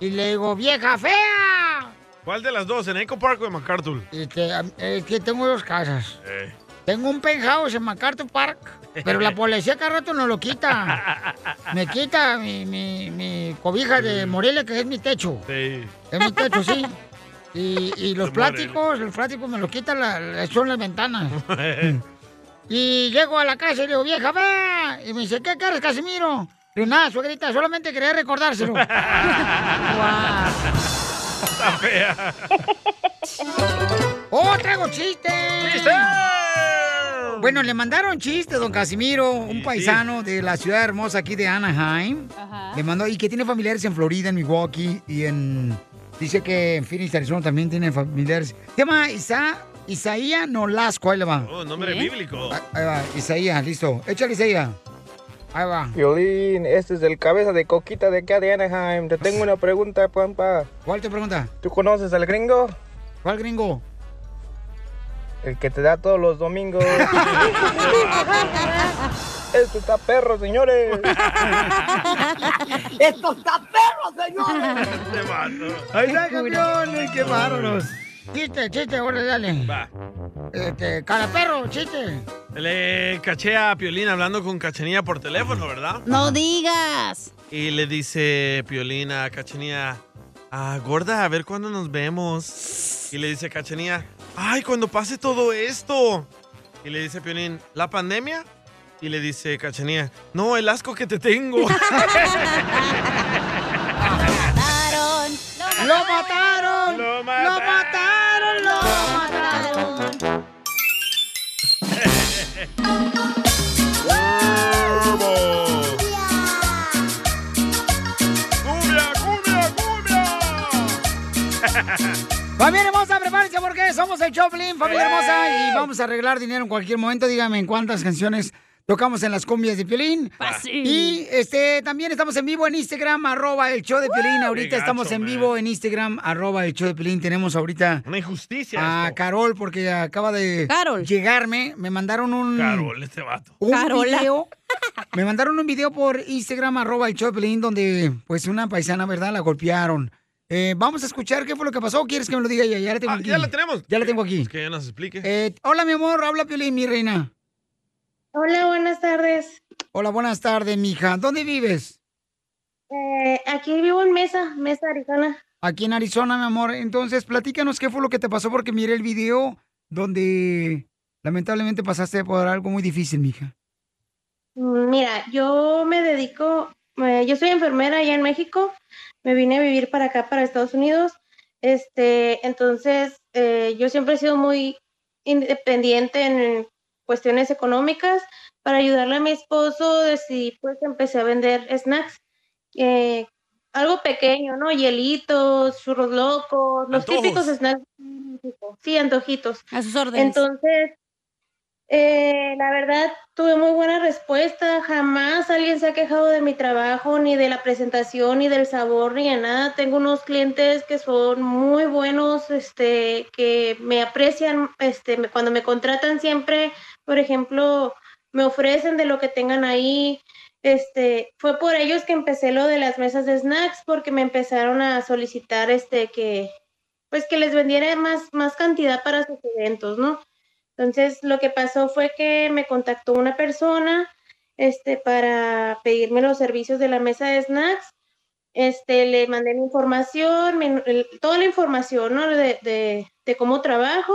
Speaker 1: y le digo, vieja fea.
Speaker 3: ¿Cuál de las dos? ¿En Eco Park o en MacArthur?
Speaker 1: Este, am- es que tengo dos casas. Tengo un penthouse en MacArthur Park, pero
Speaker 3: *laughs*
Speaker 1: la policía cada rato nos lo quita. Me quita mi, mi- mi cobija de Morelia, que es mi techo.
Speaker 3: Sí. *laughs*
Speaker 1: Es mi techo, sí. Y, y los
Speaker 4: Se muere.
Speaker 1: plásticos, los plásticos me los quitan la, la- son las ventanas. Y llego a la casa y le digo, vieja, ve. Y me dice, ¿qué quieres, Casimiro? Le digo, nada, suegrita, solamente quería recordárselo.
Speaker 4: Está fea.
Speaker 1: ¡Oh, traigo chiste! Bueno, le mandaron chiste, don Casimiro, un paisano de la ciudad hermosa aquí de Anaheim. Le mandó, y que tiene familiares en Florida, en Milwaukee, y en. Dice que en Phoenix, Arizona también tiene familiares. Se llama Isa, Isaías Nolasco, ahí le va.
Speaker 3: Oh, nombre bíblico.
Speaker 1: Ahí va, Isaías, listo. Échale, Isaías. Ahí va.
Speaker 11: Violín, este es el cabeza de coquita de acá de Anaheim. Te tengo una pregunta, Pampa.
Speaker 1: ¿Cuál te pregunta?
Speaker 11: ¿Tú conoces al gringo?
Speaker 1: ¿Cuál gringo?
Speaker 11: El que te da todos
Speaker 17: *laughs*
Speaker 11: los domingos. Esto está perro,
Speaker 17: *laughs*
Speaker 11: señores.
Speaker 4: ¡Esto está perro, señores!
Speaker 1: ¡Ahí está, campeones! ¡Qué bárbaros! Chiste, chiste, ahora dale. Va. Este, cara perro, chiste.
Speaker 3: Le caché a Piolín hablando con Cachenía por teléfono, ¿verdad?
Speaker 2: No digas.
Speaker 3: Y le dice Piolín a Cachenía, ah, gorda, a ver cuándo nos vemos. Y le dice Cachenía, ay, cuando pase todo esto. Y le dice Piolín, ¿la pandemia? Y le dice Cachenía, no, el asco que te tengo.
Speaker 1: ¡Lo mataron! ¡Lo mataron! ¡Lo
Speaker 4: mataron!
Speaker 3: ¡Cumbia, cumbia, cumbia!
Speaker 1: Familia hermosa, prepárense porque somos el Choplin, familia hermosa, y vamos a arreglar dinero en cualquier momento. Díganme en cuántas canciones tocamos en las cumbias de Piolín. Ah.
Speaker 4: Fácil.
Speaker 1: Y este también estamos en vivo en Instagram, arroba el show de Piolín.
Speaker 4: Qué
Speaker 1: Ahorita
Speaker 4: gacho,
Speaker 1: estamos en vivo en Instagram, arroba el show de Piolín. Tenemos ahorita
Speaker 3: Una injusticia.
Speaker 1: a Carol porque acaba de llegarme. Me mandaron un...
Speaker 3: Carol, este vato.
Speaker 1: un video. Me mandaron un video por Instagram, arroba el Choplin, donde pues una paisana, ¿verdad? La golpearon. Eh, vamos a escuchar qué fue lo que pasó. ¿Quieres que me lo diga ya? Ya la tengo aquí.
Speaker 3: Ah, ya la tenemos.
Speaker 1: Ya la tengo aquí.
Speaker 3: Es que ya nos explique.
Speaker 1: Eh, hola, mi amor. Habla Piolín, mi reina.
Speaker 14: Hola, buenas tardes.
Speaker 1: Hola, buenas tardes, mija. ¿Dónde vives?
Speaker 14: Eh, aquí vivo en Mesa, Mesa, Arizona.
Speaker 1: Aquí en Arizona, mi amor. Entonces, platícanos qué fue lo que te pasó, porque miré el video donde lamentablemente pasaste por algo muy difícil, mija.
Speaker 14: Mira, yo me dedico, eh, yo soy enfermera allá en México, me vine a vivir para acá, para Estados Unidos. Este, entonces, eh, yo siempre he sido muy independiente en cuestiones económicas. Para ayudarle a mi esposo, decidí, pues, empecé a vender snacks. eh, algo pequeño, ¿no? Hielitos, churros locos, los
Speaker 25: Antojos.
Speaker 14: típicos snacks. Sí, antojitos.
Speaker 2: A sus órdenes.
Speaker 14: Entonces, eh, la verdad, tuve muy buena respuesta. Jamás alguien se ha quejado de mi trabajo, ni de la presentación, ni del sabor, ni de nada. Tengo unos clientes que son muy buenos, este, que me aprecian, este, me- cuando me contratan siempre, por ejemplo, me ofrecen de lo que tengan ahí. Este, fue por ellos que empecé lo de las mesas de snacks, porque me empezaron a solicitar, este, que, pues que les vendiera más, más cantidad para sus eventos, ¿no? Entonces, lo que pasó fue que me contactó una persona este, para pedirme los servicios de la mesa de snacks. Este, le mandé mi información, mi- el- toda la información ¿no? de, de- de cómo trabajo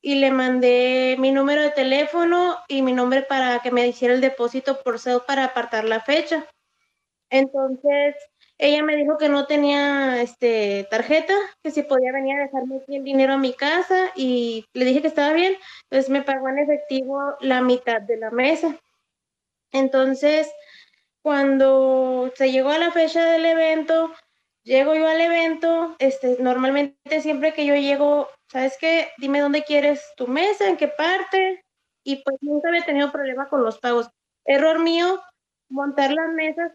Speaker 14: y le mandé mi número de teléfono y mi nombre para que me hiciera el depósito por SEO para apartar la fecha. Entonces, ella me dijo que no tenía este tarjeta, que si podía venir a dejarme el dinero a mi casa y le dije que estaba bien, entonces me pagó en efectivo la mitad de la mesa. Entonces, cuando se llegó a la fecha del evento, llego yo al evento, este, normalmente siempre que yo llego, ¿sabes qué? Dime dónde quieres tu mesa, en qué parte, y pues nunca había tenido problema con los pagos. Error mío, montar las mesas.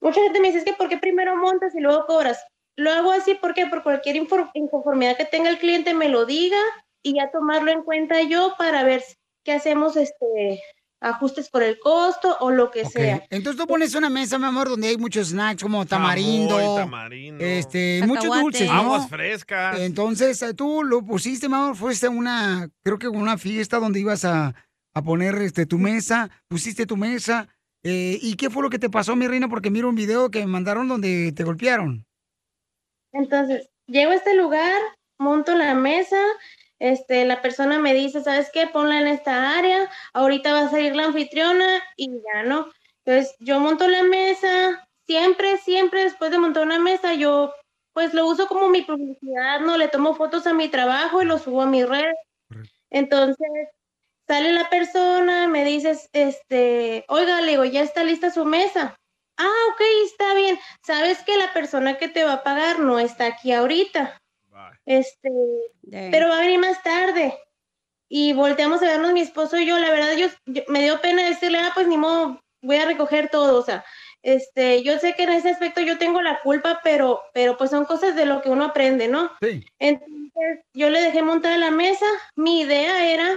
Speaker 14: Mucha gente me dice, es que ¿por qué primero montas y luego cobras? Lo hago así porque por cualquier infor- inconformidad que tenga el cliente me lo diga y ya tomarlo en cuenta yo para ver si- qué hacemos, este, ajustes por el costo o lo que sea.
Speaker 1: Entonces tú pones una mesa, mi amor, donde hay muchos snacks como tamarindo,
Speaker 3: tamarindo.
Speaker 1: este, muchos
Speaker 3: Cacahuate.
Speaker 1: dulces, ¿no?
Speaker 3: Aguas frescas.
Speaker 1: Entonces eh, tú lo pusiste, mi amor, fuiste a una, creo que una fiesta donde ibas a, a poner este tu mesa, pusiste tu mesa. eh, ¿Y qué fue lo que te pasó, mi reina? Porque miro un video que me mandaron donde te golpearon.
Speaker 14: Entonces, llego a este lugar, monto la mesa, este, la persona me dice, ¿sabes qué? Ponla en esta área, ahorita va a salir la anfitriona y ya no. Entonces yo monto la mesa, siempre, siempre después de montar una mesa, yo pues lo uso como mi publicidad, ¿no? Le tomo fotos a mi trabajo y lo subo a mi red. Entonces sale la persona, me dices, este, oiga, le digo, ya está lista su mesa. Ah, ok, está bien. Sabes que la persona que te va a pagar no está aquí ahorita. Este, pero va a venir más tarde. Y volteamos a vernos mi esposo y yo, la verdad, yo, yo- me dio pena decirle, ah, pues ni modo, voy a recoger todo, o sea, este, yo sé que en ese aspecto yo tengo la culpa, pero, pero pues son cosas de lo que uno aprende, ¿no? Entonces, yo le dejé montada la mesa, mi idea era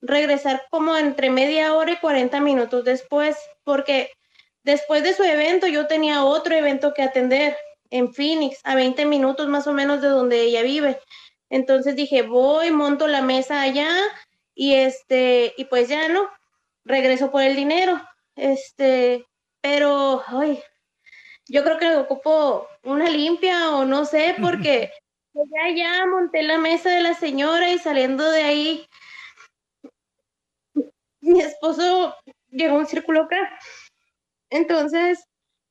Speaker 14: regresar como entre media hora y 40 minutos después, porque después de su evento yo tenía otro evento que atender en Phoenix, a 20 minutos más o menos de donde ella vive. Entonces dije, voy, monto la mesa allá y este, y pues ya no, regreso por el dinero. Este, pero, ay, yo creo que ocupo una limpia o no sé, porque pues ya, ya monté la mesa de la señora y saliendo de ahí, mi esposo llegó a un círculo acá. Entonces,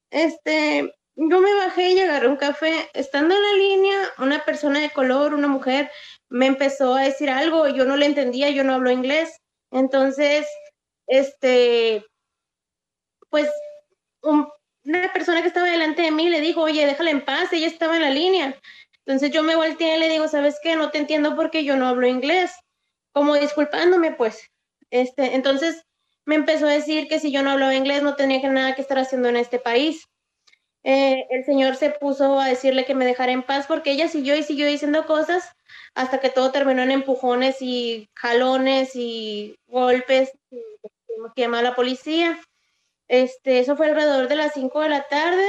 Speaker 14: este, yo me bajé y agarré un café. Estando en la línea, una persona de color, una mujer, me empezó a decir algo. Yo no le entendía, yo no hablo inglés. Entonces, este, pues, un- una persona que estaba delante de mí le dijo, oye, déjala en paz, ella estaba en la línea. Entonces yo me volteé y le digo, ¿sabes qué? No te entiendo porque yo no hablo inglés. Como disculpándome, pues. Este, entonces me empezó a decir que si yo no hablaba inglés no tenía que nada que estar haciendo en este país. Eh, el señor se puso a decirle que me dejara en paz porque ella siguió y siguió diciendo cosas hasta que todo terminó en empujones y jalones y golpes y tuvimos que llamar a la policía. Este, eso fue alrededor de las 5 de la tarde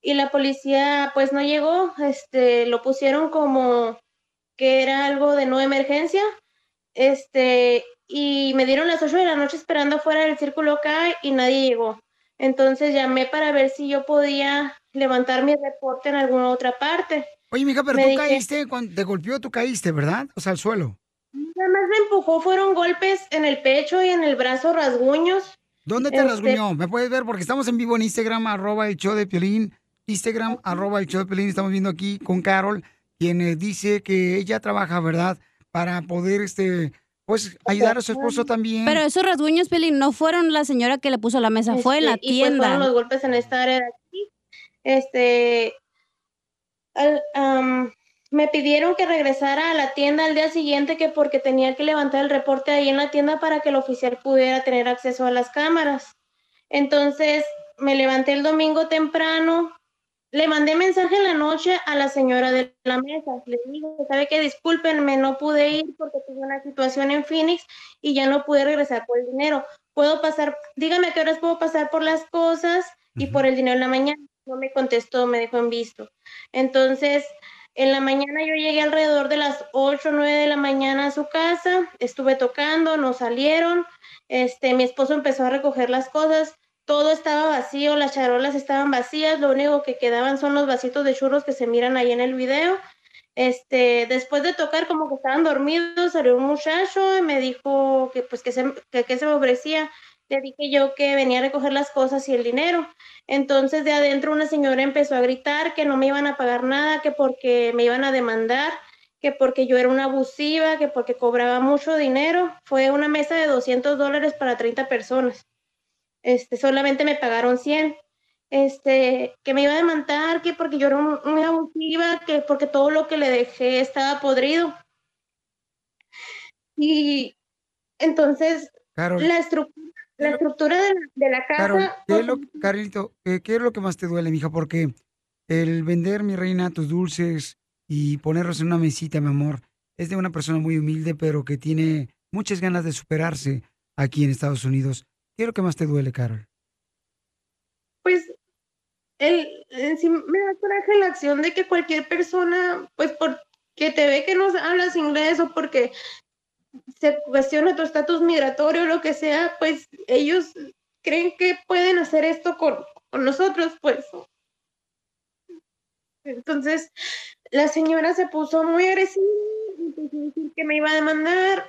Speaker 14: y la policía pues no llegó, este, lo pusieron como que era algo de no emergencia, este, y me dieron las 8 de la noche esperando afuera del círculo acá y nadie llegó. Entonces llamé para ver si yo podía levantar mi reporte en alguna otra parte.
Speaker 1: Oye, mija, pero
Speaker 14: Me
Speaker 1: tú
Speaker 14: dije-
Speaker 1: caíste, cuando te golpeó, tú caíste, ¿verdad? O sea, al suelo.
Speaker 14: Nada más me empujó, fueron golpes en el pecho y en el brazo, rasguños.
Speaker 1: ¿Dónde te
Speaker 14: Este,
Speaker 1: rasguñó? ¿Me puedes ver? Porque estamos en vivo en Instagram, arroba el show de Piolín. Instagram, arroba el show de Piolín. Estamos viendo aquí con Carol, quien eh, dice que ella trabaja, ¿verdad? Para poder, este, pues, ayudar a su esposo también.
Speaker 2: Pero esos rasguños, Piolín, no fueron la señora que le puso la mesa, fue
Speaker 14: Este,
Speaker 2: la
Speaker 14: y pues
Speaker 2: tienda.
Speaker 14: fueron los golpes en esta área de aquí. Este, al- am, me pidieron que regresara a la tienda al día siguiente que porque tenía que levantar el reporte ahí en la tienda para que el oficial pudiera tener acceso a las cámaras. Entonces me levanté el domingo temprano, le mandé mensaje en la noche a la señora de la mesa. Le dije, ¿sabe qué? Discúlpenme, no pude ir porque tuve una situación en Phoenix y ya no pude regresar por el dinero. Puedo pasar, dígame a qué horas puedo pasar por las cosas y por el dinero en la mañana. No me contestó, me dejó en visto. Entonces, en la mañana yo llegué alrededor de las 8 o 9 de la mañana a su casa, estuve tocando, no salieron, este, mi esposo empezó a recoger las cosas, todo estaba vacío, las charolas estaban vacías, lo único que quedaban son los vasitos de churros que se miran ahí en el video. Este, después de tocar como que estaban dormidos, salió un muchacho y me dijo que pues que se, que, que se me ofrecía. Le dije yo que venía a recoger las cosas y el dinero. Entonces de adentro una señora empezó a gritar que no me iban a pagar nada, que porque me iban a demandar, que porque yo era una abusiva, que porque cobraba mucho dinero. Fue una mesa de 200 dólares para 30 personas. Este, solamente me pagaron 100 este, que me iba a demandar, que porque yo era un- una abusiva, que porque todo lo que le dejé estaba podrido. Y entonces,
Speaker 1: Carol.
Speaker 14: la, estru- la estructura de la, de la casa...
Speaker 1: Carol, ¿qué es
Speaker 14: no-
Speaker 1: lo, Carlito, eh, ¿qué es lo que más te duele, mija? Porque el vender, mi reina, tus dulces y ponerlos en una mesita, mi amor, es de una persona muy humilde, pero que tiene muchas ganas de superarse aquí en Estados Unidos. ¿Qué es lo que más te duele, Carol?
Speaker 14: pues el, en sí me da coraje la acción de que cualquier persona, pues porque te ve que no hablas inglés o porque se cuestiona tu estatus migratorio o lo que sea, pues ellos creen que pueden hacer esto con, con nosotros, pues. Entonces, la señora se puso muy agresiva y empezó a decir que me iba a demandar.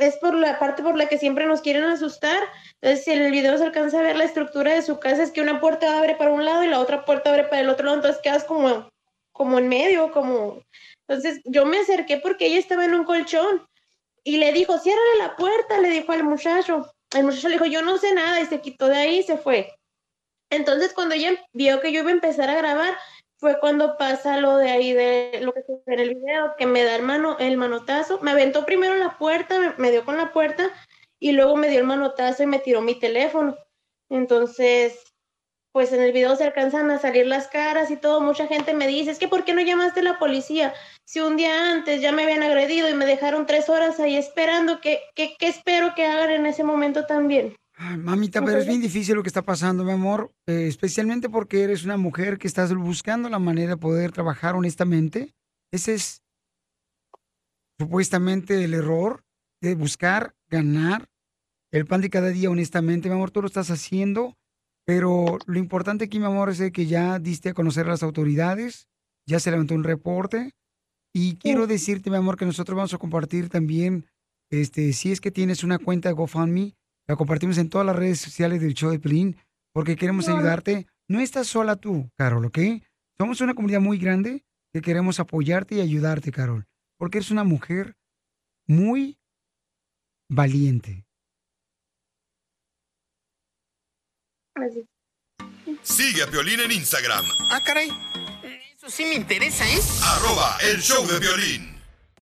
Speaker 14: Es por la parte por la que siempre nos quieren asustar. Entonces, si en el video se alcanza a ver la estructura de su casa, es que una puerta abre para un lado y la otra puerta abre para el otro lado, entonces quedas como, como en medio, como... Entonces, yo me acerqué porque ella estaba en un colchón y le dijo, ciérrale la puerta, le dijo al muchacho. El muchacho le dijo, yo no sé nada y se quitó de ahí y se fue. Entonces, cuando ella vio que yo iba a empezar a grabar, fue cuando pasa lo de ahí, de lo que se ve en el video, que me da el, mano, el manotazo. Me aventó primero la puerta, me, me dio con la puerta y luego me dio el manotazo y me tiró mi teléfono. Entonces, pues en el video se alcanzan a salir las caras y todo. Mucha gente me dice, es que ¿por qué no llamaste a la policía? Si un día antes ya me habían agredido y me dejaron tres horas ahí esperando, ¿qué, qué, qué espero que hagan en ese momento también?
Speaker 1: Ay, Mamita, pero es bien difícil lo que está pasando, mi amor, eh, especialmente porque eres una mujer que estás buscando la manera de poder trabajar honestamente. Ese es supuestamente el error de buscar ganar el pan de cada día honestamente, mi amor, tú lo estás haciendo, pero lo importante aquí, mi amor, es de que ya diste a conocer a las autoridades, ya se levantó un reporte y quiero decirte, mi amor, que nosotros vamos a compartir también, este, si es que tienes una cuenta de GoFundMe, la compartimos en todas las redes sociales del show de Pelín, porque queremos ayudarte. No estás sola tú, Carol, ¿ok? Somos una comunidad muy grande que queremos apoyarte y ayudarte, Carol, porque eres una mujer muy valiente.
Speaker 5: Sigue a Piolín en Instagram,
Speaker 20: Ah, caray. Eso sí me interesa, ¿eh?
Speaker 5: arroba el show de violín.